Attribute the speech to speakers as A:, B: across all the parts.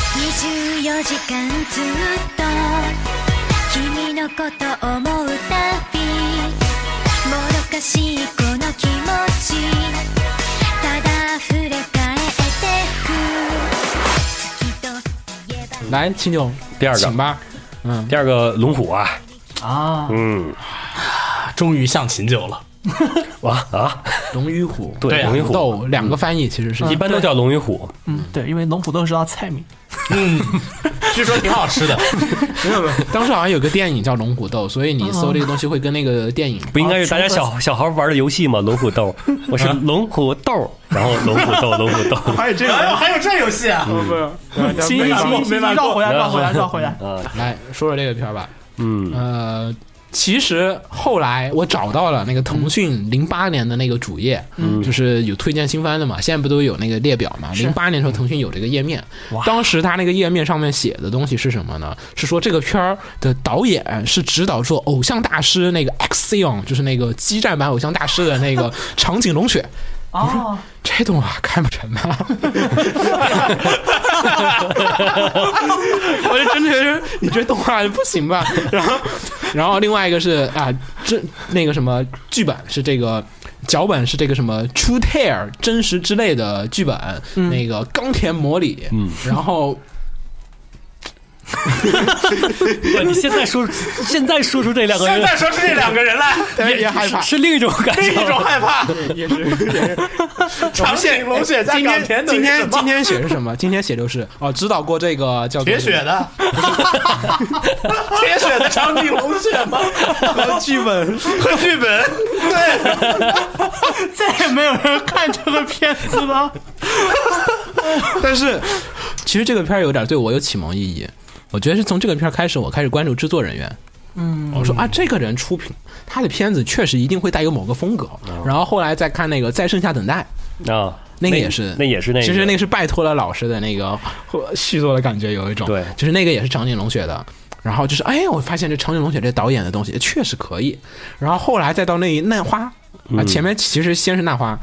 A: 24時間ずっと君のこと思うたびもどかしいこの気持ちただ溢れ返ってく好きと言えば
B: 来，秦九，
C: 第二
B: 请
C: 个，
B: 吧。嗯，
C: 第二个龙虎啊，
B: 啊，
C: 嗯，
D: 终于像秦九 了。
C: 哇啊，
B: 龙与虎，
C: 对，
D: 对啊
C: 龙与虎，
B: 斗两个翻译其实是
C: 一般都叫龙与虎，
E: 嗯，对，因为龙虎斗是道菜名，
D: 嗯，据说挺好吃的。
B: 没有没有，当时好像有个电影叫《龙虎斗》，所以你搜这个东西会跟那个电影。
C: 不应该是大家小小孩玩的游戏吗？龙虎斗，我是龙虎斗，然后龙虎 斗，龙虎斗，
F: 还有这个
D: 哎呦，还有这游戏啊！
C: 嗯
B: 嗯
F: 新
E: 行
F: 一
E: 行
F: 没
E: 行，
F: 玩
E: 绕
F: 过，
E: 回来，绕回来，绕回来。
B: 来说说这个片儿吧。
C: 嗯，
B: 呃，其实后来我找到了那个腾讯零八年的那个主页，就是有推荐新番的嘛。现在不都有那个列表嘛？零八年的时候腾讯有这个页面，当时他那个页面上面写的东西是什么呢？是说这个片儿的导演是指导说《偶像大师》那个 Axion，就是那个激战版《偶像大师》的那个 长井龙雪。
E: 哦，
B: 这动画看不成啊！ 我就真觉得你这动画不行吧？然后，然后另外一个是啊，这那个什么剧本是这个。脚本是这个什么《True Tear》真实之类的剧本，
D: 嗯
B: 那个钢铁魔理，
C: 嗯
B: 然后
C: 哇你现在说，现在说出这两个人，
D: 再说出这两个人来，
B: 特别害怕。
C: 是另一种感
D: 另一
C: 受。
D: 种害怕。
B: 长
D: 线龙血在
B: 今
D: 港
B: 天
D: 田等于
B: 今
D: 什
B: 天
D: 么
B: 今天写是 什么？今天写就是哦，指导过这个叫做
D: 铁血 的，铁血的长颈龙血 吗？和剧本，和剧本，对，
E: 再也没有人看这个片子了。
B: 但是， 其实这个片儿有点对我有启蒙意义。我觉得是从这个片儿开始，我开始关注制作人员。嗯，我说啊，这个人出品，他的片子确实一定会带有某个风格。然后后来再看那个《再剩下等待》，
C: 啊，
B: 那个也是，
C: 嗯那也是那个，
B: 其实那个是拜托了老师的那个呃续作的感觉，有一种
C: 对
B: 就是那个也是长井龙雪的。然后就是，哎，我发现这长井龙雪这导演的东西确实可以。然后后来再到那难花啊，
C: 嗯
B: 前面其实先是难花，
C: 啊，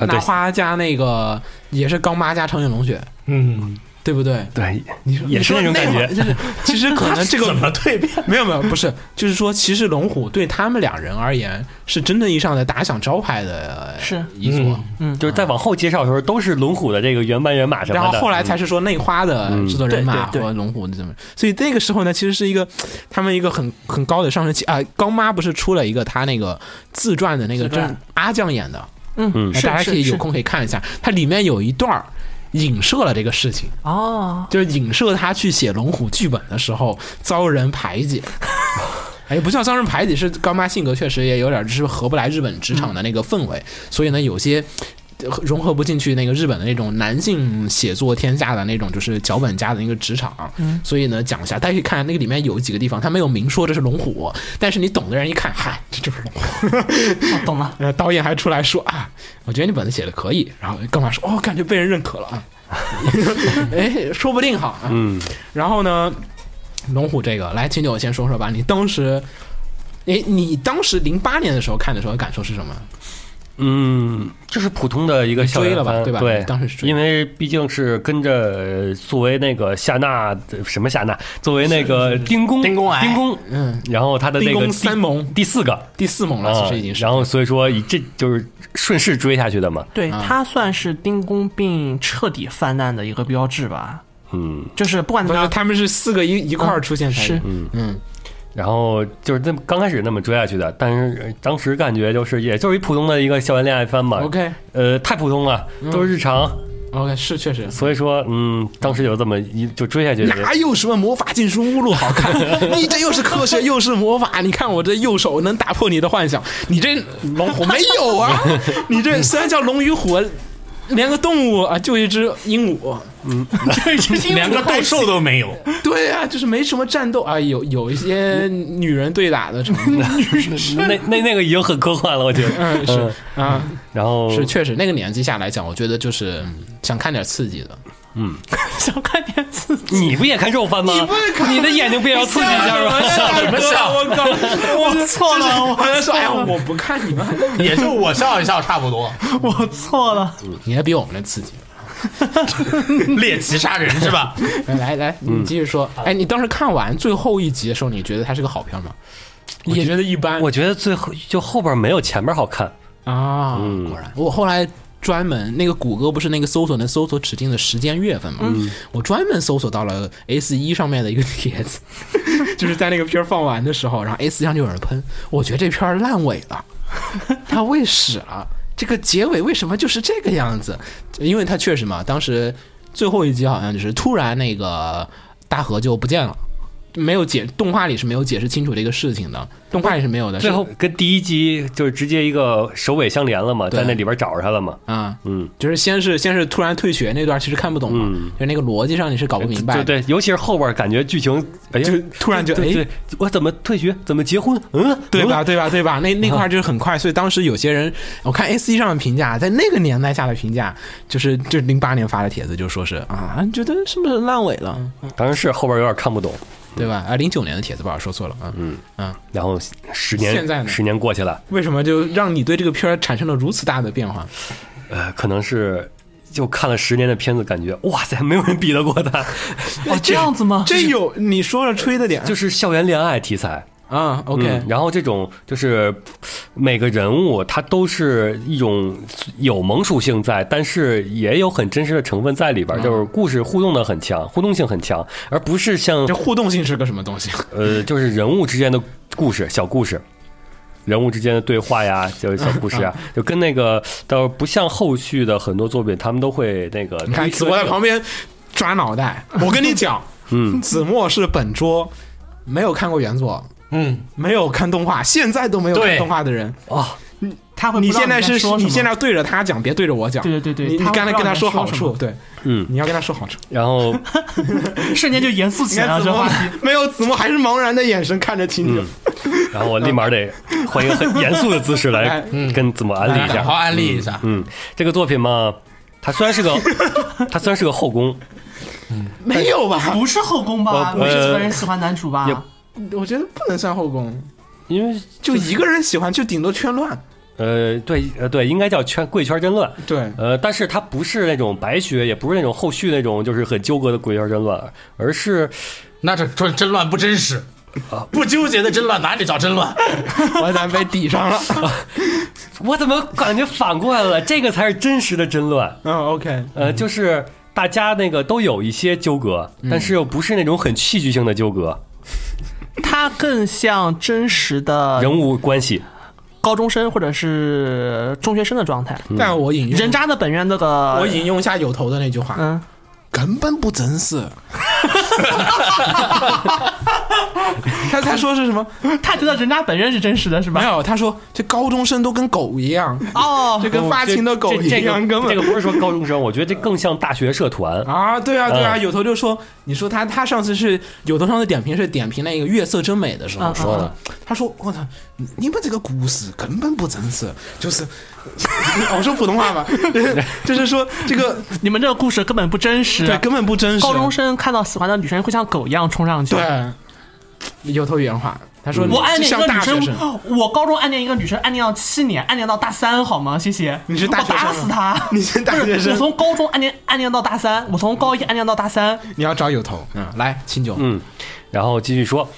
B: 难
C: 对
B: 花加那个也是刚妈加长井龙雪，
D: 嗯，
B: 对不对？
C: 对，
B: 你说
C: 也是那种感觉
B: 你说那会儿就是其实可
C: 嗯
B: 能这个
D: 怎么蜕变？
B: 没有没有不是，就是说其实龙虎对他们两人而言是真正意义上的打响招牌的
E: 是
B: 一座，
C: 就是在往后介绍的时候都是龙虎的这个原班人马什么的，
B: 然后后来才是说内花的制作人马
E: 嗯对对对
B: 和龙虎怎么，所以那个时候呢，其实是一个他们一个很很高的上升期啊。高妈不是出了一个她那个自传的那个，
E: 自
B: 就
E: 传
B: 是阿酱演的，
E: 嗯，是
B: 大家可以
E: 是
B: 有
E: 是
B: 空可以看一下，它里面有一段儿影射了这个事情。
E: 哦，
B: 就是影射他去写《龙虎》剧本的时候遭人排 挤。哎，不像遭人排挤，是高妈性格确实也有点就是合不来日本职场的那个氛围，所以呢，有些呃融合不进去那个日本的那种男性写作天下的那种就是脚本家的那个职场，啊所以呢，讲一下，大家可以看那个里面有几个地方，他没有明说这是龙虎，但是你懂的人一看，嗨，这就是龙虎。
E: 哦懂了。
B: 呃，导演还出来说啊，我觉得你本子写的可以，然后干嘛说哦，感觉被人认可了啊， 哎，说不定哈，啊
C: 嗯，
B: 然后呢，龙虎这个，来秦九先说说吧，你当时，哎，你当时零八年的时候看的时候感受是什么？
C: 嗯，就是普通的一个校园
B: 追了吧
C: 番
B: 对
C: 呃对
B: 吧你当时是追
C: 因为毕竟是跟着呃作为那个夏娜呃什么夏娜，作为那个丁公
D: 丁公癌
C: 丁公，
B: 嗯，
C: 然后他的那
B: 丁
C: 个
B: 公
C: 第
B: 三盟
C: 第四个
B: 第四盟了，
C: 啊
B: 其实已经是。
C: 然后所以说以这就是顺势追下去的嘛，
E: 对
B: 啊
E: 他算是丁公病彻底泛滥的一个标志吧，
C: 嗯，
E: 就是不管
B: 不
E: 怎么
B: 是，
E: 样，
B: 他们是四个一一块儿出现才
E: 是
B: 嗯，
C: 然后就是那么刚开始那么追下去的，但是呃当时感觉就是也就是一普通的一个校园恋爱番嘛
B: OK 嗯
C: 呃，太普通了，都是日常，
B: OK 是确实。
C: 所以说嗯，当时有这么一就追下去，
B: 哪有什么魔法禁书目录好 看？你这又是科学又是魔法，你看我这右手能打破你的幻想，你这龙虎没有啊？ 你这虽然叫龙与虎，连个动物啊，就一只鹦鹉，
D: 连个斗兽都没有，
B: 对啊，就是没什么战斗啊，有有一些女人对打的成 分，
C: 那那那个已经很科幻了，我觉得。
B: 嗯是啊，
C: 然后
B: 是确实那个年纪下来讲，我觉得就是嗯想看点刺激的。
E: 想看点刺
B: 哦
E: 激。
C: 你不也看肉番吗？你的眼睛不也 要刺激一下吗？
D: 笑什么笑？我靠！
E: 我错了，我
B: 好像说，哎呀，我 不 看你们，
D: 也就我笑一笑差不多。
E: 我错了。
B: 你还比我们那刺激。
D: 猎奇杀人是吧？
B: 来来来，
C: 嗯
B: 你继续说。哎，你当时看完最后一集的时候，你觉得它是个好片吗？你
C: 我觉
B: 觉得一般
C: 我觉得最后就后边没有前边好看。
B: 啊？
C: 嗯
B: 果然，我后来专门那个谷歌不是那个搜索能搜索指定的时间月份嘛？
C: 嗯
B: 我专门搜索到了 S 一上面的一个帖子， 就是在那个片儿放完的时候，然后 S 上就有人喷，我觉得这片儿烂尾 了，它喂屎了。这个结尾为什么就是这个样子？因为它确实嘛，当时最后一集好像就是突然那个大河就不见了，没有解动画里是没有解释清楚这个事情的，动画里是没有的。
C: 最
B: 是
C: 后跟第一集就是直接一个首尾相连了嘛，
B: 对
C: 在那里边找着他了嘛。
B: 啊、
C: 嗯，
B: 就是先是先是突然退学那段，其实看不懂嘛，
C: 嗯
B: 就是那个逻辑上你是搞不明白的，
C: 对对，尤其是后边感觉剧情，哎呀，
B: 就突然就
C: 对
B: 哎
C: 对，我怎么退学？怎么结婚？嗯，
B: 对
C: 嗯
B: 吧？对吧？对吧？那那块儿就是很快，所以当时有些人，我看 S 一上的评价，在那个年代下的评价，就是就是零八年发的帖子，就说是啊，觉得是不是烂尾了，
C: 嗯当然是后边有点看不懂。
B: 嗯对吧？啊，零九年的帖子，不好意思说错了啊。
C: 嗯
B: 嗯，
C: 然后十年，
B: 现在呢
C: 十年过去了，
B: 为什么就让你对这个片儿产生了如此大的变化？
E: 哦
C: 呃，可能是就看了十年的片子，感觉哇塞，没有人比得过他，
E: 哦，这样子吗？
B: 哎这有你说了吹的点
C: 就是校园恋爱题材。
B: 啊，OK，
C: 嗯然后这种就是每个人物他都是一种有萌属性在，但是也有很真实的成分在里
B: 嗯
C: 边儿，就是故事互动的很强，互动性很强，而不是像
B: 这互动性是个什么东 西？
C: 呃，就是人物之间的故事，小故事。人物之间的对话呀，就是小故事呀，啊
B: 嗯
C: 就跟那个倒是不像后续的很多作品，他们都会那个。
B: 你看子墨在旁边抓脑袋，我跟你讲，
C: 嗯，
B: 子墨是本桌没有看过原作，
D: 嗯，
B: 没有看动画，现在都没有看
D: 对
B: 动画的人，
C: 啊，
E: 他会不
B: 你
E: 知道
B: 现在
E: 在
B: 是
E: 说什
B: 你
E: 么
B: 现在对着他讲，别对着我讲。
E: 对对对对，
B: 你你
E: 他会
B: 刚才
E: 不知道
B: 跟他
E: 你在
B: 说
E: 说
B: 好
E: 什么
B: 处，，对，
C: 嗯，
B: 你要跟他说好处。
C: 然后
E: 瞬间就严肃
B: 你
E: 起来
B: 看
E: 了。
B: 子
E: 这
B: 墨
E: 话题，
B: 没有子墨还是茫然的眼神看着青青
C: 嗯，然后我立马得换一个很严肃的姿势来
B: 来
C: 跟怎么安利一
D: 好
C: 下。
D: 哎好安利一下。
C: 嗯，这个作品嘛，它虽然 是个，它虽然是个后宫，
B: 没有吧？
E: 不是后宫吧？
C: 我
E: 不是
C: 呃
E: 个人喜欢男主吧？
C: 也
B: 我觉得不能算后宫，
C: 因为
B: 就一个人喜欢，就顶多圈乱。
C: 呃，对呃对，应该叫圈贵圈争乱。
B: 对，
C: 呃，但是它不是那种白学，也不是那种后续那种就是很纠葛的贵圈争乱，而是
D: 那这这真乱不真实。不纠结的真乱哪里叫真乱？
B: 我咱被抵上了。
C: 我怎么感觉反过来了？这个才是真实的争乱。
B: 嗯，OK，嗯
C: 呃，就是大家那个都有一些纠葛，但是又不是那种很戏剧性的纠葛，
E: 他更像真实
B: 啊
E: 的
C: 人物关系。
E: 高中生或者是中学生的状态。
B: 但我引用
E: 人渣的本源那个，
B: 我引用一下有头的那句话，
E: 嗯，
B: 根本不真实。 他他说是什么？
E: 他觉得人渣本源是真实的，是
B: 没
E: 吧？
B: 有，他说这高中生都跟狗一样，
E: 哦
B: 就，跟发情的狗
C: 这
B: 一
C: 这
B: 样，
C: 个
B: 根
C: 这
B: 本
C: 个不是说高中生，我觉得这更像大学社团。
B: 啊，对啊，对啊，
C: 嗯
B: 有头就说，你说他他上次是有头上次点评是点评那个《月色真美》的时候
E: 嗯
B: 说
C: 嗯
B: 的，他说我操，你你们这个故事根本不真实，就是， 哦我说普通 话吧，就是就是说这个
E: 你们这个故事根本不真实。啊
B: 对根本不真实，
E: 高中生看到喜欢的女生会像狗一样冲上去。，
B: 对，嗯有头原话，他说
E: 我暗
B: 就
E: 恋一
B: 像
E: 个
B: 大
E: 女
B: 学生，
E: 生，我高中暗恋一个女生，暗恋到七年，暗恋到大三，好吗？谢谢。
B: 你是大
E: 我
B: 学生
E: 打
B: 吗
E: 死 他！
B: 你是大
E: 不
B: 学
E: 我
B: 生，
E: 从高中暗恋暗恋到大三，我从高一暗恋到大三，
B: 你要找有头，嗯，来秦九，
C: 嗯，然后继续说，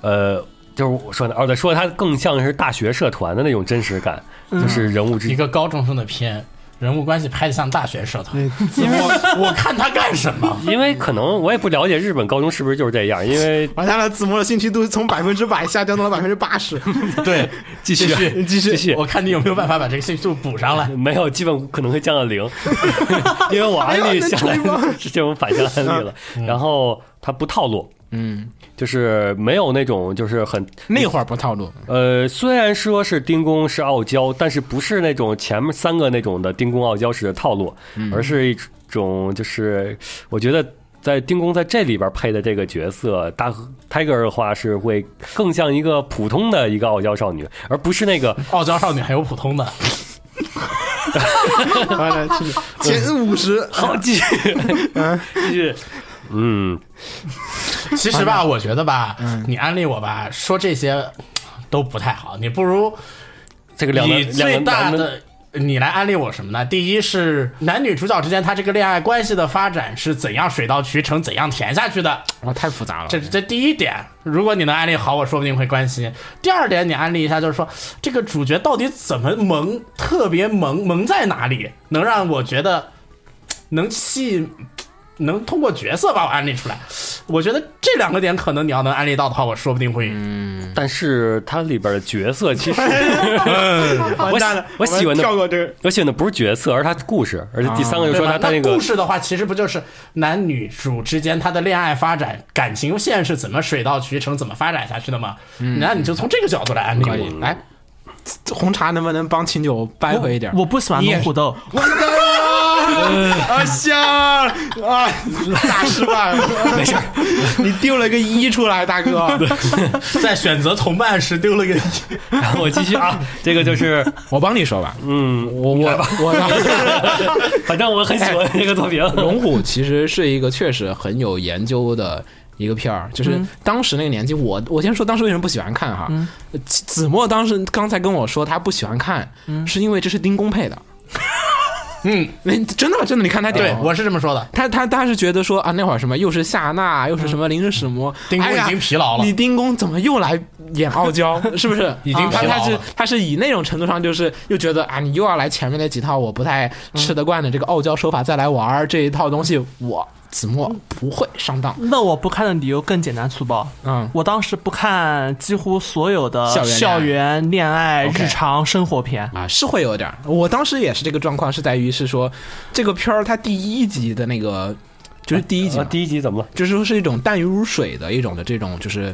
C: 呃，就是我说的，哦，对，说它更像是大学社团的那种真实感，就是人物之
D: 一
C: 间。
D: 个高中生的片，人物关系拍的像大学社 团，
B: 子墨，
D: 我看他干什么？
C: 因为可能我也不了解日本高中是不是就是这样，因为
B: 完蛋了，子墨的兴趣度从百分之百下降到了百分之八 十，
D: 对，继续
B: 继续
C: 继续
D: 我看你有没有办法把这个兴趣度补上来。
C: 没有，基本可能会降到零， 因为我安利下来 是这种反向安利了。然后它不套路，
B: 嗯，
C: 就是没有那种就是很
B: 那会儿不套路，
C: 呃，虽然说是丁公是傲娇，但是不是那种前面三个那种的丁公傲娇式的套路，
D: 嗯
C: 而是一种就是我觉得。在丁公在这里边配的这个角色，大 Tiger 的话是会更像一个普通的一个傲娇少女，而不是那 个
D: 傲娇少女还有普通的，
B: 完了秦九前五十，
C: 好继 续，继续，嗯，
D: 其实吧，我觉得吧，你安利我吧，说这些都不太好，你不如
C: 这个两
D: 以
C: 男两
D: 最
C: 个
D: 大
C: 男的
D: 的
F: 你来安利我什么呢？第一是男女主角之间他这个恋爱关系的发展是怎样水到渠成、怎样甜下去的，
B: 啊，太复杂了。
F: 这这第一点。如果你能安利好，我说不定会关心。第二点，你安利一下，就是说这个主角到底怎么萌，特别萌，萌在哪里，能让我觉得能吸引。能通过角色把我安利出来，我觉得这两个点可能你要能安利到的话，我说不定会
C: 但是它里边的角色 其实我
D: 完蛋
C: 喜
D: 了，
C: 我喜欢
D: 们
C: 的
D: 跳过这啊个。
C: 我选的不是角色，而是他的故事，而且第三个就
F: 对
C: 说
F: 吧
C: 他？他那
F: 那
C: 个
F: 故事的话，其实不就是男女主之间他的恋爱发展、感情线是怎么水到渠成、怎么发展下去的吗？那你就从这个角度来安利
B: 可以
F: 我。，
B: 来，红茶能不能帮秦九掰回一点？
E: 我不喜欢龙虎斗，
D: 啊香啊，大失 败了！没事，
B: 你丢了个一出来，大哥。
F: 在选择同伴时丢了个
C: 我继续啊，这个就是
B: 我帮你说吧，
C: 嗯，
B: 我我我，
C: 反正我很喜欢这个作 品。
B: 龙虎其实是一个确实很有研究的。一个片儿，就是当时那个年纪，我我先说当时为什么不喜欢看哈。子子墨当时刚才跟我说他不喜欢看，是因为这是丁公配的。
F: 嗯，
B: 你真的真的，你看他点
F: 对，
B: 头
F: 我是这么说的。
B: 他他他是觉得说啊，那会儿什么又是夏娜，又是什么临时使魔，
F: 嗯丁
B: 哎
F: 公已
B: 呀
F: 经疲劳了
B: 你，丁公怎么又来演傲娇？ 是不是？ 啊
F: 已经
B: 他
F: 疲劳
B: 他是
F: 了
B: 他是以那种程度上，就是又觉得啊，你又要来前面那几套我不太
F: 嗯
B: 吃得惯的这个傲娇手法再来玩儿这一套东西，我子墨不会上当。
E: 那我不看的理由更简单粗暴。
B: 嗯，
E: 我当时不看几乎所有的
B: 校园恋爱
E: 校园恋爱、
B: OK
E: 日常生活片，
B: 啊，是会有点儿。我当时也是这个状况，是在于是说这个片儿它第一集的那个就是第一集
C: 啊
B: 嘛，
C: 第一集怎么了？
B: 就是说是一种淡于如水的一种的这种就是。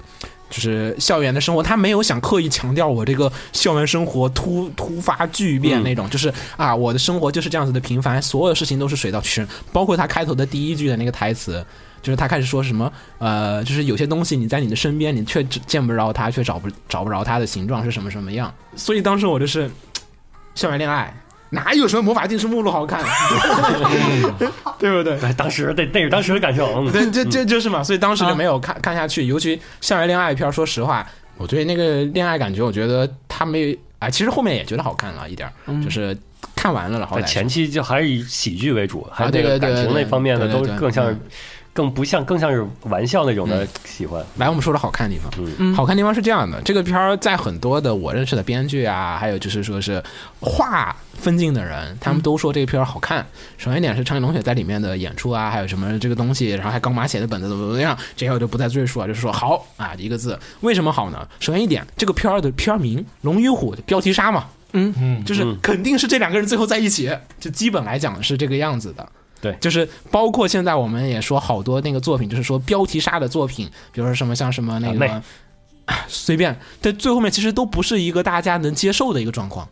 B: 就是校园的生活，他没有想刻意强调我这个校园生活突突发巨变那种，就是啊，我的生活就是这样子的平凡，所有事情都是水到渠成，包括他开头的第一句的那个台词，就是他开始说什么呃，就是有些东西你在你的身边，你却只见不着它，却找不找不着它的形状是什么什么样，所以当时我就是嘖校园恋爱，哪有什么魔法禁书目录好看，对不对？
C: 哎，当时那那是当时的感受。嗯 啊
B: 对，这这就是嘛，所以当时就没有看、看下去。尤其校园恋爱片儿，说实话，我对那个恋爱感觉，我觉得他没啊，其实后面也觉得好看了一点儿，就是看完了，然后
C: 嗯在前期就还是以喜剧为主，还有
B: 对
C: 那个
B: 啊对
C: 感
B: 对
C: 情
B: 对
C: 那方面的
B: 对
C: 都
B: 对对
C: 更像
B: 嗯，
C: 更不像，更像是玩笑那种的喜欢。
B: 来我们说说好看的地方。
E: 嗯
B: 好看地方是这样的，这个片儿在很多的我认识的编剧啊，还有就是说是画分镜的人，他们都说这个片儿好看。首先一点是长井龙雪在里面的演出啊，还有什么这个东西，然后还高马写的本子怎么怎么样，这些我就不再赘述啊，就是说好啊，一个字，为什么好呢？首先一点，这个片儿的片儿名《龙与虎》的标题杀嘛，就是肯定是这两个人最后在一起，就基本来讲是这个样子的。
C: 对
B: 就是包括现在我们也说好多那个作品，就是说标题杀的作品，比如说什么像什么那个
C: 啊，
B: 随便，但最后面其实都不是一个大家能接受的一个状况。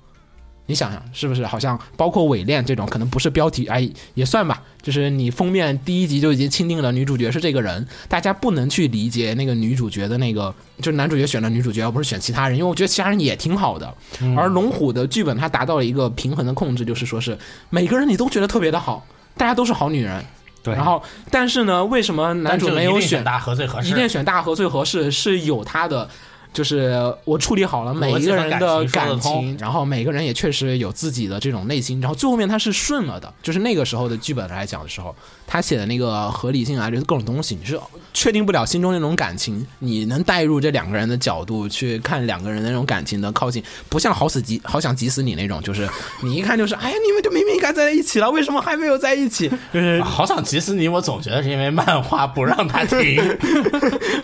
B: 你想想是不是？好像包括伪恋这种，可能不是标题，哎，也算吧。就是你封面第一集就已经钦定了女主角是这个人，大家不能去理解那个女主角的那个，就是男主角选了女主角，而不是选其他人，因为我觉得其他人也挺好的。而龙虎的剧本它达到了一个平衡的控制，就是说是每个人你都觉得特别的好，大家都是好女人。
C: 对
B: 然后，但是呢，为什么男主没有选
F: 大河最合
B: 一
F: 适？
B: 定选大河最合适，是有他的，就是我处理好了每一个人的
F: 逻辑和感
B: 感
F: 情说得
B: 情，然后每个人也确实有自己的这种内心，然后最后面他是顺了的，就是那个时候的剧本来讲的时候，他写的那个合理性啊，就是各种东西，你是确定不了心中那种感情，你能带入这两个人的角度去看两个人的那种感情的靠近，不像好死急好想急死你那种，就是你一看就是哎呀，你们就明明应该在一起了，为什么还没有在一起？就是
F: 好想急死你，我总觉得是因为漫画不让他停。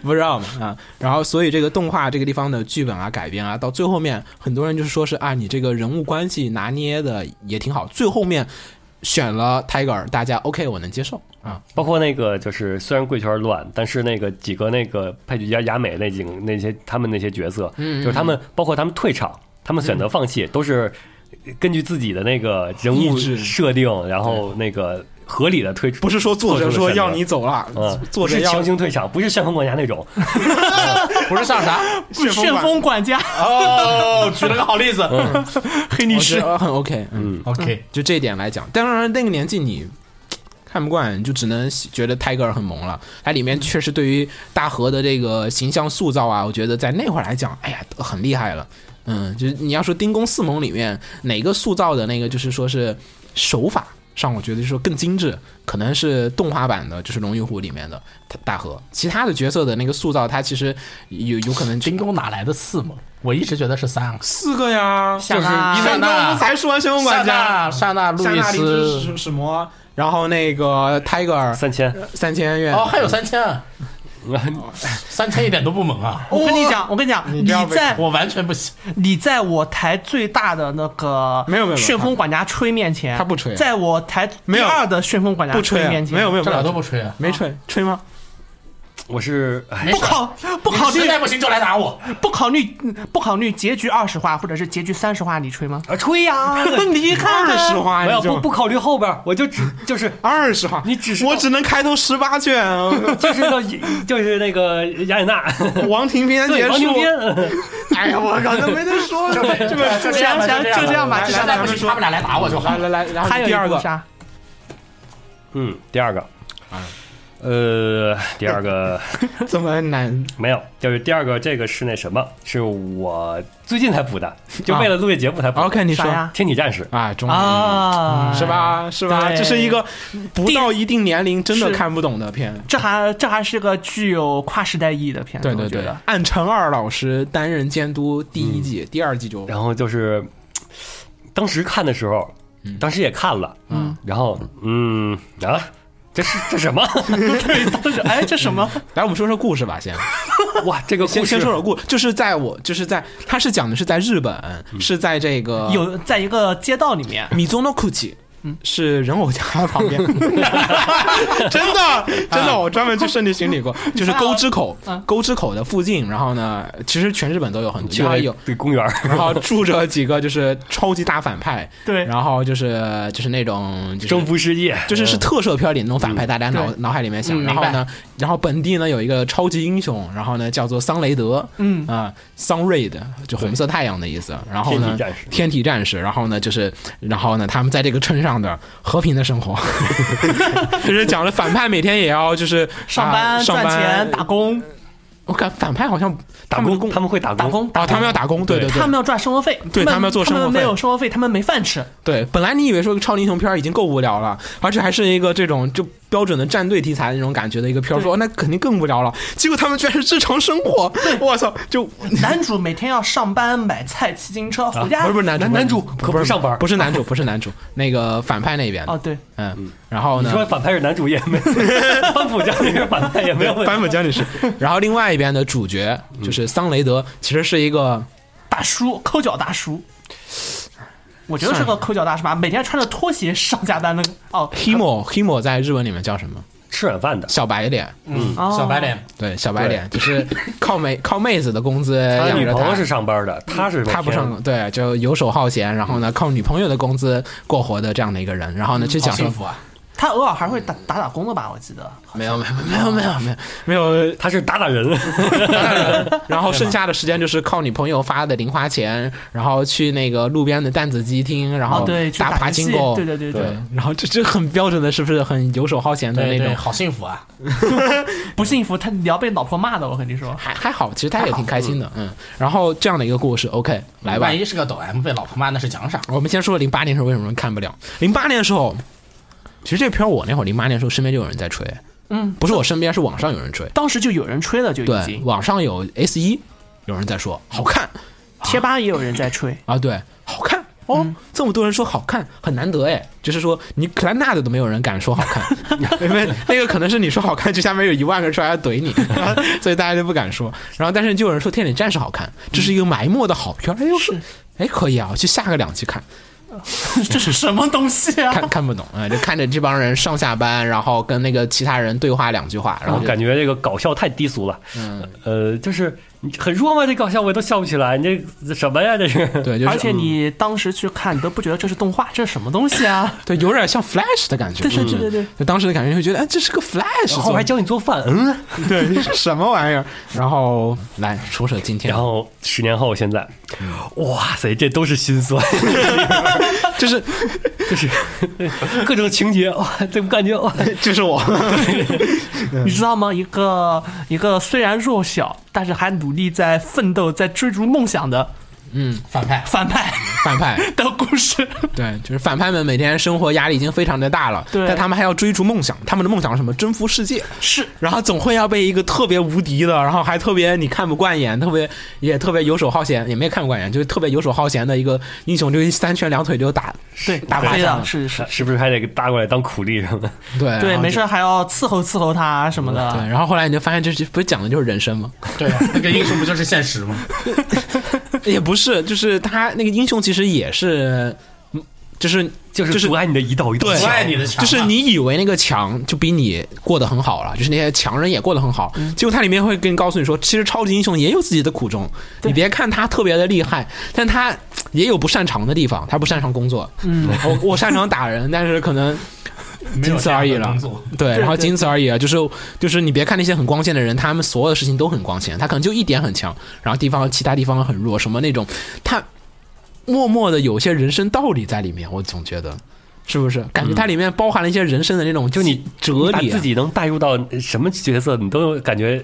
B: 不知道嘛啊，然后所以这个动画这个地方的剧本啊改编啊，到最后面很多人就是说是啊，你这个人物关系拿捏的也挺好，最后面选了 Tiger，大家 OK 我能接受啊，
C: 包括那个就是虽然贵圈乱，但是那个几个那个配角雅雅美那几个那些他们那些角色，
B: 嗯
C: 就是他们包括他们退场，他们选择放弃，都是根据自己的那个人物
B: 意志
C: 设定，然后那个合理的退出，
B: 不是说作者说要你走了
C: 嗯，，
B: 作者
C: 不是
B: 要
C: 强行退场，不是旋风管家那种，
F: 不是像啥
E: 嗯旋风管家、
F: 哦，举了个好例子。
E: 黑历
B: 我觉
E: 史，
B: 得很 OK，嗯，
F: OK，
B: 就这一点来讲，当然那个年纪你看不惯，你就只能喜觉得泰戈尔很萌了。它里面确实对于大河的这个形象塑造啊，我觉得在那会儿来讲，哎呀，很厉害了。嗯，就是你要说《丁公四盟》里面哪个塑造的那个，就是说是手法上，我觉得说更精致，可能是动画版的，就是《龙与虎》里面的大河。其他的角色的那个塑造，它其实有有可能就
F: 金宫哪来的四盟？我一直觉得是三个，
B: 四个呀，
F: 就是伊
B: 刚刚
F: 万娜、
B: 才说完《神龙
F: 夏
B: 管家
F: 娜、夏娜、》，路
B: 夏
F: 易
B: 娜、灵芝、
F: 斯
B: 史，史魔，然后那个 Tiger
C: 三千，
B: 三千院
F: 哦，还有三千，三千一点都不萌啊！
E: 我跟你讲，我跟你讲，
B: 你
E: 哦你
B: 这样被
E: 在
F: 我完全不行，
E: 你在我台最大的那个
B: 没有没有没有
E: 旋风管家吹面前，
B: 他不吹
E: 在我台第
B: 没有
E: 二的旋风管家
B: 不吹啊，
E: 面前，
B: 没有没有，
F: 这俩
B: 没
F: 都
B: 有
F: 不吹啊！
B: 没吹吹吗？
C: 我是哎
F: 没
E: 不
F: 事，
E: 考不
F: 你
E: 考虑
F: 实在不行就来打我。
E: 不考虑不考虑结局二十话或者是结局三十话，你吹吗？
C: 哎吹 呀，
E: 你看
B: 二十
E: 看，
B: 话
C: 没有
B: 你就
C: 不不考虑后边儿，我就只 就是
B: 二十话，
C: 你只是
B: 我只能开头十八卷，
C: 就是到就是那个雅典娜，
B: 王庭篇
C: 对
B: 结
C: 王定
B: 束。
C: 边，
B: 哎呀，我靠，那没得说了，这个
F: 就这样吧，
E: 行行就这样吧
F: 实在不行他们俩来打我就好
B: 来。来来，然后
E: 还有
B: 第二
E: 一部
B: 个
E: 啥？
C: 嗯，第二个，呃，第二个。
B: 怎么难？
C: 没有，就是第二个，这个是那什么，是我最近才补的，就为了录这节目才补的。
B: 啊哦 OK，你说
E: 啥呀
C: 天体战士，
B: 啊，终于
E: 啊，
B: 是？吧？是吧？
E: 对
B: 这是一个不到一定年龄真的
E: 是
B: 看不懂的片。
E: 这还这还是个具有跨时代意义的片子，
B: 对对
E: 我觉
B: 对
E: 得，
B: 按陈二老师担任监督第一季，嗯第二季就
C: 然后就是当时看的时候，当时也看了，
B: 嗯，
C: 然后嗯啊，这是这什么？
E: 当时哎，这什么？
B: 来，我们说说故事吧， 先。
C: 哇，这个故
B: 先先
C: 事
B: 说说故，就是在我就是在他是讲的是在日本，是在这个
E: 有在一个街道里面，
B: 米宗诺库奇。是人偶家旁边， 真的真的，我专门去圣地巡礼过， 就是沟之口
E: 啊，
B: 沟之口的附近。然后呢，其实全日本都有很多，
C: 去
B: 然后
C: 了
B: 有，
C: 对公园儿，
B: 然后住着几个就是超级大反派，
E: 对
B: 然后就是就是那种就是
C: 征服世界，
B: 就是是特摄片里那种反派，大家脑脑海里面想。
F: 嗯
B: 然后
F: 明
B: 呢，然后本地呢有一个超级英雄，然后呢叫做桑雷德，
E: 嗯
B: 啊，Sun Red 就红色太阳的意思。然后呢
C: 天体战，士
B: 天体战士，然后呢就是，然后呢他们在这个村上的和平的生活，就是讲了反派每天也要就是
E: 上
B: 啊
E: 班
B: 上
E: 赚
B: 班
E: 钱打工，
B: 我看反派好像
C: 打
B: 们的
C: 工，他们会打工，
E: 打工
B: 啊，他们要打工，对对
E: 他
B: 对
E: 们要赚生活费，
B: 对
E: 他
B: 他们要做生活费
E: 他们没有生活费，他们没 饭吃。
B: 对。本来你以为说超级英雄片已经够无聊了，而且还是一个这种就标准的战队题材那种感觉的一个片儿，说哦那肯定更无聊了。结果他们居然是日常生活，我操！就
E: 男主每天要上班买菜、骑自行车回
B: 啊不
E: 家
B: 是不。是男主
C: 男男主可
B: 不
C: 不
B: 是
C: 上班
B: 不是男主不 是男主，那个反派那边的
E: 哦，对，
B: 嗯，然后
C: 你
B: 呢？
C: 说反派是男主也没， 班普将那个反派也没有问嗯题
B: 版本将 你是，然后另外一边的主角就是桑雷德，其实是一个
E: 大叔抠脚大叔，我觉得是个抠脚大叔吧，每天穿着拖鞋上下班的。哦
B: himo himo 在日文里面叫什么？
C: 吃软饭的，
B: 小白脸，
F: 嗯，
E: 哦
F: 小白脸，
B: 对，小白脸就是靠妹靠妹子的工资
C: 他
B: 养
C: 女
B: 着
C: 朋友
B: 他
C: 是。上班的，他是每
B: 嗯他不
C: 天
B: 上对，就游手好闲，然后呢，靠女朋友的工资过活的这样的一个人，然
E: 嗯
B: 后呢，去
F: 好
B: 讲
F: 幸
B: 说
F: 福啊！
E: 他偶尔还会打打打工的吧，我记得。
B: 没有没有没有没有没有没 有，
C: 他是打打人，
B: 嗯然后剩下的时间就是靠女朋友发的零花钱，然后去那个路边的弹子机厅，然
E: 哦，
B: 后
E: 对，去
B: 打
E: 打
B: 爬
E: 游戏
B: 金钩，
E: 对对对对，
B: 然后这这很标准的，是不是很游手好闲的
F: 对
B: 那
F: 对，
B: 种？
F: 好幸福啊！
E: 不幸福，他你要被老婆骂的，我跟你说。
B: 还还好，其实他也挺开心的，嗯。然后这样的一个故事，OK，来吧
F: 万。一是个抖 M 被老婆骂，那是奖赏。
B: 我们先说零八年时候为什么看不了。零八年的时候，其实这片儿我那会儿零八年的时候身边就有人在吹，
E: 嗯，
B: 不是我身边，是网上有人吹。
E: 当时就有人吹了，就已
B: 对，
E: 经。
B: 网上有 S 一有人在说好看
E: 贴吧也有人在吹，
B: 啊，对，好看哦，这么多人说好看，很难得哎。就是说你克兰纳的都没有人敢说好看， 因为那个可能是你说好看，就下面有一万个人出来要怼你， 所以大家就不敢说。然后但是就有人说《天体战士》好看，这是一个埋没的好片儿，哎呦说，哎可以啊，去下个两期看。
E: 这 是什么东西啊？
B: 看看不懂啊、就看着这帮人上下班，然后跟那个其他人对话两句话，然
C: 我
B: 后
C: 感
B: 觉
C: 觉这个搞笑太低俗了。
B: 嗯，
C: 呃，就是你很弱吗？这搞笑我都笑不起来，你这这什么呀？这是
B: 对，就是嗯
E: 而且你当时去看，你都不觉得这是动画，这是什么东 西啊？
B: 对有点像 Flash 的感觉，嗯
E: 对对对对对，
B: 就当时的感觉会觉得，哎，这是个 Flash，
C: 后
B: 做
C: 还教你做饭，嗯。
B: 的对， 这是什么玩意儿？然后来说说今天
C: 然，后十年后现在，哇塞，这都是心酸，
B: 就是
C: 就是各种情节，哇，这感觉哇，
B: 就是我，
E: 你知道吗？一个一个虽然弱小，但是还努力在奋斗、在追逐梦想的
B: 嗯，
F: 反派，
E: 反派
B: 反派，
E: 的故事，
B: 对，就是反派们每天生活压力已经非常的大了，
E: 对
B: 但他们还要追逐梦想，他们的梦想是什么？征服世界。
E: 是
B: 然后总会要被一个特别无敌的，然后还特别你看不惯眼，特别也特别游手好闲，也没看不惯眼，就是特别游手好闲的一个英雄，就一三拳两腿就打。
E: 对
B: 打麻
E: 飞
B: 将
E: 的，是是，
C: 是不是还得搭过来当苦力什么的？
B: 对
E: 对，
B: 然后
E: 没
B: 就
E: 事还要伺候伺候他啊什么
B: 对，
E: 的，
B: 然后后来你就发现这是不是讲的就是人生吗？
F: 对啊，那个英雄不就是现实吗？
B: 也不是，就是他那个英雄其实也是，嗯就是
C: 就是
B: 就是
C: 阻碍你的一道一道
F: 阻
C: 墙。
F: 碍你的墙啊，
B: 就是你以为那个强就比你过得很好了，就是那些强人也过得很好，结果它里面会跟你告诉你说，其实超级英雄也有自己的苦衷。你别看他特别的厉害，但他也有不擅长的地方，他不擅长工作。嗯，我我擅长打人，但是可能
F: 没有
B: 仅此而已
F: 这样的
B: 了
F: 工作
B: 对，然后
E: 对
B: 仅此而已啊。就是就是你别看那些很光鲜的人，他们所有的事情都很光鲜，他可能就一点很强，然后地方其他地方很弱，什么那种，他默默的有些人生道理在里面，我总觉得。是不是感觉它里面包含了一些人生的那种，
C: 就你
B: 哲
C: 把
B: 理啊、
C: 自己能带入到什么角色，你都有感觉，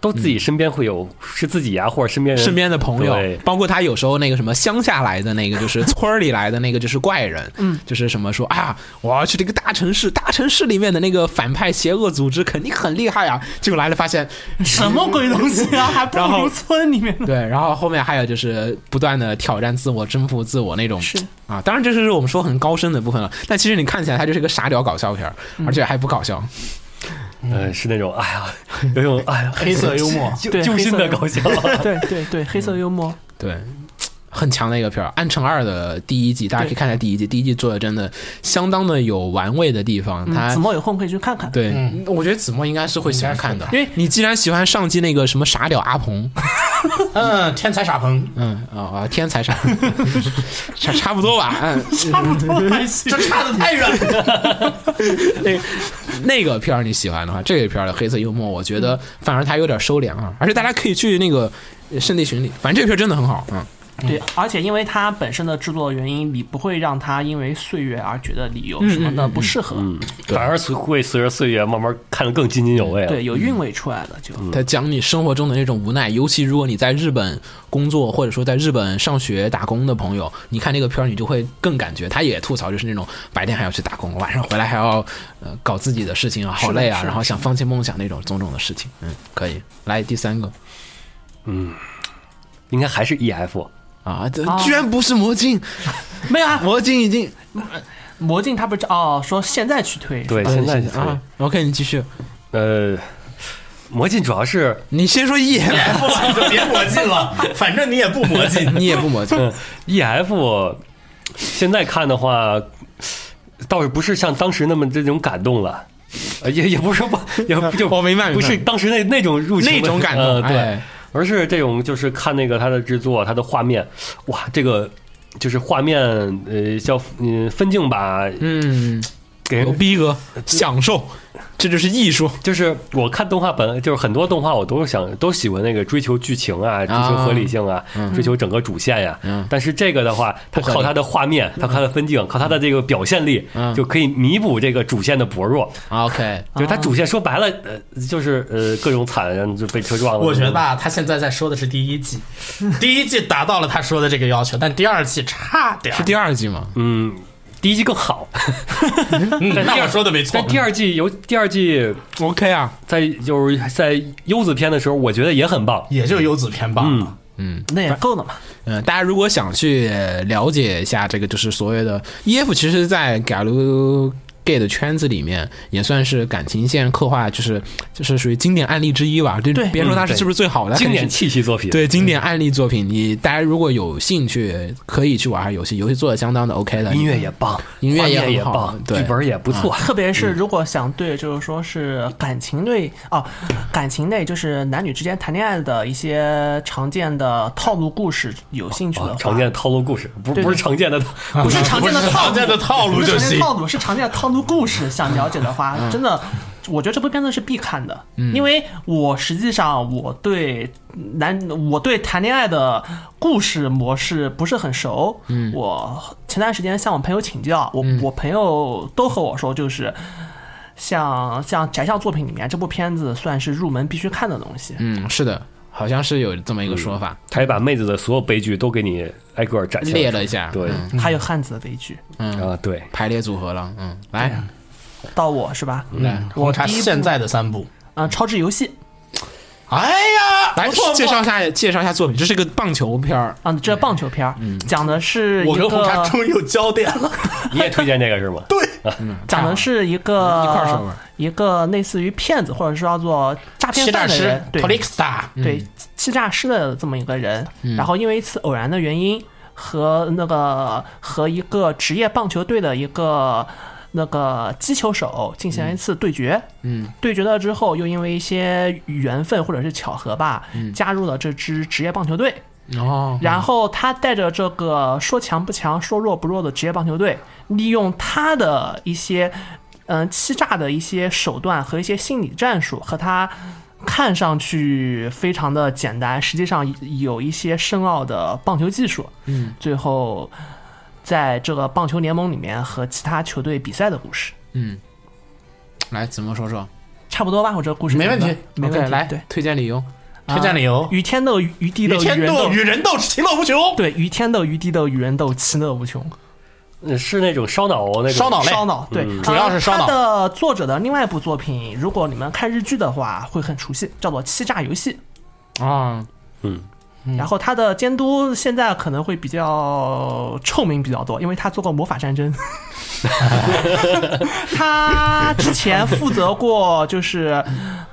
C: 都自己身边会有，是自己呀、啊或者身边人
B: 身边的朋友
C: 对，
B: 包括他有时候那个什么乡下来的那个，就是村儿里来的那个，就是怪人，嗯，就是什么说啊，我要去这个大城市，大城市里面的那个反派邪恶组织肯定很厉害啊，结果来了发现，
E: 什么鬼东西啊，还不
B: 然后
E: 如村里面 的，
B: 对，然后后面还有就是不断的挑战自我、征服自我那种，
E: 是
B: 啊，当然这就是我们说很高深的部分了，但其实你看起来它就是个傻屌搞笑片儿，
E: 嗯
B: 而且还不搞笑，
C: 呃，是那种哎呀，有种哎呀
F: 黑色幽 默，
C: 揪
E: 对
C: 揪心的
E: 黑色
C: 搞笑。
E: 对对对，黑色幽默，
B: 对，很强的一个片儿，《暗城二》的第一季，大家可以看一下第一季。第一季做的真的相当的有玩味的地方，它、
E: 嗯，子墨有空可以去看看，
B: 对、
F: 嗯
B: 我觉得子墨应该是会喜欢看的，
E: 嗯
F: 应
B: 因为你既然喜欢上季那个什么傻屌阿鹏，
F: 嗯，天才傻鹏，
B: 嗯啊、啊，天才傻， 差差不多吧，嗯，
E: 差不多还行
F: 这差的太远了。
B: 那个片儿你喜欢的话，这个片儿的黑色幽默，我觉得反而它有点收敛啊，而且大家可以去那个呃圣地巡礼，反正这个片儿真的很好，嗯。
E: 对，而且因为它本身的制作原因，你不会让它因为岁月而觉得理由
C: 嗯
E: 什么的不适合，
C: 反而随会随着岁月慢慢看得更津津有味了。
E: 对，有韵味出来了就。
C: 嗯
B: 他讲你生活中的那种无奈，尤其如果你在日本工作或者说在日本上学打工的朋友，你看这个片儿，你就会更感觉他也吐槽，就是那种白天还要去打工，晚上回来还要呃搞自己的事情啊，好累啊，
E: 是的
B: 然后想放弃梦想那种种种的事情。嗯，可以。来第三个
C: 应该还是 E
F: 嗯
C: F，
B: 啊，这
C: 哦
B: 居然不是魔镜，
E: 没有啊，
B: 魔镜已经
E: 魔镜它不是哦，说现在去推，
C: 对，哎现在是
F: 嗯
B: 啊，OK，你继续，
C: 呃，魔镜主要是
B: 你先说 E，
F: 不了，你就别魔镜了，反正你也不魔镜。
B: 你也不魔镜，
C: 嗯 E F，现在看的话，倒是不是像当时那么这种感动了，呃也也不是不 也不就
B: 我明白，明白
C: 不是当时那那种入情
B: 那
C: 的
B: 种感
C: 呃
B: 动，
C: 对，
B: 哎
C: 而是这种就是看那个它的制作，它的画面，哇，这个就是画面呃叫嗯、分镜吧，
B: 嗯，
C: 给
B: 牛
C: 人
B: 逼哥，享受，这就是艺术。
C: 就是我看动画本，就是很多动画我都是想都喜欢那个追求剧情啊，追求合理性啊，追求整个主线呀、
B: 嗯
C: 但是这个的话，它
B: 不合理
C: 靠它的画面，它靠它的分镜，靠它的这个表现力，
B: 嗯啊
C: 就可以弥补这个主线的薄弱。
B: OK，
C: 就是它主线说白了，呃，就是呃各种惨，就被车撞了。
F: 我觉得吧，他现在在说的是第一季，第一季达到了他说的这个要求，但第二季差点儿
B: 是。第二季吗？
C: 嗯，第一季更好，
F: 嗯
C: 但第
F: 那
C: 二
F: 我说的没错
C: 但。第二季有第二季
B: OK 啊，
C: 在就是在优子篇的时候，我觉得也很棒。
F: 也就优子偏棒了，
E: 那也够了嘛。
B: 嗯，大家如果想去了解一下这个，就是所谓的 EF，其实，在 g a l gay 的圈子里面，也算是感情线刻画，就是就是属于经典案例之一吧。就
E: 对
B: 别说它
C: 嗯
B: 是
C: 对
B: 是不是最好的，它肯
C: 经
B: 定
C: 典
B: 是。
C: 气息作品，
B: 对经典案例作品，你大家如果有兴趣，可以去玩下游戏，游戏做的相当的 OK 的。
C: 音乐也棒，
B: 音乐
C: 画
B: 也
C: 面也
B: 很好
C: 棒，
B: 对
C: 剧本也不错，
E: 特别是如果想对，就是说是感情类哦，感情类就是男女之间谈恋爱的一些常见的套路故事有兴趣的
C: 啊
E: 话，
C: 常见的套路故事，不
E: 对
C: 不是常见的，
E: 不是常见的
F: 啊不是
E: 套路，
F: 常见的套路
E: 不是
F: 就
E: 常见的
F: 行嗯
E: 套路是常见的套路故事。想了解的话，真的，我觉得这部片子是必看的，因为我实际上我对男我对谈恋爱的故事模式不是很熟。
F: 嗯
E: 我前段时间向我朋友请教，我、我朋友都和我说，就是像像宅向作品里面这部片子算是入门必须看的东西。
B: 嗯，是的，好像是有这么一个说法，
C: 他也把妹子的所有悲剧都给你挨个儿展现
B: 列
C: 出来
B: 了一下，
C: 对
B: 嗯
E: 还有汉子的悲剧，
C: 啊，对，
B: 排列组合了，嗯，来，
E: 到我是吧？
F: 嗯，我查现在的三部。
E: 啊，超智游戏
F: 哎呀，
B: 来
F: 不错
B: 介绍一下介绍一下作品，这是一个棒球片儿，
E: 啊，这棒球片儿讲的是
F: 嗯我
E: 一
F: 跟红茶
E: 个
F: 终于有焦点了。
C: 你也推荐这个是吗？
E: 讲的是一个
B: 啊一块儿说吧
E: 一个类似于骗子或者说叫做诈骗
F: 欺诈
E: 犯的
F: 师
E: 人，对啊
F: t r i c k s t a r
E: 对欺诈师的这么一个人，然后因为一次偶然的原因和那个和一个职业棒球队的一个那个击球手进行一次对决，嗯，对决了之后又因为一些缘分或者是巧合吧，加入了这支职业棒球队，
B: 哦，
E: 然后他带着这个说强不强、说弱不弱的职业棒球队，利用他的一些嗯、呃欺诈的一些手段和一些心理战术，和他看上去非常的简单，实际上有一些深奥的棒球技术。嗯，最后在这个棒球联盟里面和其他球队比赛的故事，
B: 来怎么说说？
E: 差不多吧？我这个故事
F: 没
E: 讲
F: 问
E: 的
F: 题
E: 没
B: OK，
E: 问题。
B: 来
E: 对，
B: 推荐理由，
F: 推荐理由：
E: 与天斗，与地斗，
F: 与天
E: 人
F: 斗，
E: 斗
F: 与。人斗，其乐无穷。
E: 对，与天斗，与地斗，与人斗，其乐无穷。
C: 嗯是那种烧脑那种
F: 烧脑类
E: 烧脑，对，
C: 嗯
F: 主要是烧脑
E: 呃它的作者的另外一部作品，如果你们看日剧的话，会很熟悉，叫做《欺诈游戏》。
B: 啊，
F: 嗯
E: 然后他的监督现在可能会比较臭名比较多，因为他做过《魔法战 争》，他之前负责过就是《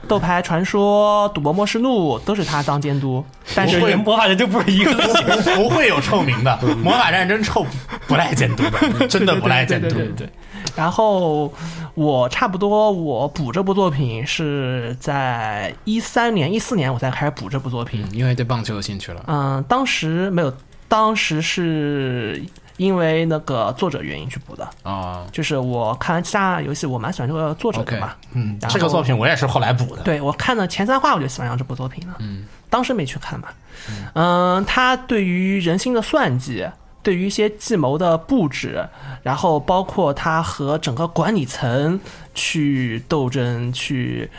E: 斗牌传说》《赌博默示录》，都是他当监督。但是
C: 会魔法的啊就不是一 个类型。
F: 不会有臭名的，魔法战争臭不赖监督的，真的不赖监督。
E: 对对对。然后我差不多我补这部作品是在一三年、一四年我才开始补这部作品。
B: 嗯因为对棒球有兴趣了，
E: 嗯，当时没有，当时是因为那个作者原因去补的，
B: 哦，
E: 就是我看完《欺诈游戏》，我蛮喜欢这个作者的嘛。嗯
F: 这个作品我也是后来补的。
E: 对我看了前三话，我就喜欢上这部作品了。嗯，当时没去看嘛。嗯，他对于人心的算计，对于一些计谋的布置，然后包括他和整个管理层去斗争，去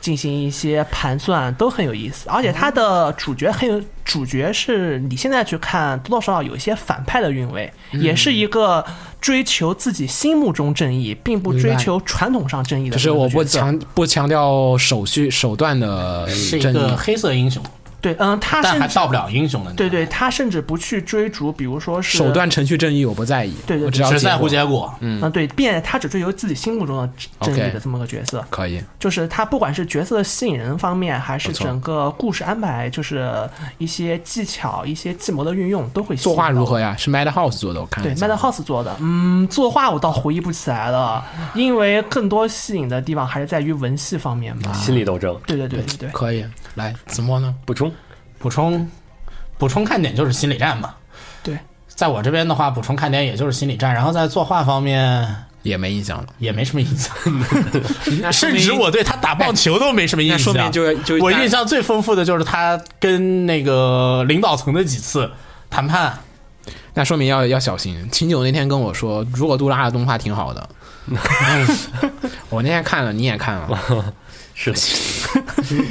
E: 进行一些盘算，都很有意思。而且他的主角很有，主角是你现在去看，多多少少有一些反派的韵味，
B: 嗯
E: 也是一个。追求自己心目中正义，并不
B: 明
E: 追
B: 白
E: 求传统上正义的
B: 就
E: 这
B: 是
E: 么一
B: 我不
E: 个角色。
B: 强不强调手续手段的
F: 是一
B: 正
F: 个
B: 义，
F: 黑色英雄，
E: 对，嗯，他
F: 但还
E: 甚至
F: 到不了英雄的。
E: 对，对，他甚至不去追逐，比如说是
B: 手，段程序正义我不在意，
E: 对对对
B: 我只要
F: 只在
B: 结果
F: 乎结果。嗯，
E: 嗯、对，变他只追求自己心目中的正
B: OK
E: 正义的这么个角色，
B: 可以，
E: 就是他不管是角色吸引人方面，还是
B: 不错
E: 整个故事安排，就是一些技巧、一些计谋的运用，都会吸
B: 作
E: 引
B: 画
E: 到
B: 如
E: 我
B: 何呀？是 Madhouse 做的，我看了
E: 对
B: 一下
E: Madhouse 做的，嗯，作画我倒回忆不起来了，因为更多吸引的地方还是在于文戏方面吧。
C: 心理斗争
E: 对对对对对，
B: 可以，来子墨呢？
C: 补充，
F: 补充，补充看点就是心理战嘛。
E: 对，
F: 在我这边的话，补充看点也就是心理战，然后在作画方面
B: 也没印象 了，
F: 也没什么印象，
B: 说
F: 甚
B: 明
F: 至我对他打棒球都没什么印啊
B: 那
F: 象。
B: 说明就就
F: 我印象最丰富的就是他跟那个领导层的几次谈判，
B: 那说明要要小心。秦九那天跟我说，如果杜拉的动画挺 好的，我那天看了，你也看了，
C: 是的，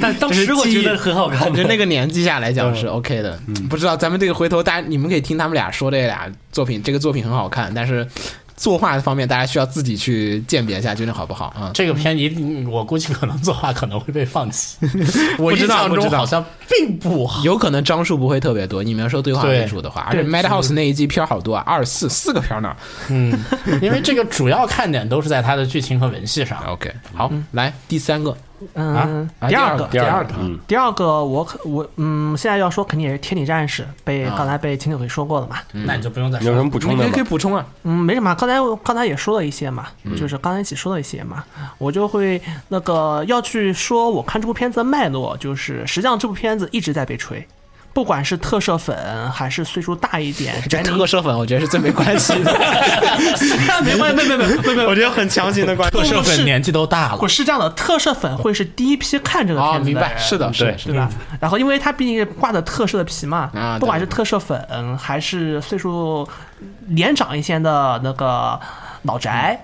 C: 但当时我觉得很 好看
B: 就
C: 的。
B: 那个年纪下来讲是 OK 的。不知道咱们这个回头大家你们可以听他们俩说这俩作品，这个作品很好看，但是作画方面大家需要自己去鉴别一下究竟好不好啊。
F: 这个片一定我估计可能作画可能会被放 弃。我
B: 不知
F: 印
B: 道
F: 象
B: 不
F: 中
B: 知道
F: 好像并不好。
B: 有可能张数不会特别多，你们要说对话为主的话，而且
E: 对
B: Madhouse 那一季片儿好多啊，二四四个片儿呢。
F: 嗯，因为这个主要看点都是在它的剧情和文戏上。
B: OK，好，来第三个，
E: 嗯，
B: 啊
E: 第
B: 第
E: 二
B: 二
E: 个
B: 个
C: 第
B: 第
C: 二个
B: 二，个
C: 嗯，
E: 第二个我可我嗯，现在要说肯定也是《天体战士》，被
B: 啊
E: 刚才被秦九给说过了嘛。
F: 那你就不用再
C: 你有什
F: 说了。
C: 么补
B: 你
C: 充
B: 可
C: 的
B: 以可以
C: 吗？
B: 补充啊，
E: 嗯，没什么，刚才我刚才也说了一些嘛，
B: 嗯
E: 就是刚才一起说了一些嘛，我就会那个要去说我看这部片子的脉络，就是实际上这部片子一直在被吹，不管是特摄粉还是岁数大一点，宅
B: 特
E: 女
B: 摄粉我觉得是最没关系 的。
E: 没关系，没没没没没，
B: 我觉得很强行的关
F: 特摄粉年纪都大了
E: 我，是这样的，特摄粉会是第一批 看这个
B: 哦，
E: 片子
B: 明
E: 的
B: 白，
E: 人
B: 是的，是的，
C: 对
B: 是
E: 对吧？然后，因为它毕竟是挂的特摄的皮嘛，
B: 啊对
E: 不管是特摄粉还是岁数年长一些的那
B: 嗯
E: 个老宅，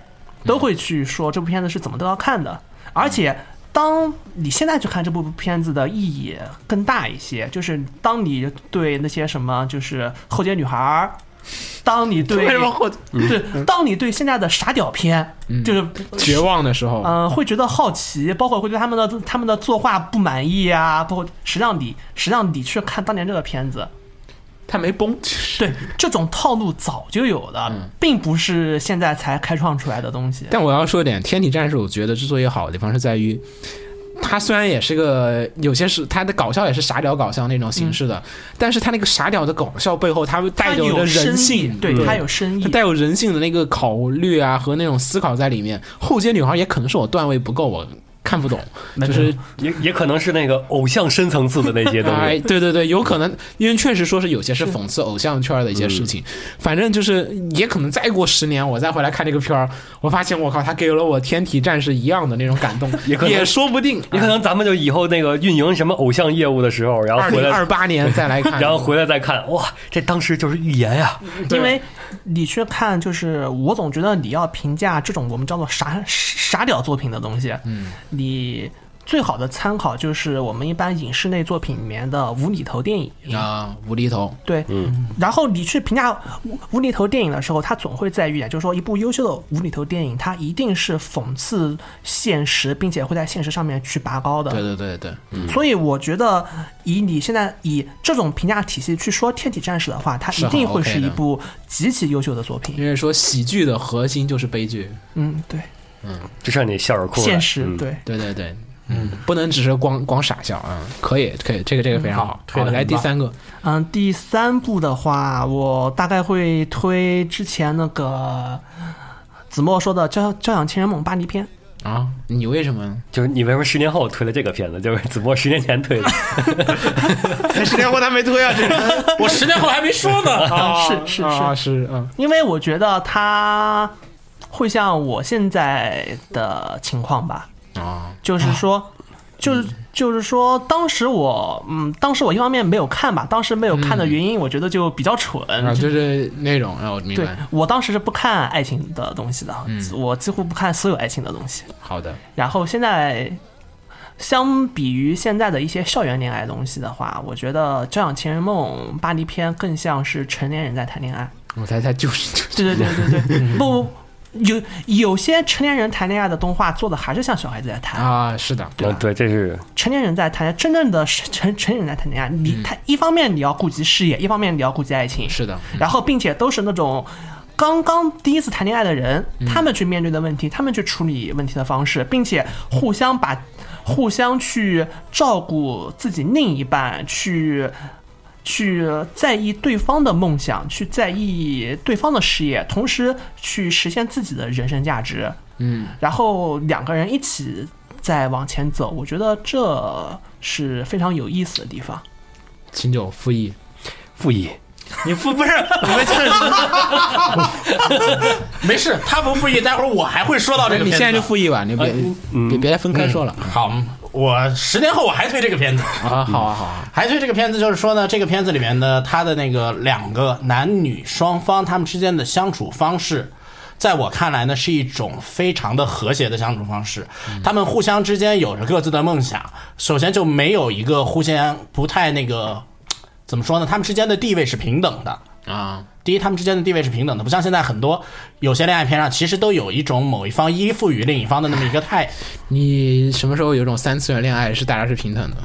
E: 都会去说这部片子是怎么都要看的。而且当你现在去看这部片子的意义更大一些，就是当你对那些什么就是后街女孩儿，当你对
B: 为什么嗯后
E: 对，当你对现在的傻屌片，就是
B: 绝望的时候，
E: 嗯，会觉得好奇，包括会对他们的他们的作画不满意啊，包括实际上你实际上你去看当年这个片子，
B: 他没 崩，
E: 对这种套路早就有了，
B: 嗯
E: 并不是现在才开创出来的东西。
B: 但我要说一点，《天体战士》我觉得之所以好的地方是在于，它虽然也是个有些是它的搞笑也是傻屌搞笑那种形式的，但是它那个傻屌的搞笑背后，它带
E: 它
B: 有
E: 有
B: 着
E: 深
B: 人
E: 意
B: 性，，
E: 对它有深意
B: 它，带有人性的那个考虑啊和那种思考在里面。后街女孩也可能是我段位不够，我看 不懂，就是
C: 也也可能是那个偶像深层次的那些东 西。
B: 哎，对对对，有可能，因为确实说是有些是讽刺偶像圈的一些事情，反正就是也可能再过十年我再回来看这个片儿，我发现我靠，他给了我《天体战士》一样的那种感动，
C: 也可能
B: 也说不定。
C: 也可能咱们就以后那个运营什么偶像业务的时候，然后
B: 啊二
C: 回
B: 零
C: 来
B: 二，八年再来看，
C: 然后回来再看，哇，这当时就是预言啊呀、
E: 因为你去看，就是我总觉得你要评价这种我们叫做傻傻屌作品的东西，嗯，你最好的参考就是我们一般影视类作品里面的无厘头电影，
B: 啊，无厘头，
E: 对，
B: 嗯
E: 然后你去评价无无厘头电影的时候，它总会在于一啊点，就是说一部优秀的无厘头电影，它一定是讽刺现实，并且会在现实上面去拔高的。
B: 对对嗯对对，
E: 所以我觉得，以你现在以这种评价体系去说《天体战士》的话，它
B: 是
E: 一定
B: 很
E: 会
B: OK
E: 是一
B: 的嗯
E: 部极其优秀的作品。
B: 因为说喜剧的核心就是悲剧，
E: 嗯，对，
C: 就让你笑着哭了。
E: 现实
C: 嗯，
E: 对。
B: 对对对。嗯，不能只是光光傻笑啊、嗯，可以可以，这个这个非常好。
F: 推
B: 好，
F: 得
B: 来
F: 很
B: 第
F: 棒
B: 三个，
E: 嗯，第三部的话，我大概会推之前那个子墨说的《交交响情人梦》巴黎篇。
B: 啊，你为什 么？
C: 就是你为什么十年后推了这个片子？就是子墨十年前推的，
B: 十年后他没推啊，这
F: 我十年后还没说呢，啊
E: 是是是
B: 啊是啊，
E: 因为我觉得他会像我现在的情况吧，
B: 啊，嗯
E: 就是说，就是就是说，当时我，嗯，当时我一方面没有看吧，当时没有看的原因，我觉得就比较蠢，
B: 嗯啊，
E: 就
B: 就是那种，啊，我明
E: 对
B: 白。嗯
E: 我当时是不看爱情的东西的，我几乎不看所有爱情的东西。
B: 好的，
E: 然后现在，相比于现在的一些校园恋爱的东西的话，我觉得《交响情人梦》《巴黎篇》更像是成年人在谈恋爱。
B: 我猜他就是 就
E: 对对对对对，不不，有有些成年人谈恋爱的动画做的还是像小孩子在谈，
B: 啊，是的，
C: 嗯，对，这是
E: 成年人在谈，真正的是成成年人在谈恋爱，你他一方面你要顾及事业，一方面你要顾及爱情，
B: 是的，
E: 然后并且都是那种。刚刚第一次谈恋爱的人，
F: 嗯
E: 他们去面对的问题，他们去处理问题的方式，并且互相把、互相去照顾自己另一半，去去在意对方的梦想，去在意对方的事业，同时去实现自己的人生价值。嗯，然后两个人一起再往前走，我觉得这是非常有意思的地方。
B: 秦九复议，
C: 复议。
F: 你复不是你们这没事，他不复议，待会儿我还会说到这个
B: 你
F: 片子。呃嗯
B: 现在就复议吧，你别别别来分开说了
F: 好，我呃十年后我还推这个片子，
B: 啊，好啊，好啊，
F: 还推这个片子，就是说呢，这个片子里面呢，他的那个两个男女双方他们之间的相处方式。在我看来呢，是一种非常的和谐的相处方式。
B: 嗯
F: 他们互相之间有着各自的梦想，首先就没有一个互相不太那个，怎么说呢？他们之间的地位是平等的。
B: 啊，
F: 第一，他们之间的地位是平等的，不像现在很多有些恋爱片上，啊其实都有一种某一方依附于另一方的那么一个态。
B: 你什么时候有种三次元恋爱是大家是平等的？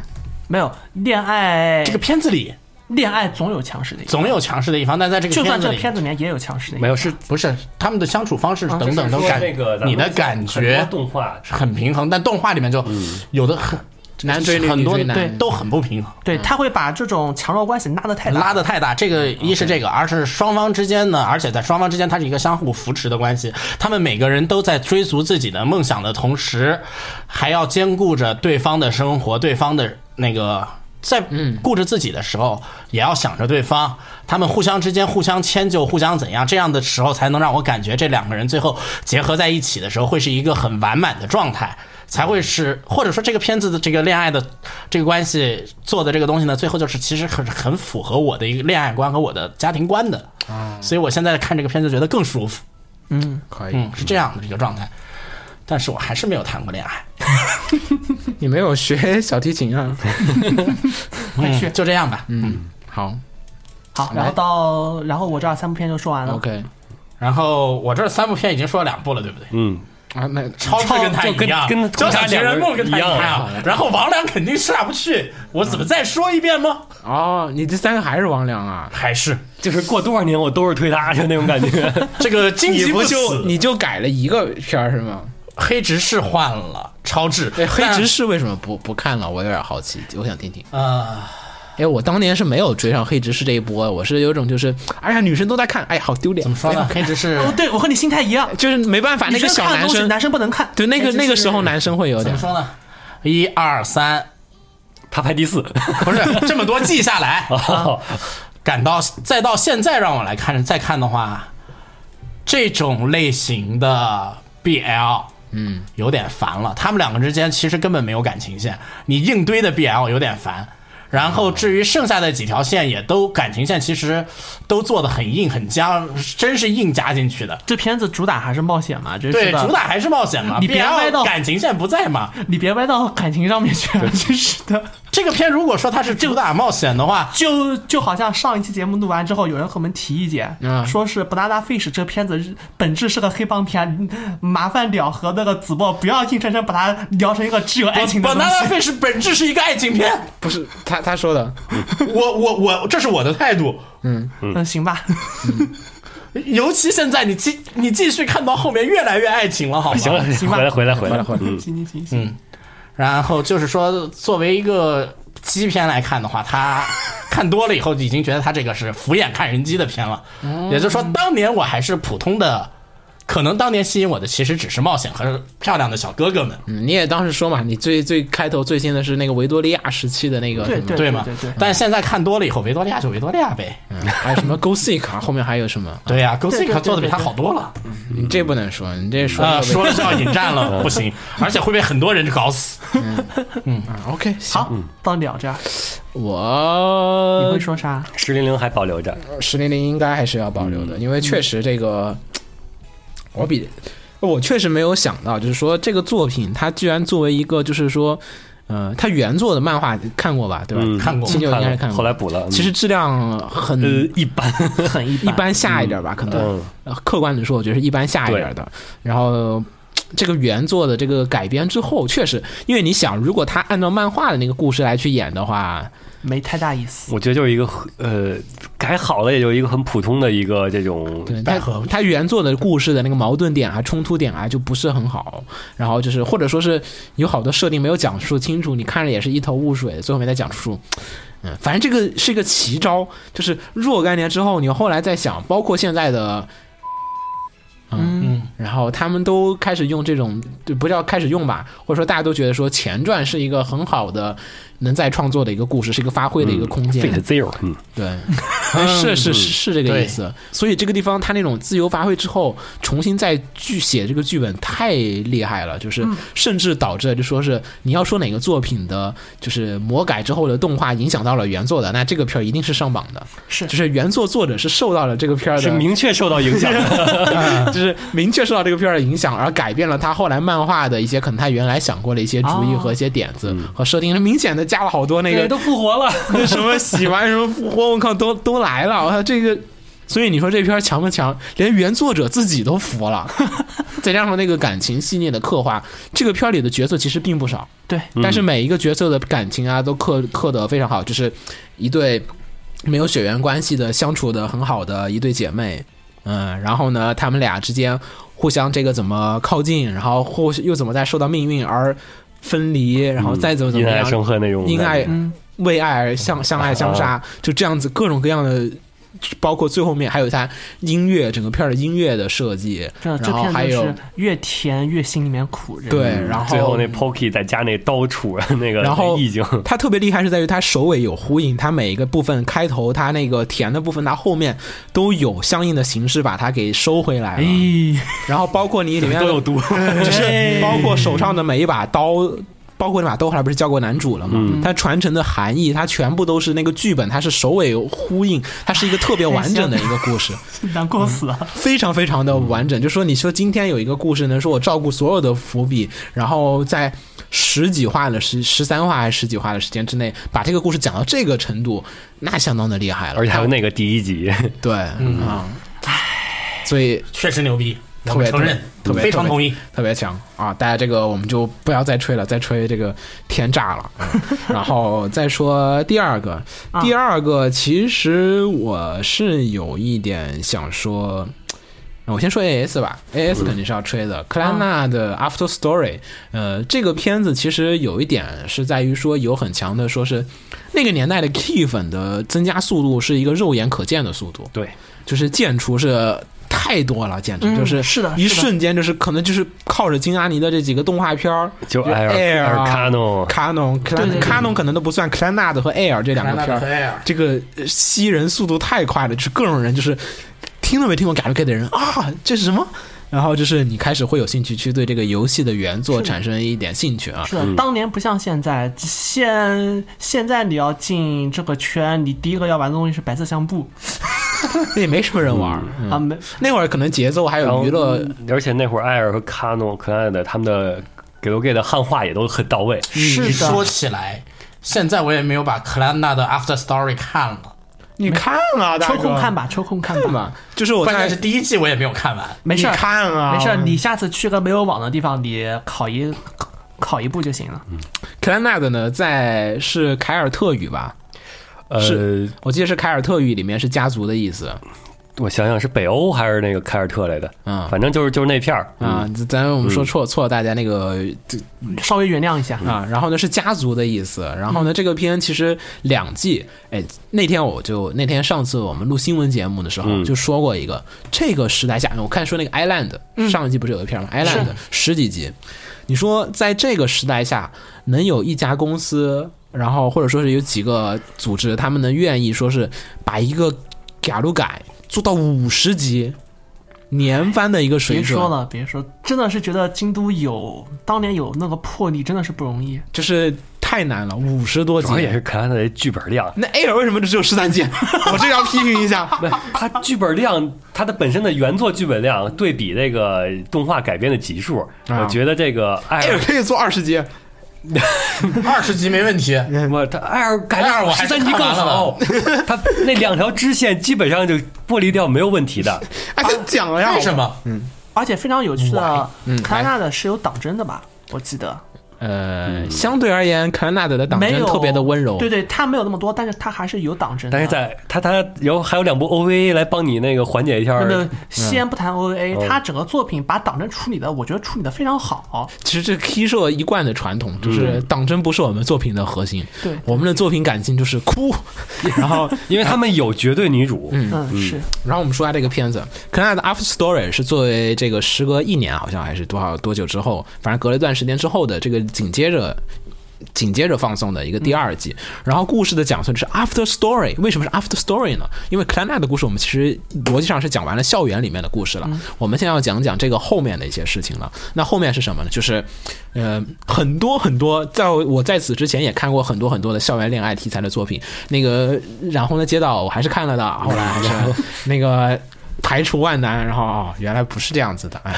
E: 没有恋爱，
F: 这个片子里
E: 恋爱总有强势的一方，
F: 总有强势的一方，但在这个
E: 就算
F: 片子
E: 这
F: 里，
E: 片子里面也有强势的一
C: 没
E: 方。
C: 有是
F: 不是他们的相处方式等等都
C: 啊说
F: 感
C: 那个咱们
F: 你的感觉
C: 很多动嗯画
F: 是很平衡，但动画里面就有的很
B: 男追女，
F: 很
B: 女
F: 多
B: 追男，
F: 对都很不平衡。
E: 对他会把这种强弱关系拉得太大，嗯
F: 拉的太大，这个一是这个，二是双方之间呢，而且在双方之间，它是一个相互扶持的关系。他们每个人都在追逐自己的梦想的同时，还要兼顾着对方的生活，对方的那个在顾着自己的时候，也要想着对方。他们互相之间互相迁就，互相怎样，这样的时候才能让我感觉这两个人最后结合在一起的时候，会是一个很完满的状态。才会是，或者说这个片子的这个恋爱的这个关系做的这个东西呢，最后就是其实很很符合我的一个恋爱观和我的家庭观的，所以我现在看这个片子觉得更舒服，
B: 可以。
F: 嗯，是这样的一个状态，但是我还是没有谈过恋爱，
B: 你没有学 小提琴啊？
E: 快去
F: 就这样吧。
B: 嗯，好
E: 好，然后到然后我这儿三部片就说完了。
B: ，OK
F: 然后我这三部片已经说了两部了，对不对？
C: 嗯，
B: 啊，那
F: 超市跟他
C: 就跟
F: 一样，
C: 跟
F: 交响情人梦跟他
C: 一样
F: 样，啊然后王良肯定啊下不去，我怎么再说一遍吗？
B: 哦，你第三个还是王良啊？
F: 还是
C: 就是过多少年我都是推他的那种感觉。
F: 这个荆棘
D: 你不
F: 死
D: 就
B: 你就改了一个片儿是吗？
F: 黑执事换了超智，
B: 对，黑
F: 但
B: 执事为什么不不看了？我有点好奇，我想听听。
F: 啊，
B: 哎，我当年是没有追上黑执事这一波，我是有一种就是，哎呀，女生都在看，哎呀，好丢脸。
F: 怎么说呢？黑执事
E: 哦，对我和你心态一样，
B: 就是没办啊法，那
E: 女
B: 个
E: 生
B: 小
E: 看的
B: 男
E: 东西
B: 生，
E: 男哎生不能看。
B: 对那个
F: 黑执事
B: 那个时候男生会有
F: 怎
B: 点
F: 么，说呢？一二三，
C: 他排第四，
F: 不 是这么多记下来， 哦感到再到现在让我来看再看的话，这种类型的 BL。嗯，有点烦了。他们两个之间其实根本没有感情线，你硬堆的 BL 有点烦。然后至于剩下的几条线，也都感情线其实都做的很硬很僵，真是硬加进去的。
E: 这片子主打还是冒险嘛，真
F: 对，
E: 是的。
F: 主打还是冒险嘛，
E: 你别
F: BL
E: 歪到
F: 感情线不在嘛。
E: 你别歪到感情上面去了，真是的。
F: 这个片如果说它是主打冒险的话，
E: 就就好像上一期节目录完之后，有人和我们提意见，
B: 嗯
E: 说是《Banana Fish》这片子是本质是个黑帮片，麻烦了和那个子墨不要硬生生把它聊成一个只有爱情的
F: 《
E: 东
F: Banana
E: 西。
F: Fish》本质是一个爱情片。
B: 不是他他说的，
F: 我我我，这是我的态度。
E: 嗯，行吧，
F: 尤其现在你继你继续看到后面越来越爱情了，好吗？
C: 行了，
E: 行吧
C: 回来回来回来
B: 回来
C: 嗯
E: 行行行行，
F: 然后就是说，作为一个基片来看的话，他看多了以后已经觉得他这个是敷衍看人机的片了。
E: 嗯
F: 也就是说，当年我还是普通的，可能当年吸引我的其实只是冒险和漂亮的小哥哥们。
B: 嗯，你也当时说嘛，你最最开头最新的是那个维多利亚时期的那个
E: 对
B: 什么
E: 对
F: 对吗？
E: 对对对
F: 但现在看多了以后，维多利亚就维多利亚呗。
B: 嗯还有什么 Go Seek 啊，后面还有什么？
F: 对呀、g o s
E: 对
F: i
E: 对
F: c
E: 对
F: 做的比他
E: 对对
F: 好多了。
B: 你这不能说，你这说
F: 啊，
B: 特别
F: 说了就要引战 了，不行，而且会被很多人搞死。
B: 啊 OK 行，呃
E: 好，到了这儿，你
B: 我
E: 会说啥？
C: 石玲玲还保留着，
B: 十零零应该还是要保
C: 嗯
B: 留的，因为确实这个我比我确实没有想到，就是说这个作品它居然作为一个就是说，呃，它原作的漫画看过吧，对吧？
C: 嗯，
F: 看过
B: 七九应该是看过，
C: 后来补了。嗯
B: 其实嗯质量很
C: 呃一般，
E: 很一
B: 一般下一点吧，可能
C: 嗯，
B: 呃客观的说，我觉得是一般下一点的。然后这个原作的这个改编之后，确实，因为你想，如果他按照漫画的那个故事来去演的话，
E: 没太大意思。
C: 我觉得就是一个呃改好了，也就一个很普通的一个这种
B: 对他他原作的故事的那个矛盾点啊、冲突点啊就不是很好，然后就是或者说是有好多设定没有讲述清楚，你看着也是一头雾水，最后没再讲述。嗯，反正这个是一个奇招，就是若干年之后，你后来再想，包括现在的，嗯，然后他们都开始用这种，就不叫开始用吧，或者说大家都觉得说前传是一个很好的能再创作的一个故事，是一个发挥的一个空间。
C: Fate Zero，嗯，
B: 对，哎是是是是这个意思。所以这个地方他那种自由发挥之后，重新再剧写这个剧本太厉害了，就是
E: 嗯
B: 甚至导致就说是你要说哪个作品的，就是魔改之后的动画影响到了原作的，那这个片儿一定是上榜的。
E: 是
B: 就是原作作者是受到了这个片儿
C: 是
B: 的啊
C: 明确受到影响的。
B: 就是明确受到这个片儿的影响，而改变了他后来漫画的一些可能他原来想过的一些主意
E: 哦
B: 和一些点子
C: 嗯
B: 和设定，明显的加了好多那
C: 对，
B: 个
C: 都复活了，
B: 那什么洗完什么复活，我靠，都都来了，我靠这个。所以你说这片儿强不强？连原作者自己都服了， 再加上那个感情细腻的刻画，这个片儿里的角色其实并不少，
E: 对，
C: 嗯
B: 但是每一个角色的感情啊都刻刻得非常好，就是一对没有血缘关系的相处的很好的一对姐妹，嗯，然后呢，她们俩之间互相这个怎么靠近，然后或又怎么在受到命运而分离，然后再怎么怎
C: 因
B: 么
C: 爱
B: 样，
C: 嗯生恨那种感觉，
B: 因爱
E: 嗯
B: 为爱而相相爱相
C: 啊
B: 杀，就这样子各种各样的，包括最后面还有它音乐整个片儿的音乐的设计，
E: 这
B: 然
E: 这
B: 后
E: 片
B: 还
E: 子
B: 有
E: 是越甜越心里面苦，真的
B: 对，然后
C: 最后那 Pokey 再加那刀杵 那个
B: 然后
C: 意境，
B: 它特别厉害是在于它首尾有呼应，它每一个部分开头它那个甜的部分，它后面都有相应的形式把它给收回来了，
E: 哎，
B: 然后包括你里面 哎
C: 都有毒。
B: 就是包括手上的每一把刀。包括马兜后来不是交过男主了
C: 嗯
B: 吗？它传承的含义，它全部都是那个剧本，它是首尾呼应，它是一个特别完整的一个故事。
E: 难过死了。
B: 非常非常的完整。就说你说今天有一个故事能说我照顾所有的伏笔，然后在十几话的十十三话还是十几话的时间之内，把这个故事讲到这个程度，那相当的厉害了。
C: 而且还有那个第一集，
B: 对，嗯，唉，所以
F: 确实牛逼，
B: 特
F: 我
B: 别
F: 们承认，
B: 特别
F: 非常同意。
B: 特别强啊！大家这个我们就不要再吹了，再吹这个天炸了。嗯然后再说第二个，第二个其实我是有一点想说。我先说 A S 吧，A S 肯定是要吹的。克兰纳的 After Story，呃，这个片子其实有一点是在于说有很强的，说是那个年代的 Key 粉的增加速度是一个肉眼可见的速度，
C: 对，
B: 就是渐出是太多了，简直
E: 嗯
B: 就是
E: 是的
B: 一
E: 是的
B: 瞬间就是可能就是靠着金阿尼的这几个动画片儿，
C: 就艾尔
B: 艾
C: 艾
B: 尔
C: 尔
B: 啊
C: 卡诺，
B: 卡农、克兰
E: 对对对
B: 卡农可能都不算，克兰纳德和艾尔这两个片儿，这个呃吸人速度太快了，就是各种人就是听都没听过《嘎鲁 K》的人啊，这是什么？然后就是你开始会有兴趣去对这个游戏的原作产生一点兴趣啊，
E: 是的，当年不像现在，现现在你要进这个圈，你第一个要玩的东西是白色相簿
B: 那也没什么人玩儿。嗯
E: 啊，没
B: 那会儿可能节奏还
C: 然
B: 有
C: 后
B: 娱乐，
C: 而且那会儿艾尔和卡诺、克莱的他们的给楼给的汉化也都很到位，
E: 是
F: 你说
E: 的，
F: 起来，现在我也没有把克兰纳的 After Story 看了，
B: 你看啊，大
E: 抽空
B: 哥
E: 看吧，抽空嗯看
B: 看
E: 吧，
B: 吧，就是我
F: 关
B: 在
F: 键是第一季我也没有看完。
E: 没事
B: 你
E: 儿，
B: 看啊，
E: 没事儿，你下次去个没有网的地方，你考一考考一部就行
B: 嗯
E: 了。
B: 克兰纳德呢，在是凯尔特语吧？
C: 呃，
B: 我记得是凯尔特语里面是家族的意思
C: 我想想是北欧还是那个凯尔特来的，
B: 嗯
C: 反正就是就是那片儿，
B: 啊。咱咱我们说错错了大家那个
E: 稍微原谅一下，
C: 嗯
B: 啊，然后呢是家族的意思。然后呢，这个片其实两季，哎，那天我就那天上次我们录新闻节目的时候
C: 嗯
B: 就说过一个，这个时代下，我看说那个
C: 嗯
B: Island 上一季不是有一片吗？Island 十几集，你说在这个时代下，能有一家公司，然后或者说是有几个组织，他们能愿意说是把一个假如改做到五十集年番的一个水
E: 别
B: 准
E: 说，了，别说，真的是觉得京都有当年有那个魄力，真的是不容易。
B: 就是太难了，五十多集
C: 主要也是克莱的剧本量，
B: 那 A 尔为什么只有十三 集？我这个要批评一下。
C: 不，它剧本量，它的本身的原作剧本量对比那个动画改编的集数，
B: 啊
C: 我觉得这个艾
B: A 尔
C: 尔，
B: 可以做二十集，
F: 二十集没问 题，
C: 我他艾尔改
F: 艾尔我还
C: 十
F: 是
C: 三集更
F: 看完了
C: 好，他那两条支线基本上就剥离掉没有问题的，
B: 哎，
E: 啊
B: 他讲了呀。
F: 为什？么？
E: 而且非常有趣的
B: 嗯，
E: 卡纳的是有党争的吧？我记得
B: 呃，相对而言，克兰纳德的党
E: 没
B: 争
E: 有
B: 特别的温柔。
E: 对对，他没有那么多，但是他还是有党争的。
C: 但是在他他有还有两部 OVA 来帮你那个缓解一下
E: 那，个先不谈 OVA，、
B: 哦
C: 嗯
E: 他整个作品把党争处理的，我觉得处理的非常好。
B: 其实这 K 社一贯的传统就是党争不是我们作品的核心，
E: 对
B: 我们的作品感情就是哭。然后，
C: 因为他们有绝对女主，
E: 嗯，是
B: 然后我们说下这个片子，克兰纳德 After Story 是作为这个时隔一年好像还是多少多久之后，反正隔了一段时间之后的这个紧接着紧接着放送的一个第二季。然后故事的讲述是 after story，为什么是 after story 呢？因为克莱纳的故事我们其实逻辑上是讲完了校园里面的故事了，
C: 嗯
B: 我们现在要讲讲这个后面的一些事情了。那后面是什么呢？就是，呃，很多很多，在我在此之前也看过很多很多的校园恋爱题材的作品，那个染红的街道我还是看了的，后来还 是那个。排除万难，然后哦，原来不是这样子的， 哎，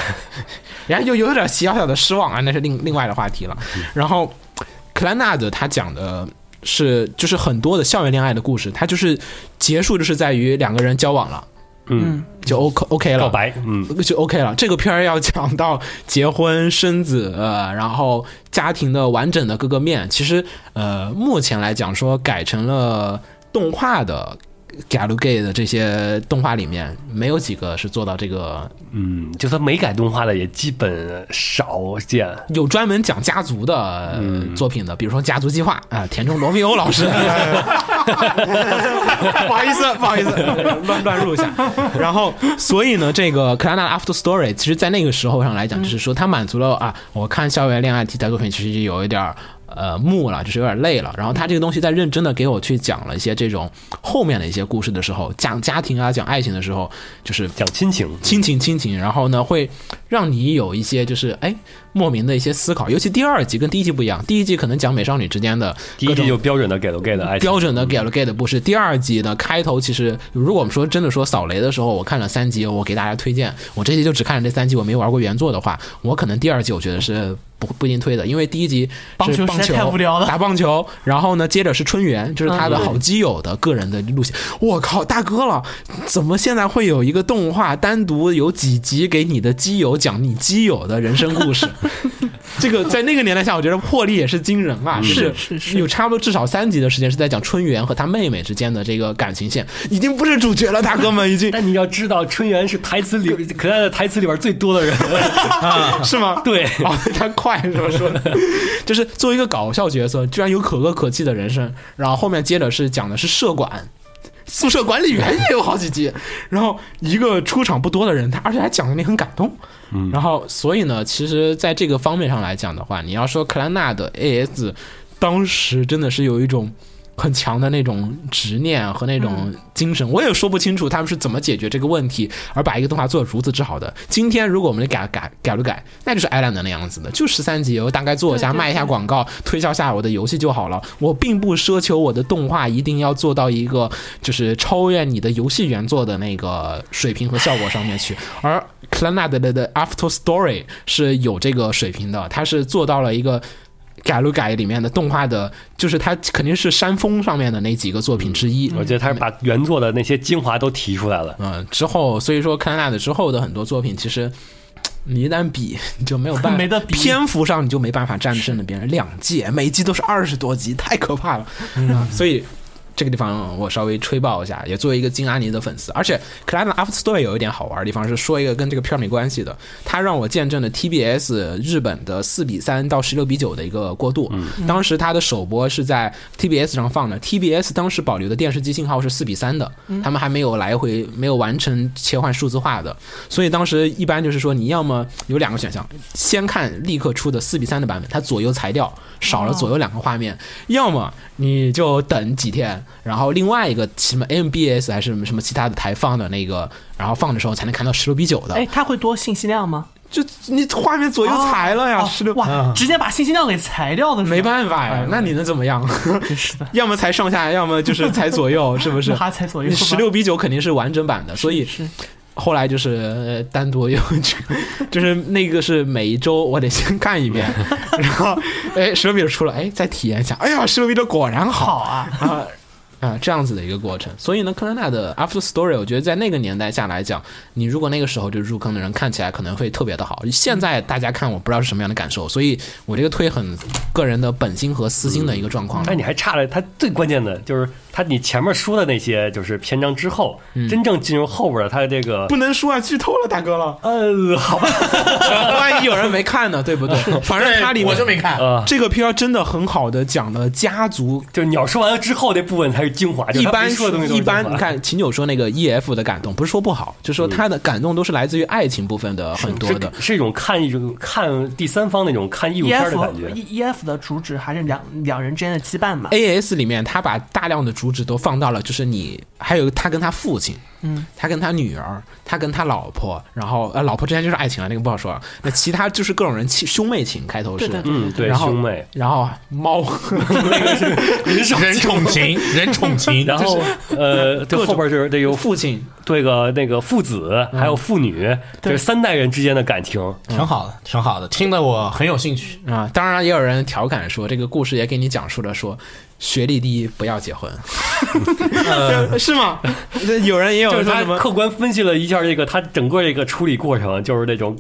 B: 然后又有点小小的失望啊，那是另另外的话题了。然后克兰纳德他讲的是就是很多的校园恋爱的故事，他就是结束就是在于两个人交往了，
C: 嗯，
B: 就 OK OK
C: 告
B: 了。
C: 白，嗯，
B: 就 OK 了。这个片儿要讲到结婚、生子、呃然后家庭的完整的各个面。其实，呃，目前来讲说改成了动画的 Galgame 的这些动画里面，没有几个是做到这个
C: 嗯，就算没改动画的也基本少见，
B: 有专门讲家族的呃作品的，比如说《家族计划》啊、田中罗密欧老师，哎 不好意思，不好意思，乱乱入一下。然后，所以呢，这个《克拉纳的 After Story》其实，在那个时候上来讲，就是说它满足了啊，我看校园恋爱题材作品其实有一点儿呃木了，就是有点累了。然后他这个东西在认真的给我去讲了一些这种后面的一些故事的时候，讲家庭啊，讲爱情的时候，就是
C: 讲亲情，
B: 亲情亲情，然后呢会让你有一些就是哎莫名的一些思考，尤其第二集跟第一集不一样，第一集可能讲美少女之间的
C: 第
B: 各
C: 一
B: 种
C: 季就标准的给了给的爱情，
B: 标准的 get get 不是第二集的开头，其实如果我们说真的说扫雷的时候，我看了三集，我给大家推荐，我这集就只看了这三集，我没玩过原作的话，我可能第二集我觉得是不不一定推的，因为第一集
E: 棒
B: 是
E: 球
B: 棒
E: 实
B: 球
E: 在太无聊了
B: 打棒球，然后呢接着是春元，就是他的好基友的个人的路线，我靠大哥了，怎么现在会有一个动画单独有几集给你的基友讲你基友的人生故 事？这个在那个年代下，我觉得魄力也是惊人啊！是
E: 是是
B: 有差不多至少三集的时间是在讲春元和他妹妹之间的这个感情线，已经不是主角了，大哥们已经
C: 但你要知道，春元是台词里可爱的台词里边最多的人，
B: 是吗？
C: 对，
B: 啊，他快是吧？说的， 就是作为一个搞笑角色，居然有可歌可泣的人生。然后后面接着是讲的是社管，宿舍管理员也有好几集。然后一个出场不多的人，他而且还讲的你很感动。嗯，然后所以呢，其实在这个方面上来讲的话，你要说克兰纳的 AS，当时真的是有一种。很强的那种执念和那种精神，我也说不清楚他们是怎么解决这个问题，而把一个动画做得如此之好的。今天如果我们改改改了改，那就是 Island 那样子的，就十三集，我大概做一下，卖一下广告，推销下我的游戏就好了。我并不奢求我的动画一定要做到一个就是超越你的游戏原作的那个水平和效果上面去，而 c l a n a 的的 After Story 是有这个水平的，它是做到了一个。改了改里面的动画的，就是它肯定是山峰上面的那几个作品之一。
C: 我觉得他是把原作的那些精华都提出来了。
B: 嗯，之后所以说康纳的之后的很多作品，其实你一旦比你就没有办法，
E: 没得比
B: 篇幅上你就没办法战胜了别人。两季，每季都是二十多集，太可怕了。嗯、所以这个地方我稍微吹爆一下，也作为一个金阿尼的粉丝，而且克莱的 After Story 有一点好玩的地方是说一个跟这个片儿没关系的，它让我见证了 TBS 日本的四比三到十六比九的一个过渡。
E: 嗯
B: 嗯当时它的首播是在 TBS 上放的，TBS 当时保留的电视机信号是四比三的，
E: 嗯
B: 他们还没有来回没有完成切换数字化的，所以当时一般就是说你要么有两个选项，先看立刻出的四比三的版本，它左右裁掉，少了
E: 哦
B: 左右两个画面，要么你就等几天，然后另外一个什么 MBS 还是什么什么其他的台放的那个，然后放的时候才能看到十六比九的
E: 哎，，它会多信息量吗？
B: 就你画面左右裁了呀，
E: 哦
B: 十六、
E: 哇，哎直接把信息量给裁掉的
B: 嗯
E: 是吧，
B: 没办法呀，那你能怎么样？
E: 真是的，
B: 要么裁上下，要么就是裁左右，是不 是
E: 那？还裁左右吧
B: 十六比九肯定是完整版的，所以
E: 是
B: 后来就是呃单独有这个，就是那个是每一周我得先看一 遍，然后哎十六比九出了，哎再体验一下，哎呀十六比九果然
E: 好
B: 好
E: 啊，
B: 啊啊这样子的一个过程。所以呢，克兰纳的 After Story，我觉得在那个年代下来讲，你如果那个时候就入坑的人看起来可能会特别的好。现在大家看我不知道是什么样的感受，所以我这个推很个人的本心和私心的一个状况了。
C: 但你还差了，他最关键的就是他你前面说的那些就是篇章之后，
B: 嗯
C: 真正进入后边的他的这 个
B: 不能说啊，剧透了，大哥 了。
C: 呃，好吧，
B: 万一有人没看呢，对不对？反正它里面
F: 我就没看。
C: 呃，
B: 这个片儿真的很好的讲了家族。
C: 就是你要说完了之后那部分才是精华，就
B: 一
C: 是他
B: 般
C: 没说的东西都
B: 一
C: 是精华
B: 般，你看秦九说那个 E F 的感动，不是说不好，就说他的感动都是来自于爱情部分的很多的。
C: 嗯是是一种看一种看第三方那种看艺术
E: E
C: 片的
E: F
C: 感觉。
E: E F 的主旨还是两两人之间的羁绊嘛。
B: A S 里面，他把大量的主旨都放到了，就是你，还有他跟他父亲，嗯，他跟他女儿，他跟他老婆，然后呃，老婆之间就是爱情了，那个不好说啊。那其他就是各种人亲兄妹情，开头是，
E: 对对
C: 嗯，对，
B: 然后
C: 兄妹，
B: 然后 猫，
F: 人 宠情，人宠 情，
C: 然后 呃，对
B: 各种
C: 后边就是得有
B: 父亲，
C: 这个那个父子，
B: 嗯
C: 还有父女，这是三代人之间的感情。
F: 挺好的，挺好的，听得我很有兴趣。
B: 啊，当然也有人调侃说，这个故事也给你讲述了说，学历低不要结婚， 是吗？这有人也有说
C: 就是
B: 什
C: 他
B: 么
C: 客观分析了一下这个他整个这个处理过程，就是那种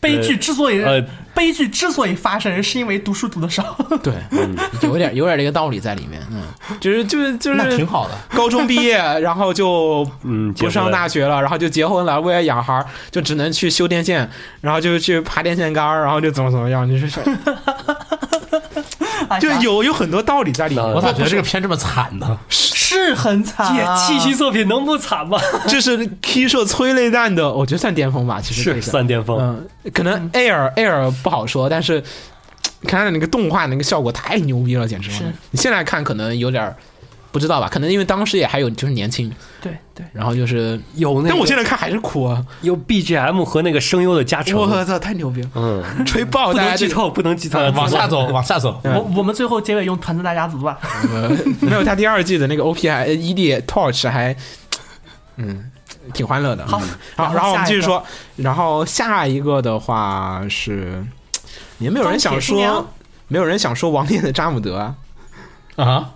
E: 悲剧之所以
C: 呃
E: 悲剧之所以发生，是因为读书读 的少。
B: 对，有点有点这个道理在里面，嗯，就是就是就
F: 那挺
B: 是
F: 好的，
B: 高中毕业，然后就
C: 嗯，结
B: 不上
C: 婚
B: 大学了，然后就结婚了，为了养孩儿，就只能去修电线，然后就去爬电线杆儿，然后就怎么怎么样，就是
E: 哎呀
B: 就有有很多道理在里面。
C: 那
F: 我咋觉得这个片这么惨呢？
E: 是很惨
C: 也
E: 啊，
C: 气息作品能不惨吗？
B: 这是 K 社催泪弹的， 嗯我觉得算巅峰吧，其实可以算
C: 是算巅峰，
B: 嗯，可能 air air 不好说，但是看他的那个动画那个效果太牛逼了，简直
E: 是！
B: 你现在看可能有点儿不知道吧，可能因为当时也还有就是年轻，
E: 对对，
B: 然后就是，
C: 有那
B: 但我
C: 个
B: 现在看还是哭啊！
C: 有 BGM 和那个声优的加成，
B: 我操，太牛 逼了，
C: 嗯，
B: 吹爆
C: 不
B: 大
C: 能
B: 家嗯
C: 剧
B: 这
C: 透，不能剧透，
F: 呃
C: 啊
F: 往下走，往下 走。
E: 我我们最后结尾用团子大家族吧，
B: 没有他第二季的那个 OP 还 ED 呃，E Torch 还，嗯，挺欢乐的。
E: 好
B: 嗯好，
E: 然后
B: 然后我们
E: 下一
B: 继续
E: 个
B: 说，然后下一个的话是，也没有人想
E: 钢铁新娘
B: 说，没有人想说王炼的扎姆德啊。
F: 啊，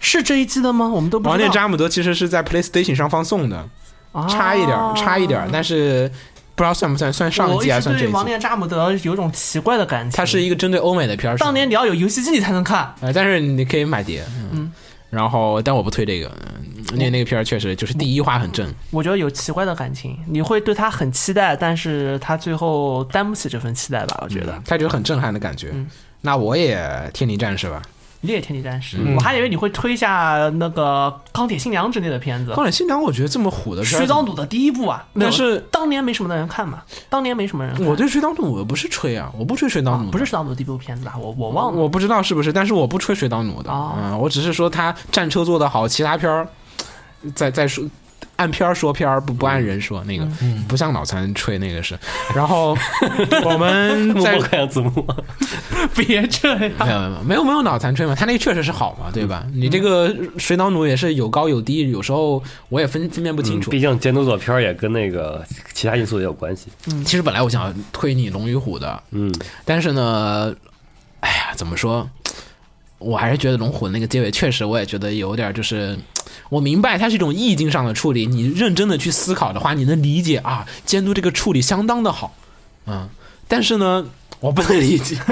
E: 是这一季的吗？我们都不
B: 王
E: 知
B: 炼
E: 道，
B: 扎姆德其实是在 PlayStation 上放送的，
E: 啊
B: 差一点儿，差一点儿，但是不知道算不算算上一季还是
E: 我
B: 算这
E: 一直对
B: 一
E: 王
B: 季。
E: 恋扎姆德有一种奇怪的感情。
B: 它是一个针对欧美的片儿，
E: 当年你要有游戏机你才能看，
B: 呃，但是你可以买碟，嗯
E: 嗯，
B: 然后但我不推这个，嗯那那个片儿确实就是第一话很正，
E: 我觉得有奇怪的感情，你会对他很期待，但是他最后担不起这份期待吧？我觉得《
B: 他觉得很震撼的感觉
E: 嗯。
B: 那我也天地战士吧，
E: 猎天地战士》，
B: 嗯
E: 我还以为你会推一下那个《钢铁新娘》之类的片子
B: 《钢，铁新娘》我觉得这么火的
E: 《
B: 片儿，
E: 水党组》的第一部啊，
B: 但是
E: 没有当年没什么人看嘛，当年没什么人看，
B: 我对水当弩我不是吹啊，我不吹水当弩
E: 啊
B: 的，
E: 不是水党组的第一部片子啊，我我忘了。
B: 我不知道是不是，但是我不吹水当弩的，
E: 哦
B: 嗯，我只是说他战车做得好，其他片儿再再说。按片儿说片儿，不不按人说，那个、
E: 嗯
B: 不像脑残吹那个是。然后我们
C: 默
B: 再
C: 默 看啊向字幕，
E: 别这样，
B: 没有没有没有没有脑残吹嘛，他那个确实是好嘛，对
E: 嗯
B: 吧？你这个水脑弩也是有高有低，有时候我也分分辨不清楚。
C: 嗯毕竟监督作片儿也跟那个其他因素也有关系。
E: 嗯
B: 其实本来我想推你龙与虎的，
C: 嗯，
B: 但是呢，哎呀，怎么说？我还是觉得龙虎那个结尾确实，我也觉得有点就是，我明白它是一种意境上的处理。你认真的去思考的话，你能理解啊，监督这个处理相当的好，嗯。但是呢，我不能理解，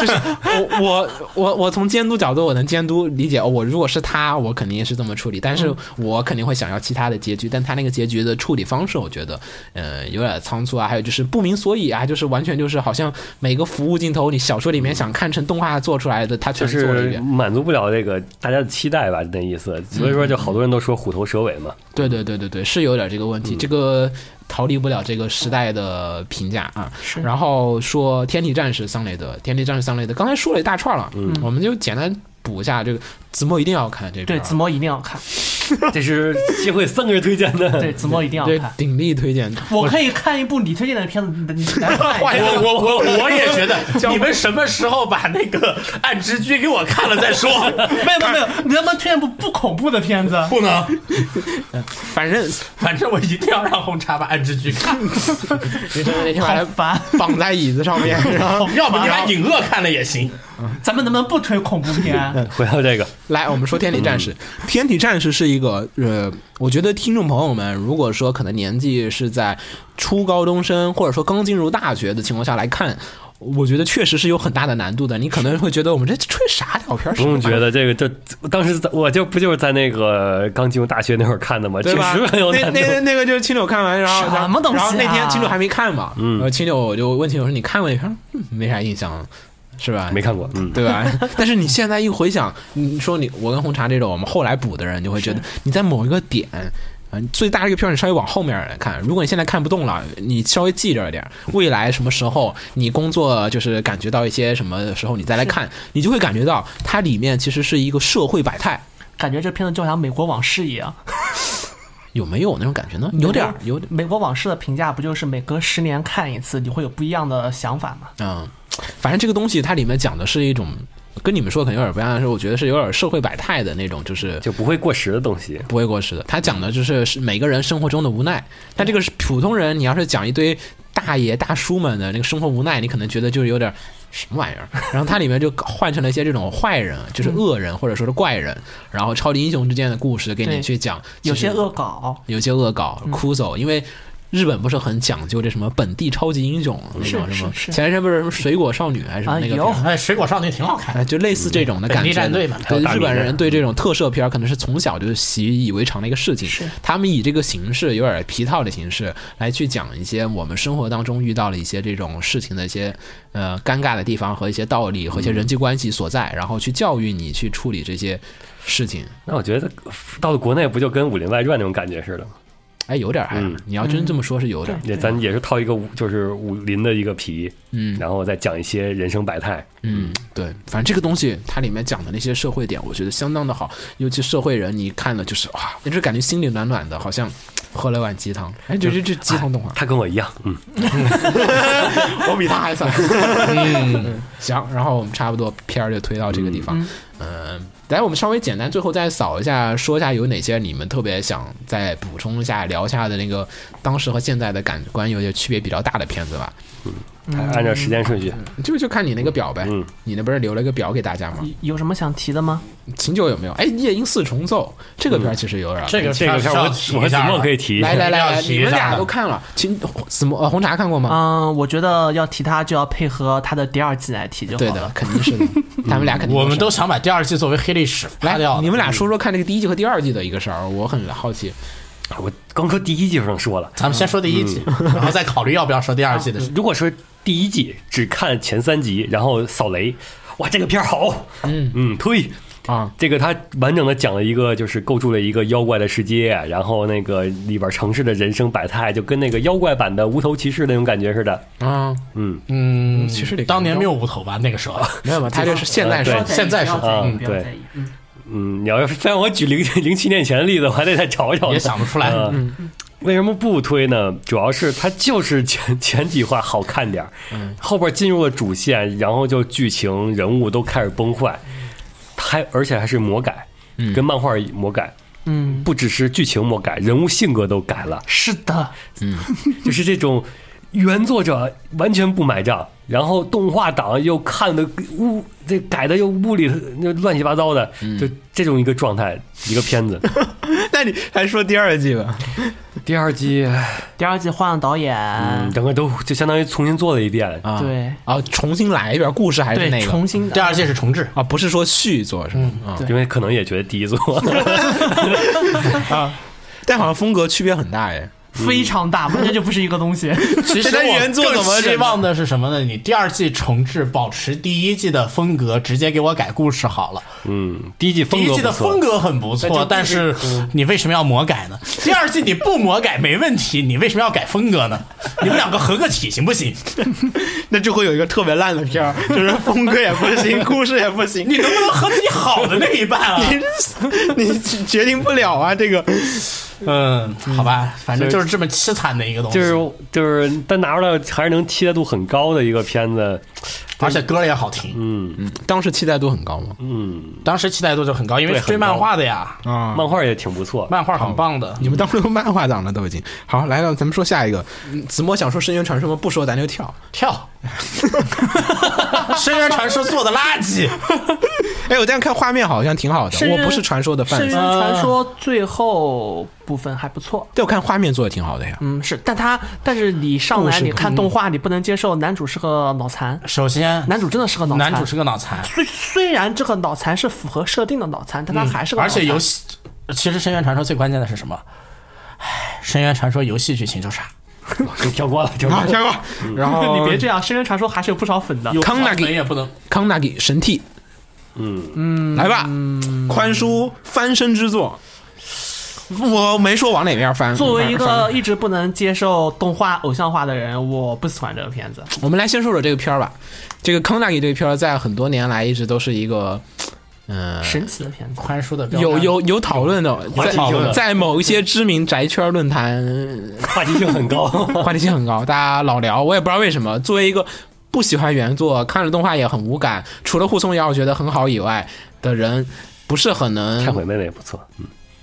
B: 就是我我我我从监督角度，我能监督理解。哦我如果是他，我肯定也是这么处理，但是我肯定会想要其他的结局。但他那个结局的处理方式，我觉得呃，有点仓促啊，还有就是不明所以啊，就是完全就是好像每个服务镜头，你小说里面想看成动画做出来的，他
C: 就
B: 全做了一
C: 是
B: 遍。
C: 满足不了这个大家的期待吧，那意思。所以说，就好多人都说虎头蛇尾嘛。
B: 对对对对对，是有点这个问
E: 嗯
B: 题，这个逃离不了这个时代的评价啊。
E: 是
B: 然后说天地战士桑雷德，天地战士桑雷德，刚才说了一大串了，
E: 嗯
B: 我们就简单补一下这个子墨一定要看这个，啊
E: 对子墨一定要看，
C: 这是机会三个人推荐的。
E: 对子墨一定要
B: 对
E: 看。
B: 鼎力推荐，
E: 我可以看一部你推荐的片子，你你来看一下。
F: 我我 我也觉得，你们什么时候把那个《暗之居》给我看了再说？
E: 没有没有没有，你能不能推荐部不恐怖的片子？
F: 不能，
B: 反 正
F: 反正我一定要让红茶把《暗之居》看，
B: 你真的那天把
E: 好
B: 他
E: 烦，
B: 绑在椅子上面，然后
F: 哦要不你把《隐恶》看了也行。
E: 咱们能不能不推恐怖片？
C: 回到这个，
B: 来，我们说《天体战士》。嗯天体战士》是一个呃，我觉得听众朋友们，如果说可能年纪是在初高中生，或者说刚进入大学的情况下来看，我觉得确实是有很大的难度的。你可能会觉得我们这吹啥屌片儿？
C: 不 用觉得这个，这当时在我就不就是在那个刚进入大学那会儿看的吗？确
B: 对吧？
C: 实很有
B: 那
C: 难度。
B: 那那个就是青柳看完，然后
E: 什么东西啊
B: 然后那天青柳还没看嘛，
C: 嗯
B: 然后青柳我就问青柳说：“你看过那片儿？嗯没啥印象，是吧？”
C: 没看过，嗯，
B: 对 吧？但是你现在一回想，你说你我跟红茶这种我们后来补的人，就会觉得你在某一个点。啊，你最大的一个片儿，你稍微往后面来看。如果你现在看不动了，你稍微记着点儿，未来什么时候你工作就是感觉到一些什么时候，你再来看，你就会感觉到它里面其实是一个社会百态，
E: 感觉这片子就像《美国往事》一样，
B: 有没有那种感觉呢？有点儿，有点
E: 《美国往事》的评价不就是每隔十年看一次，你会有不一样的想法吗？
B: 儿，嗯，反正这个东西它里面讲的是一种，跟你们说可能有点不一样，但是我觉得是有点社会百态的那种，就是
C: 就不会过时的东西。
B: 不会过时的。他讲的就是是每个人生活中的无奈，但这个是普通人，你要是讲一堆大爷大叔们的那个生活无奈，你可能觉得就是有点。什么玩意儿？然后它里面就换成了一些这种坏人，就是恶人或者说是怪人，然后超级英雄之间的故事给你
E: 对
B: 去讲。
E: 有
B: 其实
E: 些恶搞，
B: 有些恶搞、哭走，因为日本不是很讲究这什么本地超级英雄那种
E: 是
B: 什么，
E: 是是
B: 前一阵不是什么水果少女还是什么
E: 啊
B: 那个
E: 有
B: 片儿。
F: 哎，水果少女挺好看的。
B: 哎，就类似这种的
F: 本
B: 感
F: 地
B: 觉的，
F: 战队嘛
B: 对
C: 还有大
B: 日
C: 名
B: 本
C: 人
B: 人对这种特摄片儿，可能是从小就习以为常的一个事情。
E: 是
B: 他们以这个形式，有点皮套的形式来去讲一些我们生活当中遇到了一些这种事情的一些呃尴尬的地方和一些道理和一些
F: 嗯
B: 人际关系所在，然后去教育你去处理这些事情。
C: 那我觉得到了国内不就跟《武林外传》那种感觉似的吗？
B: 哎，有点还
C: 嗯
B: 你要真这么说，是有点。
C: 也咱也是套一个武就是武林的一个皮，
B: 嗯
C: 然后再讲一些人生百态。
B: 嗯，对，反正这个东西它里面讲的那些社会点，我觉得相当的好，尤其社会人，你看了就是哇，就是感觉心里暖暖的，好像喝了碗鸡汤。哎，就是这鸡汤动画，
C: 他跟我一样，嗯，
B: 我比他还惨。 嗯，行，然后我们差不多片儿就推到这个地方。嗯，来，我们稍微简单，最后再扫一下，说一下有哪些你们特别想再补充一下、聊一下的那个当时和现在的感官有些区别比较大的片子吧。
C: 按照时间顺序，
B: 就就看你那个表呗，
C: 嗯
B: 你那不是留了个表给大家吗？
E: 有什么想提的吗？
B: 秦九有没有？哎，《夜莺四重奏》这
E: 嗯
B: 个片儿其实有点儿。
F: 这个
C: 这个片儿我我和子墨可以提，
B: 来来来
F: 要
B: 来，
F: 提
B: 你们
F: 一下
B: 俩
F: 的
B: 都看了，秦怎么呃红茶看过吗？
E: 嗯，我觉得要提它就要配合它的第二季来提就
B: 对
E: 好
B: 的
E: 了，。
B: 肯定是 的，他们俩肯定是。
F: 我们都想把第二季作为黑历史
B: 来
F: 发掉，。
B: 你们俩说说看这个第一季和第二季的一个事儿，我很好奇。
C: 我光说第一季就能说了。
F: 咱们先说第一季， 然后再考虑要不要说第二季的事。
C: 如果说第一季只看前三集，然后扫雷，哇，这个片儿好，嗯嗯，推。
B: 啊，
C: 这个它完整的讲了一个，就是构筑了一个妖怪的世界，然后那个里边城市的人生百态，就跟那个妖怪版的无头骑士那种感觉似的。
B: 啊，
C: 嗯，
F: 嗯，
B: 其实得
F: 当年没有无头吧？那个时 候，
B: 没有吧？他就是现在是
C: 对
E: 不要在意
F: 现在
E: 不要
F: 是
E: 在意，
C: 嗯
E: 不要
C: 对
E: 在意。嗯，
C: 嗯，你要是非让我举零零七年前的例子，我还得再找找呢。
F: 也想不出来
C: 呃为什么不推呢？主要是它就是前前几话好看点儿，后边进入了主线，然后就剧情人物都开始崩坏，还而且还是魔改，跟漫画魔改，
E: 嗯，
C: 不只是剧情魔改，人物性格都改了，
E: 是的，
C: 就是这种原作者完全不买账，然后动画党又看的污，这改的又物理那乱七八糟的，就这种一个状态，一个片子。
B: 那你还说第二季吧？
C: 第二季，
E: 第二季换了导演，
C: 嗯，整个都就相当于重新做了一遍。
B: 啊，
E: 对
B: 啊，重新来一遍，故事还是
E: 对，
B: 那个
E: 重嗯新
F: 第二季是重置，
B: 啊，不是说续作是吗？啊，
C: 因为可能也觉得第 一座
B: 但好像风格区别很大哎。
E: 非常大，完全就不是一个东西。
F: 其实
B: 这跟
F: 我
B: 原作
F: 更
B: 怎么忍
F: 希望的是什么呢？你第二季重置，保持第一季的风格，直接给我改故事好了。
C: 嗯，第一季
F: 第
C: 风
F: 一
C: 格
F: 季的
C: 不错
F: 风格很不错，但是你为什么要魔改呢？第二季你不魔改没问题，你为什么要改风格呢？你们两个合个体行不行？
B: 那就会有一个特别烂的片儿，就是风格也不 行，故事也不行，
F: 你能不能合体好的那一 半啊？
B: 你你决定不了啊，这个。
F: 嗯，好吧，反正就是这么凄惨的一个东西，
C: 就是就是，但拿出来还是能期待度很高的一个片子。
F: 而且歌儿也好听，
C: 嗯
B: 当时期待度很高吗？
C: 嗯，
F: 当时期待度就很高，因为
C: 对
F: 是追
C: 很高
F: 漫画的呀，
B: 啊，
C: 漫画也挺不错。
F: 漫画很棒的。
B: 你们当初都漫画党了都已经。好，来了，咱们说下一个。嗯子墨想说《深渊传说》吗？不说，咱就跳。
F: 跳，《深渊传说》做的垃圾，
B: 哎，我这样看画面好像挺好的，
E: 深
B: 我
E: 渊
B: 不是传说的
E: 《深
B: fans，
E: 渊传说》最后部分还不错，
B: 但我看画面做的挺好的呀。
E: 嗯，是，但他但是你上
B: 故
E: 来
B: 事
E: 你
B: 不
E: 看动画，你不能接受男主是个脑残，
F: 首先
E: 男主真的是个脑残，
F: 男主是个脑残，
E: 虽虽然这个脑残是符合设定的脑残，但他还是个脑
F: 嗯而
E: 残、
F: 且游戏，其实《深渊传说》最关键的是什么？唉，《深渊传说》游戏剧情就差，
C: 就跳过了，跳过了。
B: 跳过。然后
E: 嗯 你别这样，《深渊传说》还是有不少粉的。
B: 康纳
F: 那
B: 给
F: 也不能。
B: 康纳给神替，
C: 嗯，
B: 来吧，
E: 嗯
B: 宽叔翻身之作。我没说往哪边翻。
E: 作为一
B: 反
E: 个
B: 正，
E: 一直不能接受动画偶像化的人，我不喜欢这个片子。
B: 我们来先说说这个片儿吧。这个康纳给这个片儿，在很多年来一直都是一个，嗯、
E: 神奇的片子，
F: 宽叔的标杆
B: 有有有讨论的，
F: 有讨论
B: 在
F: 的
B: 在某一些知名宅圈论坛
C: 话题性很高。
B: 话题性很高，大家老聊，我也不知道为什么。作为一个不喜欢原作，看了动画也很无感，除了护送瑶我觉得很好以外的人，不是很能
C: 忏悔妹妹也不错。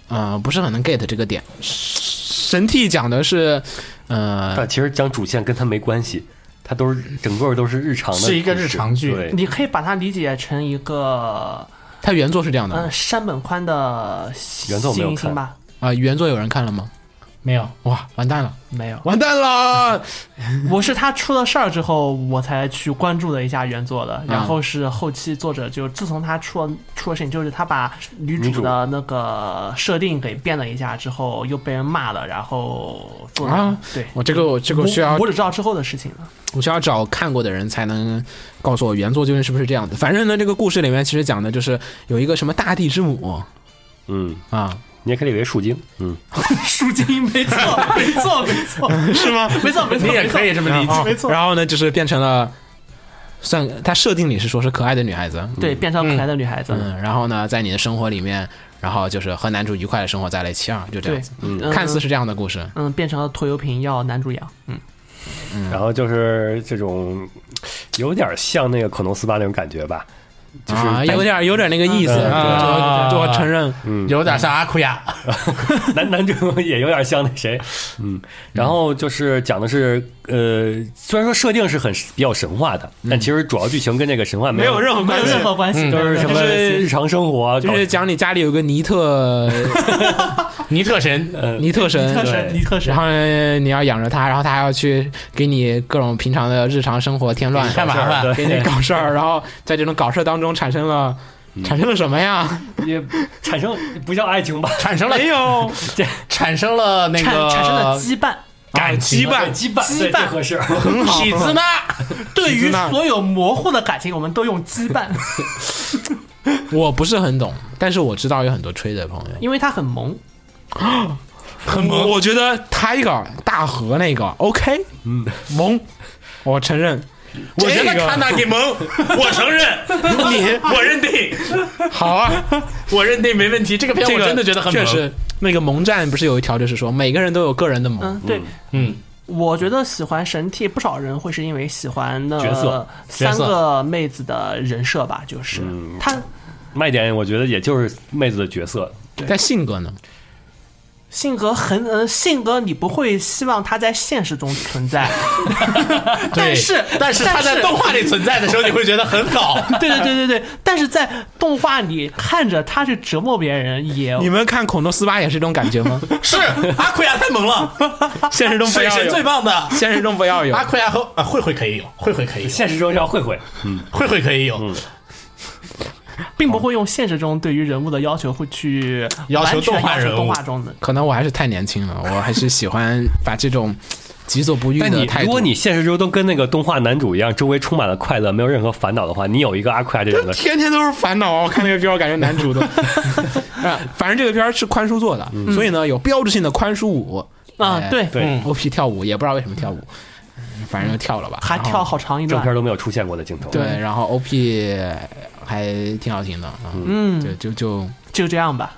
B: 呃，不是很能 get 这个点。神替讲的是，呃，
C: 但其实讲主线跟他没关系，他都是整个都是日常的故事，
F: 是一个日常剧
C: 对，
E: 你可以把它理解成一个
B: 它原作是这样的
E: 嗯
B: 啊、
E: 山本宽的
C: 原作我没
E: 新
C: 有
E: 明星
C: 看
E: 吧？
B: 呃原作有人看了吗？
F: 没有？
B: 哇，完蛋了，
E: 没有，
B: 完蛋了！
C: 嗯
E: 我是他出了事儿之后，我才去关注了一下原作
C: 嗯
E: 的。然后是后期作者就自从他出了出了事情，就是他把女
C: 女
E: 主
C: 主
E: 的那个设定给变了一下之后，又被人骂了，然后做了、
B: 啊
E: 对。
B: 我这个我这个我需要
E: 我只知道之后的事 情了。
B: 我需要找看过的人才能告诉我原作究竟是不是这样的。反正呢，这个故事里面其实讲的就是有一个什么大地之母
C: 嗯，
B: 啊，
C: 你也可以理为树精，嗯，
E: 输精，没 错，没错，没错，是吗？没错，没错，
F: 你也可以
E: 没
F: 这么理
E: 错
F: 解。
E: 没错。
B: 然后呢，就是变成了，算它设定里是说是可爱的女孩子，
C: 嗯
E: 对，变成可爱的女孩子，
B: 嗯，然后呢，在你的生活里面，然后就是和男主愉快的生活在了一起啊，就这样
E: 对
B: 子，，
E: 嗯
B: 看似是这样的故事，
E: 嗯，变成了拖油瓶要男主养，嗯，
C: 然后就是这种有点像那个《恐龙斯巴》那种感觉吧，就是
B: 啊，有点有点那个意思，
C: 嗯对
B: 啊
F: 对
B: 我承认，
F: 有点像阿库亚，
C: 男男主也有点像那谁，嗯，然后就是讲的是，呃，虽然说设定是很比较神话的，但其实主要剧情跟这个神话没有任何
E: 没有任何关系，
C: 都是什么日常生活，啊搞
B: 就是讲你家里有个尼特
F: 尼特神，
B: 尼特神，
E: 特神，
C: 对
E: 尼克
B: 然
E: 神，
B: 后呢你要养着它，然后它还要去给你各种平常的日常生活添乱，
F: 太麻
C: 事
F: 烦
C: 儿，啊
F: 了。
B: 给你
C: 对，
B: 搞事儿，然后在这种搞事儿当中产生了
F: 嗯
B: 产生了什么呀？
C: 也产生不叫爱情吧，
F: 产生了
B: 没有，
F: 产生了那
E: 产
F: 个
E: 产生了羁绊。
F: 感羁
C: 对
F: 绊，
C: 羁绊，对
E: 羁绊
C: 这合适。
F: 痞子吗？
E: 对于
B: 子呢
E: 所有模糊的感情，我们都用羁绊，
B: 我不是很懂，但是我知道有很多吹的朋友。
E: 因为它很萌。
B: 很萌。我觉得 Tiger 大河那个 OK，
C: 嗯，
B: 萌，我承认。
F: 我觉得
B: 这个
F: 看到你萌，我承 认，你我 认定，
B: 好啊，
F: 我认定没问题。这个片
B: 这
F: 我
B: 个
F: 真的觉得很萌
B: 确，实。那个萌站不是有一条，就是说每个人都有个人的萌，
E: 嗯，对，
F: 嗯，
E: 我觉得喜欢神替，不少人会是因为喜欢的
C: 角色
E: 三个妹子的人设吧，就是
C: 嗯
E: 她
C: 卖点我觉得也就是妹子的角色，
B: 但性格呢？
E: 性格很呃，性格你不会希望她在现实中存在，但是
F: 但是他在动画里存在的时候，你会觉得很搞。
E: 对对对对对，但是在动画里看着她去折磨别人也
B: 你们看《恐龙斯巴》也是这种感 觉吗？
F: 是阿库亚太萌了，
B: 现实中不
F: 水
B: 要
F: 神最
B: 有，
F: 棒的。
B: 现实中不要有
F: 阿。库亚和啊，慧慧可以有，慧慧可以有，
C: 现实中要慧慧，
F: 慧慧可以有，
E: 并不会用现实中对于人物的要求会去呃
F: 要求
E: 完全
F: 动画
E: 要求
F: 人物
E: 动画中的。
B: 可能我还是太年轻了，我还是喜欢把这种己所不欲
C: 但
B: 的
C: 你
B: 态
C: 如
B: 度
C: 果。你现实中都跟那个动画男主一样，周围充满了快乐，没有任何烦恼的话，你有一个阿奎亚这种 的，
B: 天天都是烦恼啊！我看那个片儿，感觉男 主都， 啊，反正这个片儿是宽叔做的，
C: 嗯
B: 所以呢有标志性的宽叔舞
E: 啊
B: 哎，
E: 对，
C: 对，
B: O P 跳舞，也不知道为什么跳舞，嗯反正就跳了吧，
E: 还
B: 然后
E: 跳好长一
C: 正
E: 段
C: 片。都没有出现过的镜头。
B: 对，然后 O P 还挺好听的，嗯，
E: 嗯，
B: 就就就
E: 就这样吧。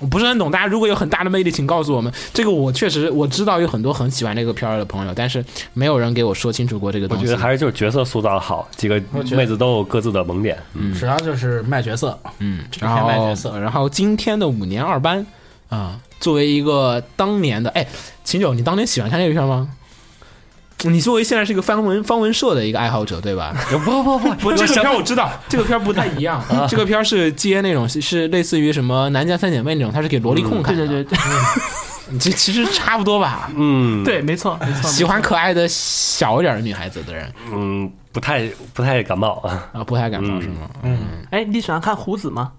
B: 我不是很懂，大家如果有很大的魅力，请告诉我们。这个我确实我知道有很多很喜欢这个片儿的朋友，但是没有人给我说清楚过这个
C: 我
B: 东西。
C: 觉得还是就是角色塑造好，几个妹子都有各自的萌点。
F: 主要就是卖角色，
B: 嗯，
F: 这个
B: 然
F: 片卖角
B: 后
F: 色
B: 然后今天的五年二班啊、作为一个嗯当年的哎，秦九，你当年喜欢看这个片儿吗？你作为现在是一个方文方文社的一个爱好者，对吧？
C: 不不不不，
B: 这
C: 我
B: 个
C: 什
B: 片
C: 么啊
B: 儿我知道，这个片儿不太一样。这个片儿是接那种是是类似于什么《南疆三姐妹》那种，它是给萝莉控看
E: 对
B: 的。
E: 对对对
B: 对，这其实差不多吧。
C: 嗯，，
E: 对，没错没错。
B: 喜欢可爱的小一点的女孩子的人
C: 嗯，不太不太感冒啊。
B: 啊，不太感冒是吗？嗯，
E: 哎，你喜欢看胡子吗？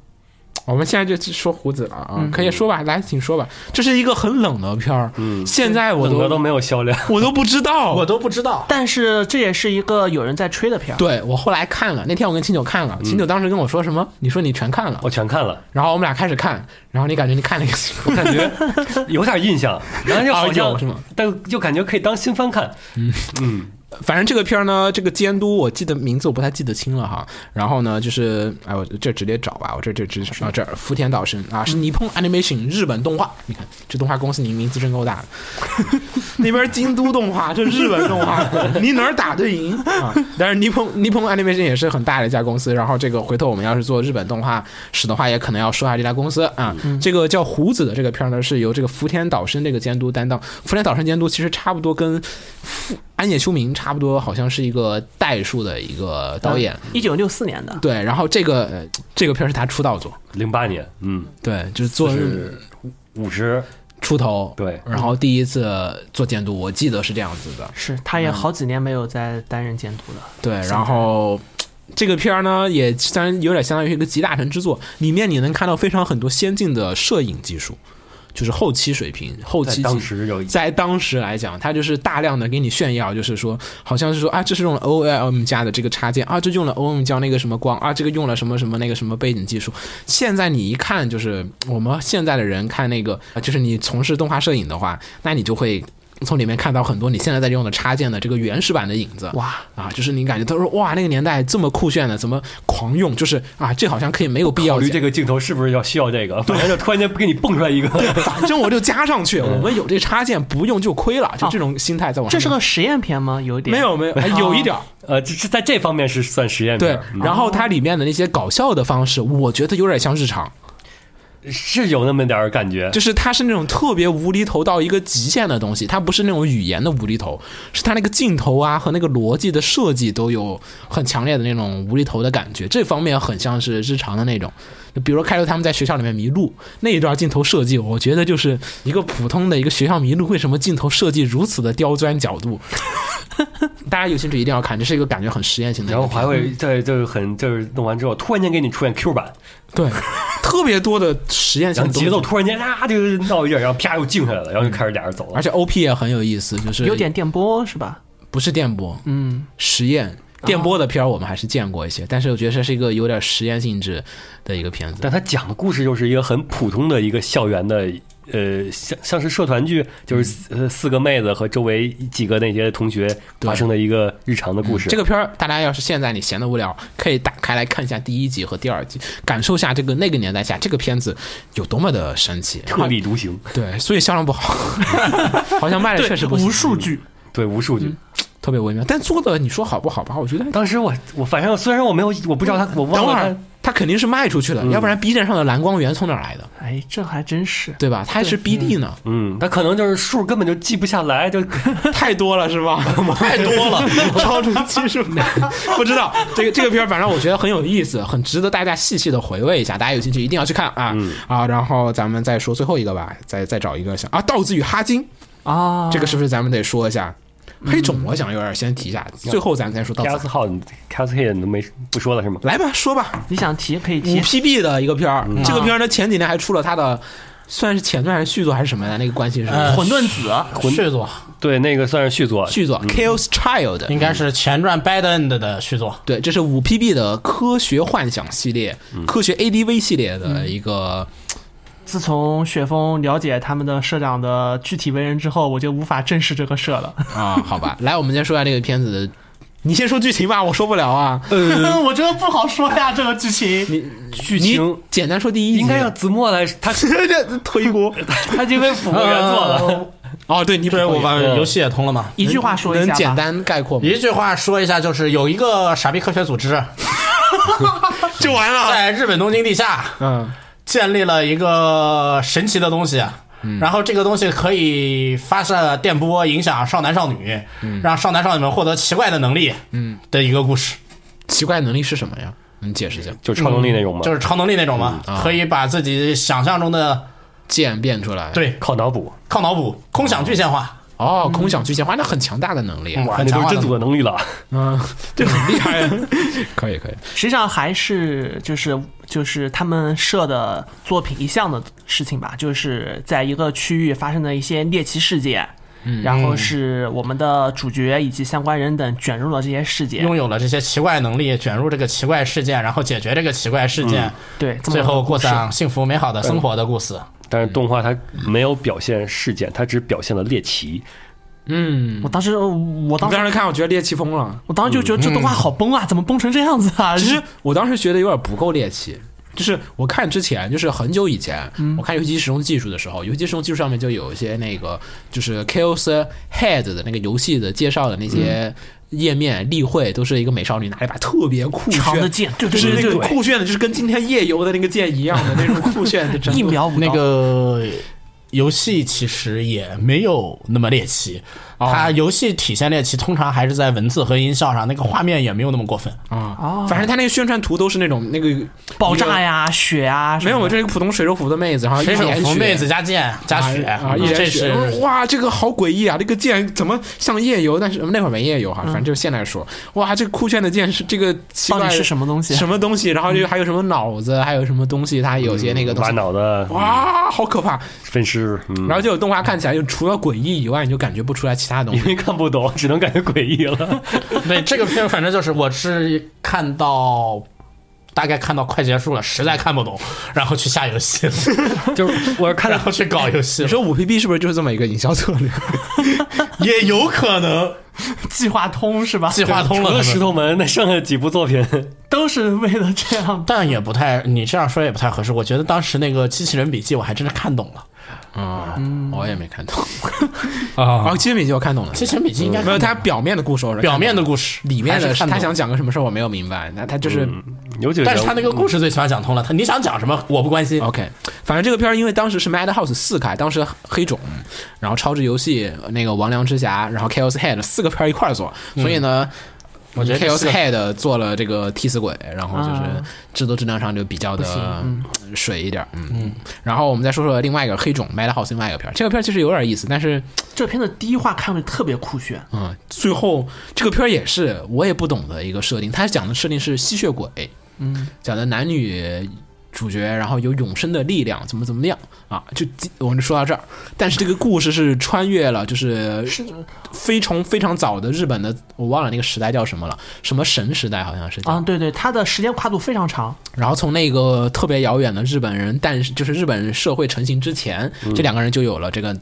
B: 我们现在就说胡子了啊，可以说吧，来，请说吧。这是一个很冷的片儿，
C: 嗯，
B: 现在我
C: 冷
B: 都
C: 的都没有销量。
B: 我都不知道。
F: 我都不知道。
E: 但是这也是一个有人在吹的片儿。
B: 对我后来看了，那天我跟秦九看了，秦九当时跟我说什么？你说你全看了
C: 我，全看了，
B: 然后我们俩开始看，然后你感觉你看了一个星期
C: 我感觉有点印象，然后就好
B: 哦有是
C: 像
B: 吗，
C: 但就感觉可以当新番看。嗯
B: 反正这个片儿呢，这个监督我记得名字我不太记得清了哈。然后呢，就是哎，我这直接找吧，我这这直接找到这儿，福田岛生啊，是尼鹏 Animation 日本动画。你看这动画公司，你名字真够大的。 那边京都动画，这日本动画， 你哪儿打得赢啊？但是尼鹏尼鹏 Animation 也是很大的一家公司。然后这个回头我们要是做日本动画史的话，也可能要说下这家公司啊。这个叫胡子的这个片儿呢，是由这个福田岛生这个监督担当。福田岛生监督其实差不多跟安野修明差不多好像是一个代数的一个
C: 嗯
B: 导演，
E: 一九六四年的，
B: 对，然后这个呃这个片儿是他出道作，
C: 零八年，嗯，
B: 对，就是做
C: 是五十，
B: 出头，
C: 对
B: 然后第一次做监督，我记得是这样子的，
E: 是他也好几年没有在担任监督了。
B: 对，然后。这个片儿呢，也虽然有点相当于一个集大成之作，里面你能看到非常很多先进的摄影技术，就是后期水平，后
C: 在
B: 期
C: 当
B: 技
C: 时有一
B: 在当时来讲，它就是大量的给你炫耀，就是说，好像是说啊，这是用了 OLM 加的这个插件啊，这用了 OM 加那个什么光啊，这个用了什么什么那个什么背景技术。现在你一看，就是我们现在的人看那个，啊就是你从事动画摄影的话，那你就会。从里面看到很多你现在在用的插件的这个原始版的影子，哇啊，就是你感觉他说哇那个年代这么酷炫的，怎么狂用？就是啊，这好像可以没有必
C: 考
B: 要
C: 虑这个镜头是不是要需要这个，反正就突然间给你蹦出来一个，
B: 反正我就加上去，我们有这插件不用就亏了，
C: 哦
B: 就这种心态在往上。
E: 这是个实验片吗？有一点
B: 没有 没有，哎
E: 哦
B: 有一点儿
C: 呃，这这在这方面是算实验
B: 对
C: 片，。嗯
B: 然后它里面的那些搞笑的方式，我觉得有点像日常，
C: 是有那么点儿感觉，
B: 就是它是那种特别无厘头到一个极限的东西，它不是那种语言的无厘头，是它那个镜头啊和那个逻辑的设计都有很强烈的那种无厘头的感觉，这方面很像是日常的那种。就比如开头他们在学校里面迷路那一段镜头设计，我觉得就是一个普通的一个学校迷路，为什么镜头设计如此的刁钻角度？ 大家有兴趣一定要看，这是一个感觉很实验性的一
C: 然
B: 个
C: 后
B: 片子。
C: 还会在就是很就是弄完之后，突然间给你出现 Q 版，
B: 对， 特别多的实验性
C: 然
B: 的
C: 后
B: 东
C: 节奏
B: 西，
C: 突然间啊就闹一阵，然后啪又静下来了，然后就开始俩人走了
B: 而。且 OP 也很有意思，就是
E: 有点电波是吧？
B: 不是电波，
E: 嗯，
B: 实验。电波的片儿我们还是见过一些，但是我觉得这是一个有点实验性质的一个片子。
C: 但他讲的故事就是一个很普通的一个校园的，呃，像像是社团剧，就是
B: 嗯
C: 四呃四个妹子和周围几个那些同学
B: 对嗯
C: 发生的一个日常的故事。
B: 这个片儿，大家要是现在你闲得无聊，可以打开来看一下第一集和第二集，感受下这个那个年代下这个片子有多么的神奇。
C: 特立独行，
B: 对，所以销量不 好，好像卖的
E: 对，
B: 哎确实不行嗯
E: 无数据，
C: 对，无数据。
B: 特别微妙。但做的你说好不好吧？我觉得
C: 当时我我反正虽然我没有我不知道他，我
B: 等
C: 忘
B: 会
C: 了
B: 儿
C: 他。嗯
B: 它肯定是卖出去的，要不然 B 站上的蓝光源从哪儿来的？
E: 哎，这还真是。
B: 对吧？它还是 BD 呢。
C: 嗯，他可能就是数根本就记不下来，就
B: 太多了是 吧？
D: 太多了，
B: 超出技术， 不知道这个这个片儿，反正我觉得很有意思，很值得大家细细的回味一下。大家有兴趣一定要去看啊、
F: 嗯
B: 啊！然后咱们再说最后一个吧，再再找一个像啊，《道子与哈金》
E: 啊，
B: 这个是不是咱们得说一下？
F: 嗯
B: 黑种，我想有点先提一下，最后咱再说到
C: c a
B: 此
C: s。号 c a s K 你都没不说了是吗？
B: 来吧，说吧，
E: 你想提可以
B: 五
E: 提，
B: PB 的一个片
F: 嗯
B: 儿，
F: 啊
B: 这个片儿呢前几年还出了它的，算是前传还是续作还是什么呀？那个关
F: 嗯
B: 系是什么
E: 混沌子
F: 呃续作
C: 对，那个算是续作，
B: 续作《Chaos Child》，
F: 嗯应该是前传 Bad End 的续作。
B: 对，这是五 PB 的科学幻想系列、科学 ADV 系列的一个，
E: 自从雪峰了解他们的社长的具体为人之后，我就无法正视这个社了。
B: 啊，好吧，来，我们先说一下这个片子的，你先说剧情吧，我说不了啊。
E: 呃我觉得不好说呀，这个剧情。
C: 剧
B: 你
C: 情
B: 简单说第一集，
C: 应该让子墨来，他
B: 这 推锅
C: 他已经被辅国原作了。
B: 哦，对你
F: 对，我把
C: 嗯
F: 游戏也通了嘛。
E: 一句话说一
B: 能
E: 下
B: 简
E: 吧，
B: 单概括吗？
F: 一句话说一下，就是有一个傻逼科学组 织
B: 就完了。
F: 在日本东京地下
B: 嗯，
F: 建立了一个神奇的东西，啊然后这个东西可以发射电波影响少男少女，让少男少女们获得奇怪的能力，嗯，的一个故事，
B: 奇怪能力是什么呀？你解释一下，
C: 就是超能力那种嘛，
F: 就是超能力那种嘛，
B: 啊
F: 可以把自己想象中的
B: 渐变出来。，
F: 对
C: 靠脑补，
F: 靠脑补空想具现化，
B: 哦，空想巨剑，哇，那很强大的能力，啊
C: 哇，那都是真组的能力了。
B: 嗯， 这很厉害。啊 可以可以，
E: 实际上还是就是就是他们社的作品一项的事情吧，就是在一个区域发生的一些猎奇事件，然后是我们的主角以及相关人等卷入了这些事件。
F: 拥有了这些奇怪能力，卷入这个奇怪事件，然后解决这个奇怪事件，
E: 对，这么
F: 最后过
E: 一个故
F: 上幸福美好的生活的故事。
C: 但是动画它没有表现事件，它只表现了猎奇。
B: 嗯
E: 事，，我当时我
B: 我
E: 当时
B: 当时看我觉得猎奇疯了。
E: 我当时就觉得这动画好崩啊，怎么崩成这样子啊？
B: 呃其实我当时觉得有点不够猎奇，就是我看之前，就是很久以前，
E: 嗯
B: 我看游戏机使用技术的时候，游戏机使用技术上面就有一些那个就是 Chaos Head 的那个游戏的介绍的那些
E: 嗯
B: 页面例会，都是一个美少女拿了一把特别酷
E: 长的
B: 炫。
E: 剑，
B: 就
E: 对对
B: 是
E: 对
B: 那
E: 对
B: 个
E: 对，
B: 酷炫的，就是跟今天夜游的那个剑一样的那种酷炫的
E: 一秒舞
F: 那
E: 刀
F: 个游戏其实也没有那么猎奇，它游戏体现猎奇通常还是在文字和音效上，那个画面也没有那么过分。
B: 啊，反正他那个宣传图都是那种那个
E: 哦爆炸呀、血呀，
B: 没有，我这是一个普通水手服的妹子，然后一
F: 水手
B: 脸
F: 服
B: 血
F: 妹子加剑加
B: 啊
F: 血嗯
B: 啊，一
F: 这
B: 人血
F: 是
B: 哇，这个好诡异啊！这个剑怎么像夜游？但是那会儿没夜游哈，反正就是现在说，哇，这个酷炫的剑是这个奇
E: 到
B: 怪
E: 底是什么东西？
B: 什么东西？然后就还有什么脑子，还有什么东西？它有些那个东
C: 把
B: 西，
C: 脑子
B: 哇，好可怕！
C: 分尸就是，嗯
B: 然后这种动画看起来，就除了诡异以外，你就感觉不出来其他东
C: 因
B: 西。
C: 为看不懂， 只能感觉诡异了。
F: 对这个片，反正就是我是看到。大概看到快结束了，实在看不懂，然后去下游戏了，
C: 就是 我是看
F: 然
C: 到
F: 后去搞游
B: 你
F: 戏了，
B: 说五 P B 是不是就是这么一个营销策略？
F: 也有可能
E: 计划通是吧？
F: 计划通
C: 除
F: 了可
C: 了
F: 能，
C: 石头门，那剩下几部作品，
E: 都是为了这样。
F: 但也不太，你这样说也不太合适。我觉得当时那个《机器人笔记》，我还真是看懂了。
B: 啊，我也没看懂啊。哦，其实米奇我看懂了，
F: 《机器人笔记》应该
B: 没有
F: 看懂
B: 它表面的故事，我是看懂
F: 表面的故事，
B: 里面的
F: 还是看懂
B: 他想，讲个什么事儿我没有明白，那他就是
C: 有几
F: 但是他那个故事最起码讲通了。他你想讲什么，我不关心。
B: OK，反正这个片儿因为当时是 Madhouse 四开，当时黑种，然后超智游戏那个王良之侠，然后 Chaos Head 四个片儿一块儿做，所以呢，
F: 嗯我觉得这
B: Chaos
F: 四个
B: Head 做了这个替死鬼，然后就是
E: 啊
B: 制作质量上就比较的水一点儿，嗯。然后我们再说说另外一个黑种 Madhouse 另外一个片儿，这个片儿其实有点意思，但是
E: 这片的第一话看上去特别酷炫，
B: 嗯，最后这个片儿也是我也不懂的一个设定，它讲的设定是吸血鬼，嗯，讲的男女主角，然后有永生的力量，怎么怎么样啊？就我们就说到这儿。但是这个故事是穿越了，就是非常非常早的日本的，我忘了那个时代叫什么了，什么神时代好像是叫
E: 啊，对对，它的时间跨度非常长，
B: 然后从那个特别遥远的日本人诞生，但就是日本社会成型之前，
E: 嗯
B: 这两个人就有了这个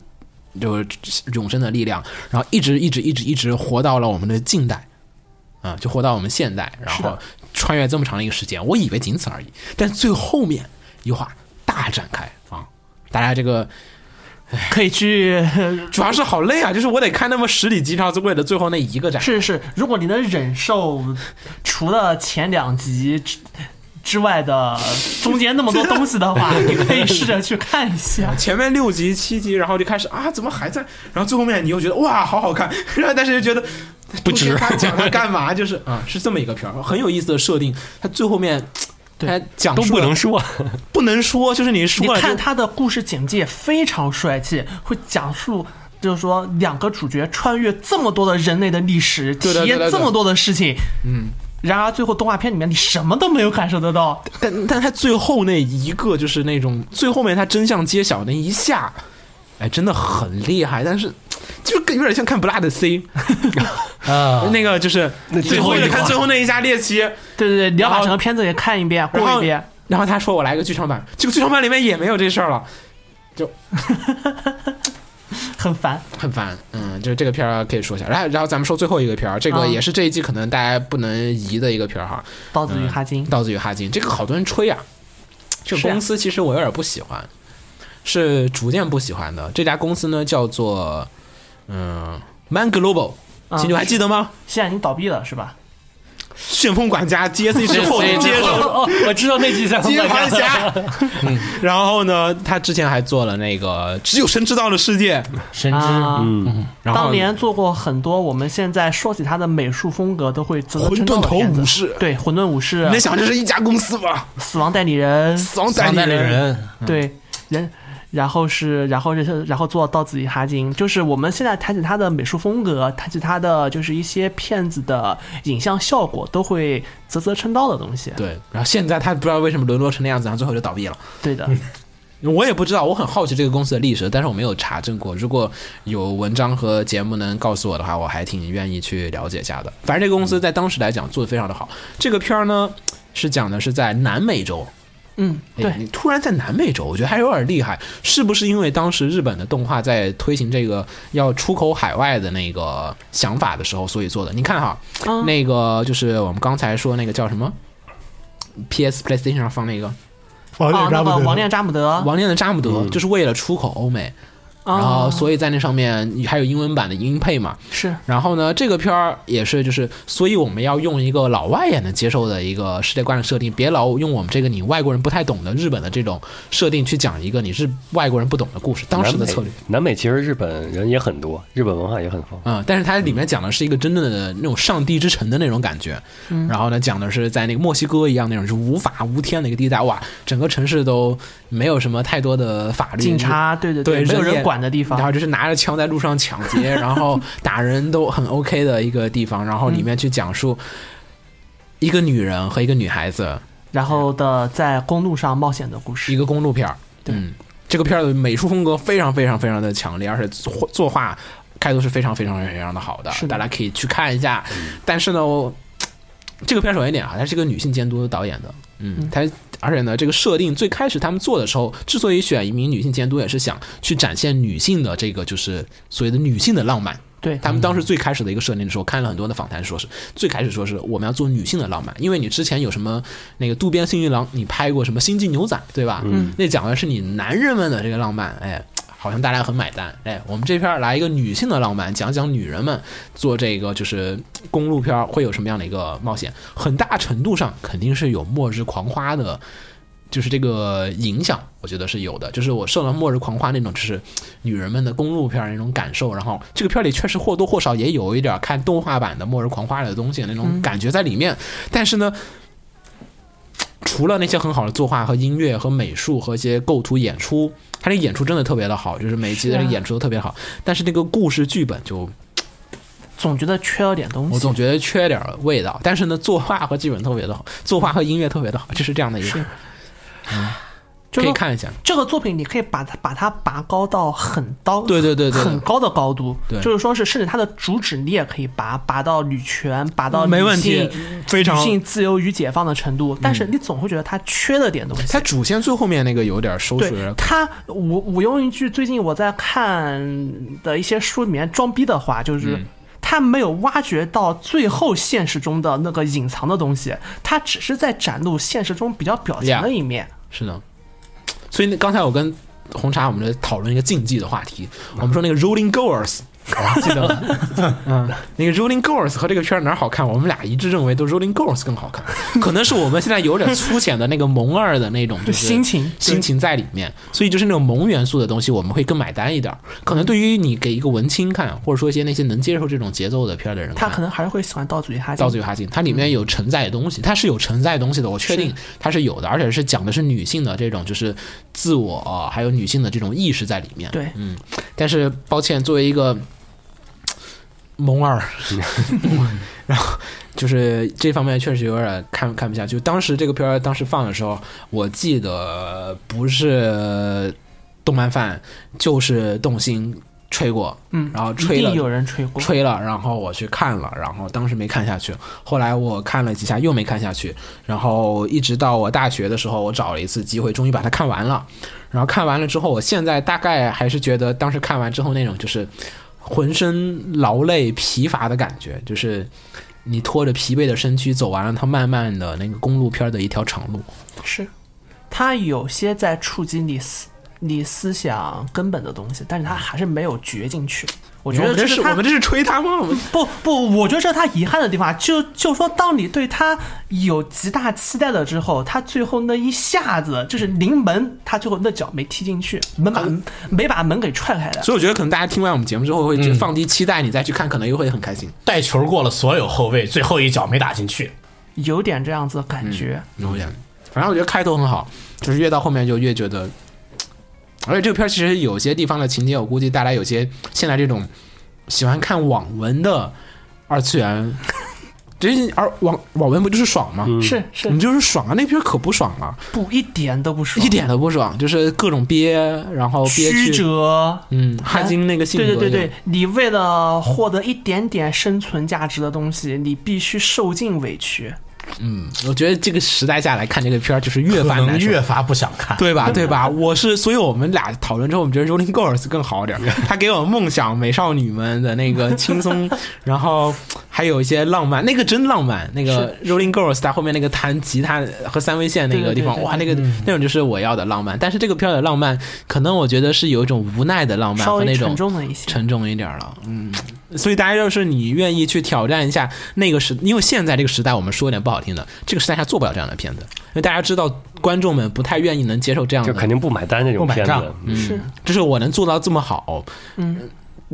B: 就是永生的力量，然后一直一直一直一直活到了我们的近代，啊，就活到我们现代，然
E: 是
B: 后
E: 的
B: 穿越这么长的一个时间，我以为仅此而已，但最后面一话大展开啊，大家这个
E: 可以去。
B: 主要是好累啊，就是我得看那么十几集，然后是为了最后那一个展开。
E: 是是，如果你能忍受除了前两集之之外的中间那么多东西的 话，你可以试着去看一下。
B: 前面六集、七集，然后就开始啊，怎么还在？然后最后面你又觉得哇，好好看， 然后但是又觉得不值。他讲他干嘛？就是啊，是这么一个片儿，很有意思的设定。他最后面
E: 对
B: 他讲
C: 都
B: 述
C: 不
B: 了
C: 能 说，
B: 不能说，就是你
E: 你
B: 说了
E: 看
B: 就
E: 他的故事简介非常帅气，会讲述。就是说，两个主角穿越这么多的人类的历史，体
B: 对的对的
E: 验
B: 对的
E: 这么多的事情，嗯，然而最后动画片里面你什么都没有感受得到，
B: 但但他最后那一个就是那种最后面他真相揭晓那一下，哎，真的很厉害，但是。就是有点像看 Blood C，
F: 啊，
B: 那个就是
C: 最后
B: 后
C: 一
B: 看
C: 话
B: 最后那一下猎奇，
E: 对对对，你要
B: 然
E: 把
B: 后
E: 整个片子也看一遍，
B: 然
E: 过
B: 后
E: 一遍，
B: 然后他说我来个剧场版，这个剧场版里面也没有这事儿了，
E: 很烦。
B: 很烦，嗯，就是这个片儿可以说一下，然后然后咱们说最后一个片儿，这个
E: 啊
B: 也是这一季可能大家不能移的一个片儿哈，
E: 包子与哈金
B: 《刀子与嗯哈金》这个好多人吹啊，这个
E: 是啊
B: 公司其实我有点不喜欢，是逐渐不喜欢的。这家公司呢叫做嗯 Man Global，
E: 啊
B: 秦九还记得吗？
E: 现在已经倒闭了是吧？
B: 旋风管 家 GSC 之后
F: GSC
B: 接
F: 之
B: 着
C: 哦，我知道那集在
B: 接还侠， 然后呢，他之前还做了那个只有神知道的世界，
F: 神之
E: 啊，
C: 嗯，
B: 然后
E: 当年做过很多，我们现在说起他的美术风格都会啧啧
B: 混
E: 称道
B: 沌
E: 的
B: 头
E: 片
B: 武
E: 子。啊
B: 士，
E: 对，混沌武士
B: 你能、想这是一家公司吗？
E: 死亡代理人，
B: 死亡
F: 三代
B: 理
F: 理，人，
B: 嗯
E: 对人，然后是，然后是，然后做到自己哈金，就是我们现在谈起他的美术风格，谈起他的就是一些片子的影像效果，都会啧啧称道的东西。
B: 对，然后现在他不知道为什么沦落成那样子，然后最后就倒闭了。
E: 对
B: 嗯
E: 的，
B: 我也不知道，我很好奇这个公司的历史，但是我没有查证过。如果有文章和节目能告诉我的话，我还挺愿意去了解一下的。反正这个公司在当时来讲做的非常的好。这个片儿呢，是讲的是在南美洲。
E: 嗯，
B: 哎
E: 对，
B: 你突然在南美洲，我觉得还有点厉害，是不是因为当时日本的动画在推行这个要出口海外的那个想法的时候，所以做的？你看哈，
E: 嗯
B: 那个就是我们刚才说那个叫什么？P.S. PlayStation 上放那个
D: 王
E: 啊，那
D: 扎
E: 个
D: 不
E: 王炼扎姆嗯德
B: 《王恋的扎姆德》，就是为了出口欧美。然后
E: 啊，
B: 所以在那上面还有英文版的音配嘛。
E: 是
B: 然后呢，这个片儿也是就是，所以我们要用一个老外也能接受的一个世界观的设定，别老用我们这个你外国人不太懂的日本的这种设定去讲一个你是外国人不懂的故事，当时的策略。
C: 南美其实日本人也很多，日本文化也很丰富。
B: 嗯，但是它里面讲的是一个真正的那种上帝之城的那种感觉，
E: 嗯
B: 然后呢，讲的是在那个墨西哥一样那种就无法无天的一个地带，哇，整个城市都没有什么太多的法律，
E: 警察，对对
B: 对
E: 没有
B: 人
E: 人
B: 也
E: 管的地
B: 然
E: 方，
B: 后就是拿着枪在路上抢 劫，然后打人都很 OK 的一个地方，然后里面去讲述一个女人和一个女孩子
E: 然后的在公路上冒险的故事
B: 一。个公路片儿，
E: 对
B: 嗯，这个片儿的美术风格非常非常非常的强烈，而且作作画开头是非常非常非常的好的，
E: 是的
B: 大家可以去看一下。但是呢，我这个片儿首先一点啊，它是一个女性监督导演的，嗯，它而且呢，这个设定最开始他们做的时候，之所以选一名女性监督，也是想去展现女性的这个就是所谓的女性的浪漫。
E: 对
B: 他们当时最开始的一个设定的时候，看了很多的访谈，说是最开始说是我们要做女性的浪漫，因为你之前有什么那个渡边幸一郎，你拍过什么《星际牛仔》对吧？嗯，那讲的是你男人们的这个浪漫，哎。好像大家很买单，哎，我们这片儿来一个女性的浪漫，讲讲女人们做这个就是公路片儿会有什么样的一个冒险，很大程度上肯定是有《末日狂花》的，就是这个影响，我觉得是有的。就是我受了《末日狂花》那种，就是女人们的公路片儿那种感受，然后这个片儿里确实或多或少也有一点儿看动画版的《末日狂花》里的东西那种感觉在里面，但是呢。除了那些很好的作画和音乐和美术和一些构图演出，他那个演出真的特别的好，就是每一集的
E: 是啊
B: 这个演出都特别好。但是那个故事剧本就
E: 总觉得缺了点东西。
B: 我总觉得缺点儿味道，但是呢，作画和剧本特别的好，作画和音乐特别的好，就是这样的一个，
E: 是就
B: 可
E: 是
B: 以
E: 说
B: 看一下。
E: 这个作品，你可以把它把它拔高到很高，
B: 对对对对
E: 很高的高度，
B: 对
E: 就是说是甚至它的主旨你也可以拔拔到女权，拔到
D: 没
E: 女
D: 问题
E: 性
D: 非常
E: 女性自由与解放的程
B: 嗯
E: 度，但是你总会觉得它缺了点东西。
B: 它主线最后面那个有点收
E: 对
B: 拾，
E: 他，我我用一句最近我在看的一些书里面装逼的话，就是。
B: 嗯
E: 他没有挖掘到最后现实中的那个隐藏的东西，他只是在展露现实中比较表层的一面。
B: 是的。所以那刚才我跟红茶我们在讨论一个竞技的话题，我们说那个 Rolling Girls。记得吗？ 嗯，那个 Rolling Girls 和这个片儿哪儿好看？我们俩一致认为都 Rolling Girls 更好看，可能是我们现在有点粗浅的那个萌二的那种就
E: 就是心情
B: 心情在里面，所以就是那种萌元素的东西，我们会更买单一点儿。可能对于你给一个文青看，或者说一些那些能接受这种节奏的片儿的人
E: 他
B: 看，
E: 可能还是会喜欢到嘴哈
B: 造就哈金，它里面有承载的东西，它是有承载的东西的，我确定它是有的，而且是讲的是女性的这种就是自我、呃还有女性的这种意识在里面。嗯
E: 对，
B: 但是抱歉，作为一个萌二， 然后就是这方面确实有点看看不下去。当时这个片儿当时放的时候，我记得不是动漫范就是动心吹过，
E: 嗯，
B: 然后
E: 一
B: 吹
E: 定
B: 了
E: 有人吹过。
B: 吹了，然后我去看了，然后当时没看下去，后来我看了几下又没看下去，然后一直到我大学的时候，我找了一次机会，终于把它看完了。然后看完了之后，我现在大概还是觉得当时看完之后那种就是浑身劳累、疲乏的感觉，就是你拖着疲惫的身躯走完了它漫漫的那个公路片的一条长路。
E: 是，他有些在触及你思你思想根本的东西，但是他还是没有掘进去。我觉
B: 我
E: 得
B: 们这
E: 是
B: 是我们这是吹他吗？我们
E: 不不，我觉得这是他遗憾的地方。就就说，当你对他有极大期待了之后，他最后那一下子就是临门，他最后那脚没踢进去，门把、没把门给踹开的。
B: 所以我觉得可能大家听完我们节目之后会觉得放低期待，你再去看，可能又会很开心。
F: 带球过了所有后卫，最后一脚没打进去。
E: 有点这样子的感觉。
B: 有点，反正我觉得开头很好，就是越到后面就越觉得，而且这个片儿其实有些地方的情节，我估计大家有些现在这种喜欢看网文的二次元， 就是而网网文不就是爽吗？
E: 是是
B: 你，就是爽啊！那片儿可不爽了、
E: 不一点都不爽，
B: 一点都不爽，就是各种憋，然后憋
E: 曲
B: 屈，
E: 折。哎
B: 嗯，哈金那个性格，
E: 对对对对，，你为了获得一点点生存价值的东西，你必须受尽委屈。
B: 嗯，我觉得这个时代下来看这个片儿就是越
F: 可
B: 发
F: 能
B: 难受，
F: 越发不想看。
B: 对 吧？对吧？我是，所以我们俩讨论之后，我们觉得《Rolling Girls》更好 点儿，它给我们梦想美少女们的那个轻松，然后还有一些浪漫，那个真浪漫。那个《Rolling Girls》它后面那个弹吉他和三味线那个地方，
E: 对对对对嗯
B: 哇，那个那种就是我要的浪漫。但是这个片儿的浪漫，可能我觉得是有一种无奈的浪漫
E: 稍
B: 和
E: 微
B: 那
E: 沉
B: 种
E: 重了一些，
B: 沉重一点儿了，嗯，所以大家要是你愿意去挑战一下那个时，因为现在这个时代，我们说点不好听的，这个时代下做不了这样的片子，因为大家知道观众们不太愿意能接受这样
C: 就
B: 的，
C: 肯定不买单那种
F: 不买
C: 片
F: 账
C: 子。嗯
E: 是
B: 就是我能做到这么好，嗯，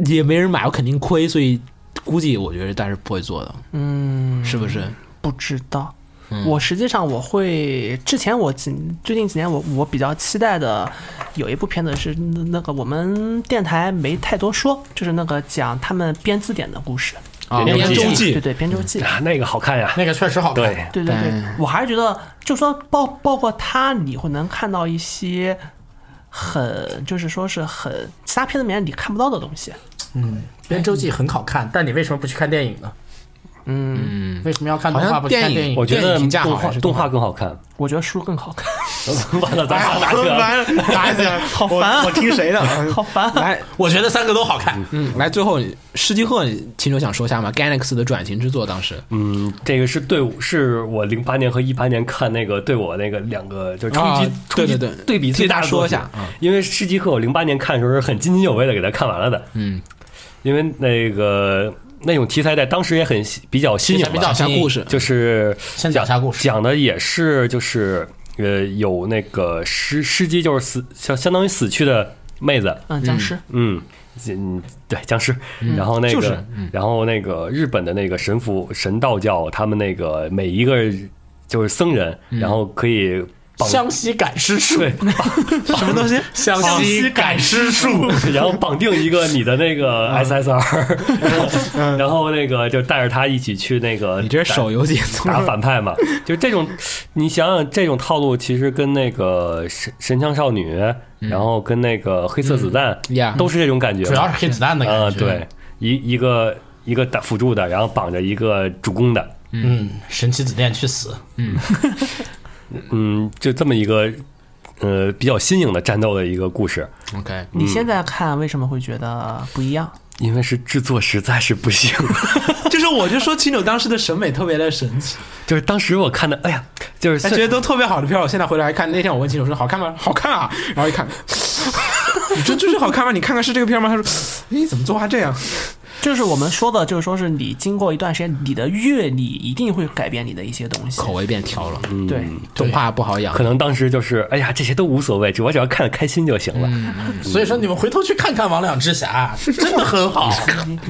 B: 也没人买，我肯定亏，所以估计我觉得大家是不会做的，嗯，是不是？
E: 不知道。
B: 嗯
E: 我实际上我会，之前我几最近几年我我比较期待的有一部片子是那那个我们电台没太多说，就是那个讲他们编字典的故事，
B: 啊，
C: 编
B: 编
C: 辑
B: 辑
E: 对对，编周 记。
C: 啊，那个好看呀，
F: 那个确实好看。
C: 对，
E: 对对对，我还是觉得，就说包包括他，你会能看到一些很就是说是很其他片子里面你看不到的东西。
F: 编周记很好看，但你为什么不去看电影呢？嗯，为什么要看
B: 好
F: 动画
B: 像
F: 不去看电
B: 影，
F: 影？
C: 我觉
B: 电
C: 得
B: 影评价
C: 动
B: 好
C: 画
B: 还是
C: 动画更好看。
E: 我觉得书更好看，
C: 完了，咱俩打
B: 啊
D: 完
C: 车。
D: 了，打起来了，好
E: 烦啊
D: 我听谁的？
E: 好烦啊！
B: 来，
F: 我觉得三个都好看。
B: 嗯，来，最后施基赫，秦九想说一下吗？Ganex 的转型之作，当时
C: 嗯，这个是对我，是我零八年和一八年看那个对我那个两个就是冲击、
B: 啊
C: 冲击
B: 对对对
C: 对比最大的
B: 听他说一
C: 作
B: 下
C: 品
B: 嗯
C: 因为《世纪克》我零八年看的时候是很津津有味的给他看完了的，
B: 嗯，
C: 因为那个那种题材在当时也很新比较新颖吧，
F: 比较
B: 讲故事，
C: 就是
F: 先讲一下故事，
C: 讲的也是就是呃有那个尸尸机就是死相相当于死去的妹子，
E: 嗯，僵尸，
C: 嗯，嗯，对，僵尸。
F: 嗯
C: 然后那个，
B: 就是
C: 然后那个日本的那个神符神道教，他们那个每一个就是僧人，然后可以绑
F: 嗯湘西赶尸术，
C: 对，
B: 什么东西？
F: 湘西赶尸术，啊
C: 然后绑定一个你的那 个 SSR，然后那个就带着他一起去那个
B: 你这
C: 打
B: 手游节奏，
C: 打反派嘛，就这种，你想想这种套路，其实跟那个神神枪少女，然后跟那个黑色子弹
B: 呀，
C: 都是这种感觉嘛，
F: 主要是黑子弹的
C: 啊、
F: 感觉。
C: 对，，一一个一个打辅助的，然后绑着一个主攻的，
F: 嗯，神奇子弹去死，
C: 嗯，就这么一个呃比较新颖的战斗的一个故事，
B: OK，
E: 你现在看为什么会觉得不一样？
C: 因为是制作实在是不行，
B: 就是我就说秦九当时的审美特别的神 奇，
C: 就是当时我看的，哎呀，就是
B: 他觉得都特别好的片儿，我现在回来还看。那天我问秦九说好看吗？ 好看啊，然后一看。 你说这是好看吗？你看看是这个片儿吗？他说：“咦，哎怎么作画这样
E: 就是我们说的，就是说是你经过一段时间，你的阅历一定会改变你的一些东西。
B: 口味变调了，
E: 对，
B: 动画不好养
C: 可。能当时就是，哎呀，这些都无所谓，只我只要看得开心就行了。
F: 所以说你们回头去看看《魍魉之 匣》，真的很好。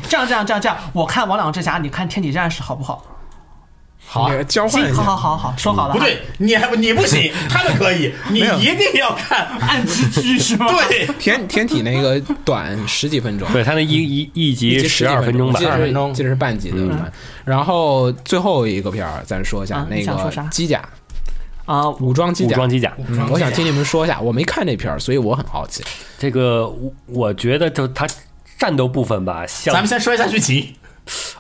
E: 这样这样这样这样，我看《王两之侠》，你看《天启战士》好不好？
F: 好啊
B: 那个交换
E: 行，
B: 一
E: 好好
B: 下，
E: 好好，说好了。
F: 不，对，你还不你不 行，他们可以，你一定要看。
E: 暗之 居是吗？
F: 对，
B: 天天体那个短十几分钟，
C: 对他那一一一集十二分钟吧嗯
B: 记，得
F: 12分
B: 是
F: 钟
B: 记得是半集的。然后最后一个片儿，咱说一下
E: 啊
B: 那
E: 你想说
B: 个
E: 啥
B: 机甲
E: 啊，
B: 武装机
C: 武
B: 甲。
C: 装机甲。
B: 嗯我想听你们说一下，我没看这片儿，所以我很好奇。
C: 这个我我觉得就他战斗部分吧，像
F: 咱们先说一下剧情，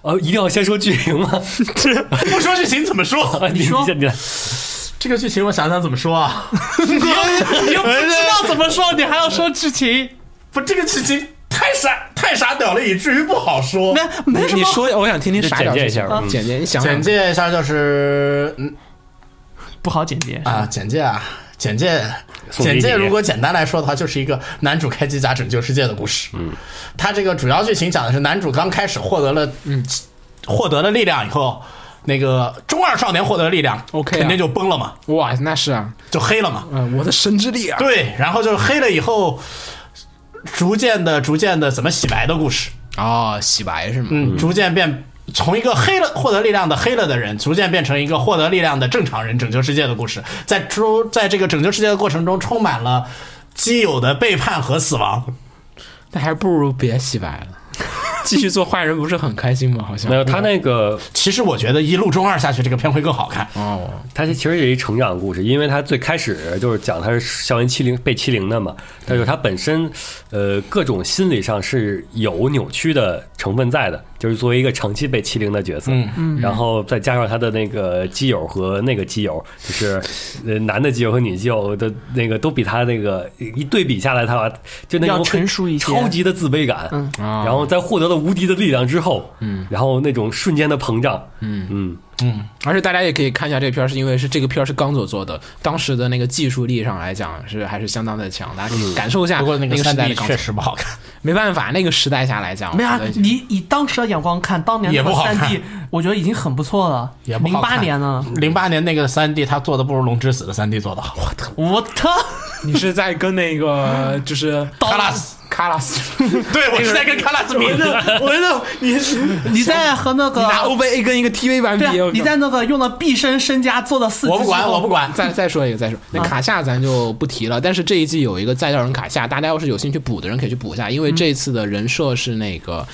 C: 呃一定要先说剧情吗？
F: 不说剧情怎么说？
C: 啊 你
E: 说
C: 你你来
F: 这个剧情我想想怎么说啊？
E: 你又不知道怎么说，你还要说剧情？
F: 不，这个剧情太傻太傻屌了，以至于不好说。
E: 没 没什
B: 你
E: 么。
B: 说，我想听听啥
C: 简
B: 点
C: 介
B: 儿
C: 一
B: 剧
C: 下
B: 情
C: 吧。嗯
B: 简介，你想想
F: 简介一下就是，嗯
E: 不好简洁
F: 啊，简介啊，简介。
C: 送给
F: 简
C: 你
F: 介如果简单来说的话，就是一个男主开机甲拯救世界的故事。嗯，他这个主要剧情讲的是男主刚开始获得了，嗯，获得了力量以后，那个中二少年获得了力量
B: OK 啊
F: 肯定就崩了嘛，
B: 哇，那是啊，
F: 就黑了嘛。
B: 嗯，我的神之力啊，
F: 对，然后就是黑了以后，逐渐的、逐渐的怎么洗白的故事。
B: 哦，洗白是吗？
F: 嗯，逐渐变从一个黑了获得力量的黑了的人，逐渐变成一个获得力量的正常人，拯救世界的故事。在周在这个拯救世界的过程中，充满了基友的背叛和死亡。
B: 那还不如别洗白了， 继续做坏人不是很开心吗？好像
C: 没有他那个
F: 其实我觉得一路中二下去，这个片会更好看。
B: 哦，
C: 他其实也一成长的故事，因为他最开始就是讲他是校园欺凌被欺凌的嘛，但是他本身呃各种心理上是有扭曲的成分在的，就是作为一个长期被欺凌的角色，嗯，然后再加上他的那个基友和那个基友，就是呃男的基友和女基友的那个都比他那个一对比下来，他就那种
E: 要成熟一些
C: 超级的自卑感，嗯，然后在获得了无敌的力量之后，嗯，然后那种瞬间的膨胀，嗯嗯。
B: 而且大家也可以看一下这片儿，是因为是这个片儿是刚佐做的，当时的那个技术力上来讲是还是相当的强，大家可以感受一下
F: 不过那
B: 个
F: 个
B: 时
F: 三
B: 代
F: D
B: 的钢索
F: 确实不好看，
B: 没办法，那个时代下来讲，
E: 没有啊
B: 我觉，得
E: 你以当时的眼光看，当年
F: 也
E: 那个
F: 不好看
E: 三 D，我觉得已经很不错了。
F: 也不
E: 零
F: 好
E: 八
F: 看
E: 年呢，
F: 零八年那个三 D 他做的不如《龙之死》的三 D 做的好。我操！
E: 我 操！
B: 你是在跟那个 就是
F: 卡拉斯，
E: 啊
B: 卡拉斯，
F: 对我是在跟卡拉斯比的。
B: 我觉得你
E: 你在和那个
B: 拿 OVA 跟一个 TV 版比
E: 对啊，，你在那个用了毕生身家做了四级
F: 我不
E: 之
F: 管，
E: 后
F: 我不管。
B: 再再说一个，再说那卡夏咱就不提了。但是这一
E: 嗯
B: 季有一个再教人卡夏，大家要是有兴趣补的人可以去补一下，因为这次的人设是那个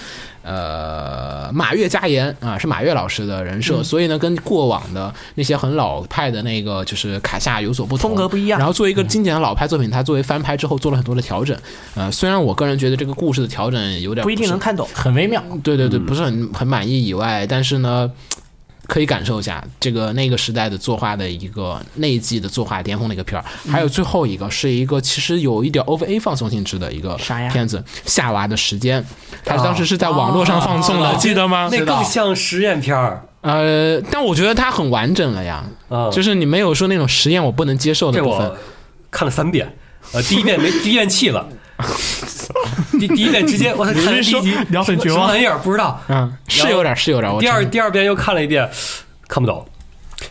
B: 呃马月加言啊，是马月老师的人
E: 嗯
B: 设，所以呢，跟过往的那些很老派的那个就是卡夏有所不同，
E: 风格不一样嗯
B: 然后作为一个经典的老派作品，它作为翻拍之后做了很多的调整。呃，虽然我个人觉得这个故事的调整有点
E: 不一定
B: 是
E: 能看懂。
F: 很微妙。
B: 对对对，不是很很满意以外，但是呢，可以感受一下这个那个时代的作画的一个那一季的作画巅峰的一个片儿。还有最后一个是一个其实有一点 OVA 放送性质的一个
E: 啥呀
B: 片子，《夏娃的时间》，它当时是在网络上放送
C: 哦
B: 的， 记得吗？
C: 啊那更像实验片儿
B: 呃，但我觉得它很完整了呀，
C: 啊，
B: 就是你没有说那种实验我不能接受的
C: 这
B: 部分
C: 我。看了三遍，呃，第一遍没， 第一遍弃了，第第一遍直接我才看了第一集，
E: 聊很
C: 什么玩意儿不知道，
B: 嗯，是有点儿，是有点儿。我
C: 第二
B: 承认
C: 第二遍又看了一遍，看不懂。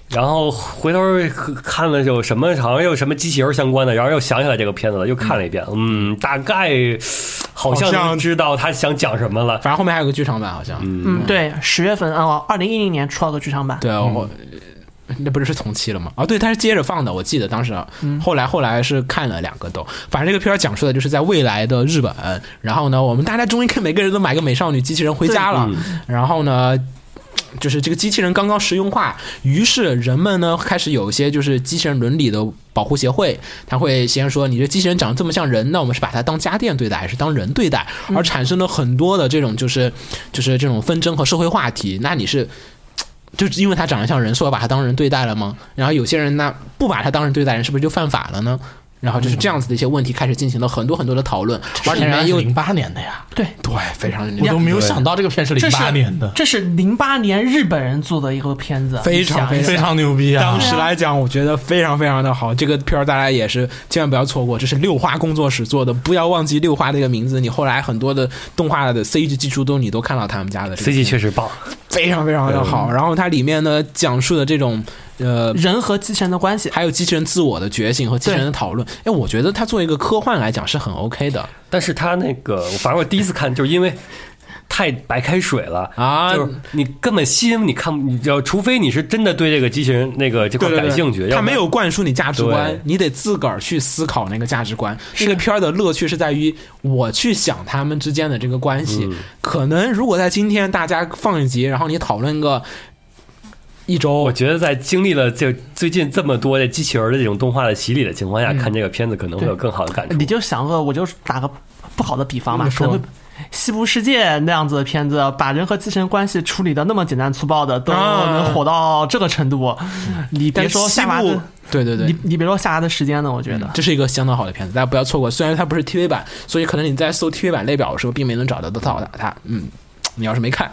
C: 然后回头看了有什么，好像有什么机器人相关的，然后又想起来这个片子了，又看了一遍。嗯，大概好像
B: 好像
C: 能知道他想讲什么了。
B: 反正后面还有个剧场版，好像。
E: 嗯，对，十月份啊，二零一零年出了个剧场版，
B: 对，啊我、那不是是同期了吗？啊，对，它是接着放的，我记得当时啊，后来后来是看了两个都，反正这个片儿讲述的就是在未来的日本，然后呢，我们大家终于可以每个人都买个美少女机器人回家了，
C: 嗯
B: 然后呢。就是这个机器人刚刚实用化，于是人们呢开始有一些就是机器人伦理的保护协会，他会先说你这机器人长得这么像人，那我们是把它当家电对待还是当人对待？而产生了很多的这种就是就是这种纷争和社会话题。那你是就是因为他长得像人，所以把他当人对待了吗？然后有些人呢不把他当人对待，人是不是就犯法了呢？然后就是这样子的一些问题开始进行了很多很多的讨论，而里面又
F: 零八年的呀，
B: 对非常
F: 我都没有想到这个片是
E: 这
F: 零
E: 是
F: 八年的，
E: 这是零八年日本人做的一个片子，
B: 非常
E: 你想一想
F: 非常牛逼啊！
B: 当时来讲，我觉得非常非常的好。这个片儿大家也是千万不要错过，这是六花工作室做的，不要忘记六花这个名字。你后来很多的动画的 CG 技术都你都看到他们家的这个
C: CG 确实棒，
B: 非常非常的好。然后它里面呢讲述的这种呃
E: 人和机器人的关系。
B: 还有机器人自我的觉醒和机器人的讨论。哎，我觉得它作为一个科幻来讲是很 OK 的
C: 但是他那个，反正我第一次看，就是因为太白开水了。
B: 啊
C: 就是你根本心你看不，你要除非你是真的对这个机器人那个这块感兴趣，要
B: 它
C: 不
B: 没
C: 然
B: 有灌输你价值观
C: 对，
B: 你得自个儿去思考那个价值观。这个片儿的乐趣是在于我去想他们之间的这个关
C: 嗯
B: 系。可能如果在今天大家放一集，然后你讨论个一周
C: 我，觉得在经历了这最近这么多的机器人的这种动画的洗礼的情况下，
B: 嗯
C: 看这个片子可能会有更好的感触
E: 你。就想个，我就打个不好的比方吧，
F: 嗯
E: 可
F: 说
E: 能会西部世界那样子的片子，把人和机器人关系处理的那么简单粗暴的，都
B: 啊
E: 能火到这个程度，你别
B: 但是
E: 说
B: 西
E: 夏娃
B: 部
E: 的，，
B: 对对对，嗯
E: 你你别说夏娃的时间呢，我觉得。
B: 这是一个相当好的片子，大家不要错过。虽然它不是 TV 版，所以可能你在搜 TV 版列表的时候，并没能找得到它。嗯，你要是没看，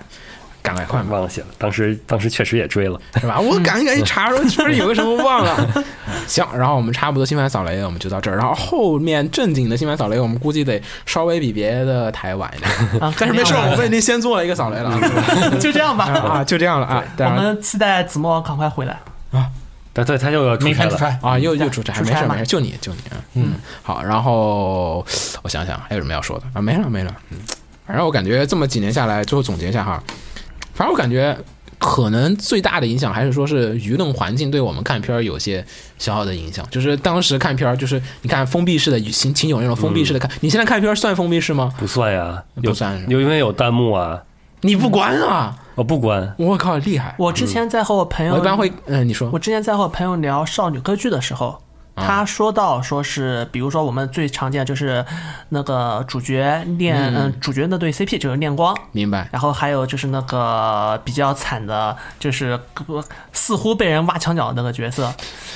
B: 赶快看吧，
C: 忘了写了，当时当时确实也追了，
B: 是吧？我赶紧赶紧查，说是不是有个什么忘了？行，然后我们差不多新番扫雷，我们就到这儿。然后后面正经的新番扫雷，我们估计得稍微比别的台晚一点。
E: 啊，
B: 但是嗯没事，
E: 肯定
B: 我们已经先做了一个扫雷了啊
E: 要的就这
B: 啊
E: 样 吧。
B: 啊，就这样了啊。
E: 我
B: 当然
E: 们期待子墨赶快回来。
C: 但对他又要出
F: 没
C: 差
F: 看
C: 了
F: 出。来，
B: 啊，又又出差，
E: 出
B: 没
E: 差
B: 事
E: 嘛
B: 没事，就你就你，嗯，好，然后我想想还有什么要说的啊，没了没了，嗯，反正我感觉这么几年下来，最后总结一下哈，反正我感觉可能最大的影响还是说是舆论环境对我们看片儿有些小小的影响，就是当时看片儿，就是你看封闭式的情情有那种封闭式的
E: 嗯
B: 看，你现在看片儿算封闭式吗？
C: 不算呀，
B: 不
C: 有
B: 算是吧
C: 有因为有弹幕啊，
B: 你不管啊，
C: 我不关。
B: 我靠，厉害！
E: 我之前在和我朋友，
B: 嗯我一般会，嗯，你说
E: 我，之前在和我朋友聊少女歌剧的时候，
B: 啊
E: 他说到说是，比如说我们最常见就是那个主角恋，嗯、主角那对 CP 就是恋光，
B: 明白，
E: 然后还有就是那个比较惨的，就是呃似乎被人挖墙角的那个角色，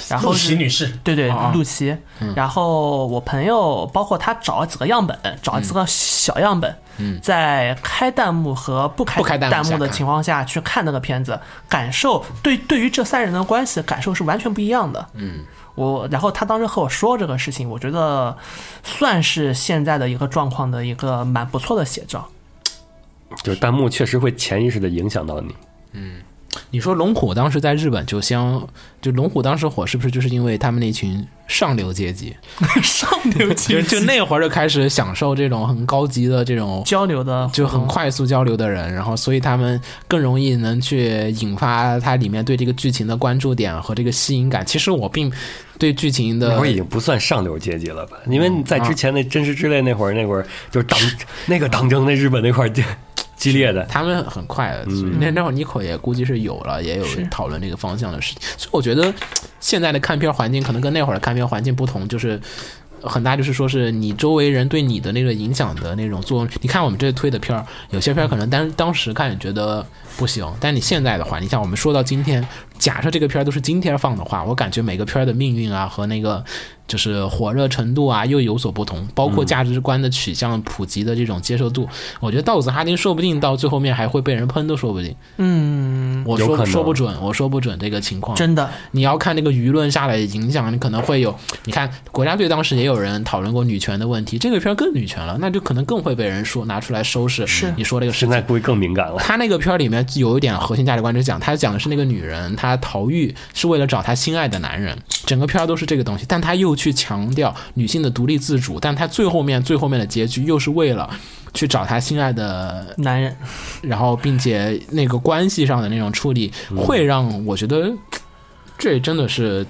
E: 然后
F: 后
E: 是
F: 奇女士，
E: 对对
B: 啊，
E: 陆琪。然后我朋友包括他找了几个样本，找了几个小样本，在开弹幕和不开
B: 嗯不开弹幕下
E: 的
B: 看
E: 情况下去看那个片子，感受对对于这三人的关系感受是完全不一样的。嗯。我，然后他当时和我说这个事情，我觉得算是现在的一个状况的一个蛮不错的写照。
C: 就是弹幕确实会潜意识的影响到你。
B: 你说龙虎当时在日本就相，就龙虎当时火，是不是就是因为他们那群上流阶级？
E: 上流
B: 就
E: 阶
B: 就
E: 级
B: 那会儿就开始享受这种很高级的这种
E: 交流的
B: 就很
E: 活动
B: 快速交流的人，然后所以他们更容易能去引发它里面对这个剧情的关注点和这个吸引感。其实我并对嗯啊剧情
C: 那
B: 的
C: 会儿已经不算上流阶级了吧？因为在之前那《真实之泪》那会儿，那会儿就是党那个党争那日本那块儿，激烈的。
B: 他们很快的，所以那那会儿 Nico 也估计是有了，也有讨论这个方向的事情。所以我觉得现在的看片环境可能跟那会儿的看片环境不同，就是。很大就是说，是你周围人对你的那个影响的那种作用。你看我们这推的片儿，有些片儿可能当当时看你觉得不行，但你现在的话，你像我们说到今天，假设这个片儿都是今天放的话，我感觉每个片儿的命运啊和那个就是火热程度啊又有所不同，包括价值观的取向、普及的这种接受
C: 嗯
B: 度。我觉得道子哈丁说不定到最后面还会被人喷都说不定。嗯，我
C: 有可
B: 说
C: 能
B: 说不准，我说不准这个情况。
E: 真的，
B: 你要看那个舆论下来的影响，你可能会有。你看国家队当时也有人讨论过女权的问题，这个片儿更女权了，那就可能更会被人说拿出来收拾。
E: 是
B: 你说这个事
C: 现
B: 情
C: 在。估计更敏感了，
B: 他那个片儿里面有一点核心价值观，就是讲他讲的是那个女人，她逃狱是为了找她心爱的男人，整个片儿都是这个东西，但他又去强调女性的独立自主，但他最后面最后面的结局又是为了去找她心爱的，
E: 男人
B: 然后并且那个关系上的那种处理，会让我觉得这真的是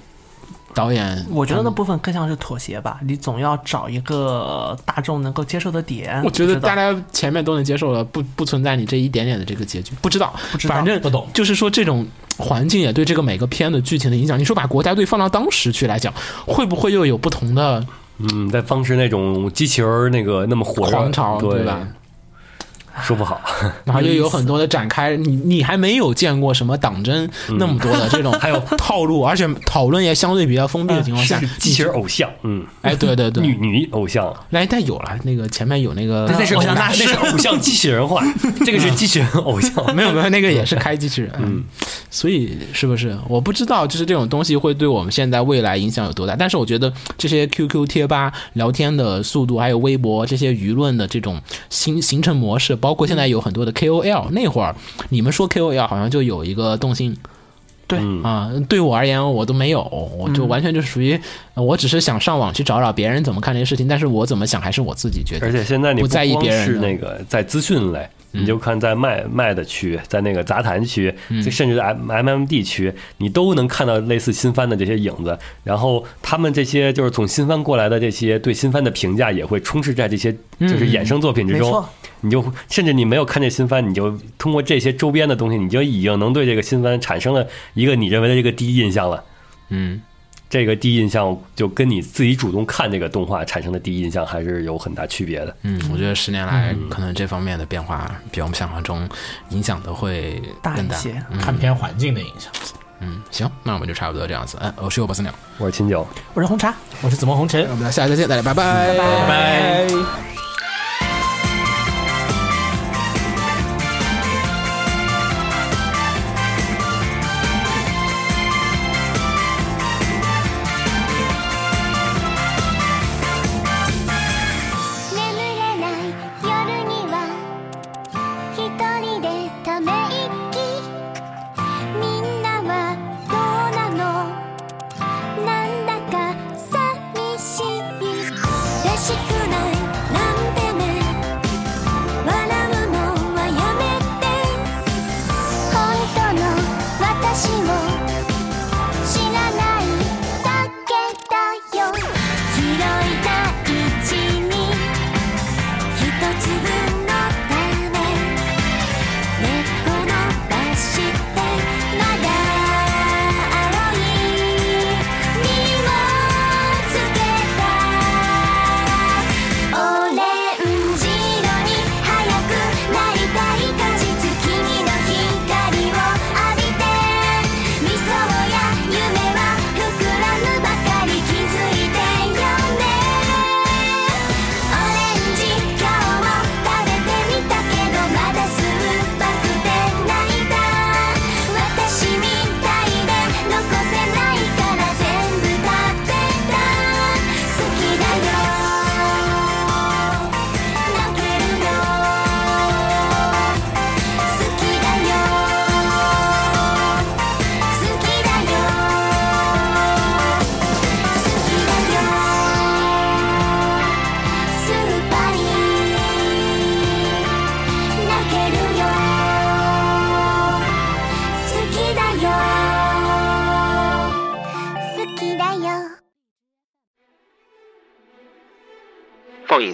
B: 导演，
E: 我觉得那部分更像是妥协吧，你总要找一个呃大众能够接受的点。
B: 我觉得
E: 不知道
B: 大家前面都能接受了，不不存在你这一点点的这个结局，不知道，
E: 不知道
B: 反正
F: 不懂
B: 就是说这种环境也对这个每个片的剧情的影响。你说把国家队放到当时去来讲，会不会又有不同的
C: 嗯，在方式那种机器人儿那个那么火热
B: 狂潮，
C: 对
B: 吧？？
C: 说不好，
B: 然后又有很多的展开，你你还没有见过什么党争那么多的这种 还 有套路，而且讨论也相对比较封闭的情况下
C: 嗯是，机器人偶像，嗯，
B: 哎，对对
C: 女
B: 对，
C: 女偶像，
B: 来，但有了那个前面有那个嗯
C: 那是偶像，那是偶像机器 人化，这个是机器人偶像，
B: 没有没有，那个也是开机器人。
C: 嗯，
B: 所以是不是我不知道，就是这种东西会对我们现在未来影响有多大？但是我觉得这些 QQ 贴吧聊天的速度，还有微博这些舆论的这种形形成模式，包括现在有很多的 KOL，那会儿你们说 KOL 好像就有一个动心
E: 对
C: 嗯
B: 啊、对我而言我都没有，我就完全就是属于呃我只是想上网去找找别人怎么看这些事情，但是我怎么想还是我自己决定
C: 而。且现在你
B: 不在意
C: 光
B: 别人
C: 是
B: 的嗯
C: 那个在资讯类，你就看在卖卖的区，在那个杂谈区，甚至在 M M M D 区，你都能看到类似新番的这些影子。然后他们这些就是从新番过来的这些对新番的评价，也会充斥在这些
B: 嗯
C: 就是衍生作品之
E: 没
C: 中
E: 错。
C: 你就甚至你没有看见新番，你就通过这些周边的东西，你就已经能对这个新番产生了一个你认为的这个第一印象了。
B: 嗯，
C: 这个第一印象就跟你自己主动看这个动画产生的第一印象还是有很大区别的。
B: 嗯，我觉得十年来可能这方面的变化比我们想象中影响的会
E: 大
B: 更
E: 一
B: 大。
E: 些，
F: 看片环境的影响。
B: 嗯，行，那我们就差不多这样子。嗯，我是我不思鸟，
C: 我是秦九。
E: 我是红茶。
F: 我是紫梦红尘
B: 我。们下期再见，大家拜拜，拜
F: 拜。
A: 眠れない夜には一人でため息みんなはどうなのなんだか寂しいらしくないなんてね笑うのはやめて本当の私を知らないだけだよ広い大地に一つ分の種根っこ伸ばしてまだ青い実をつけた
G: 放映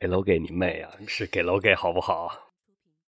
C: 给楼给你妹啊！是给楼给好不好？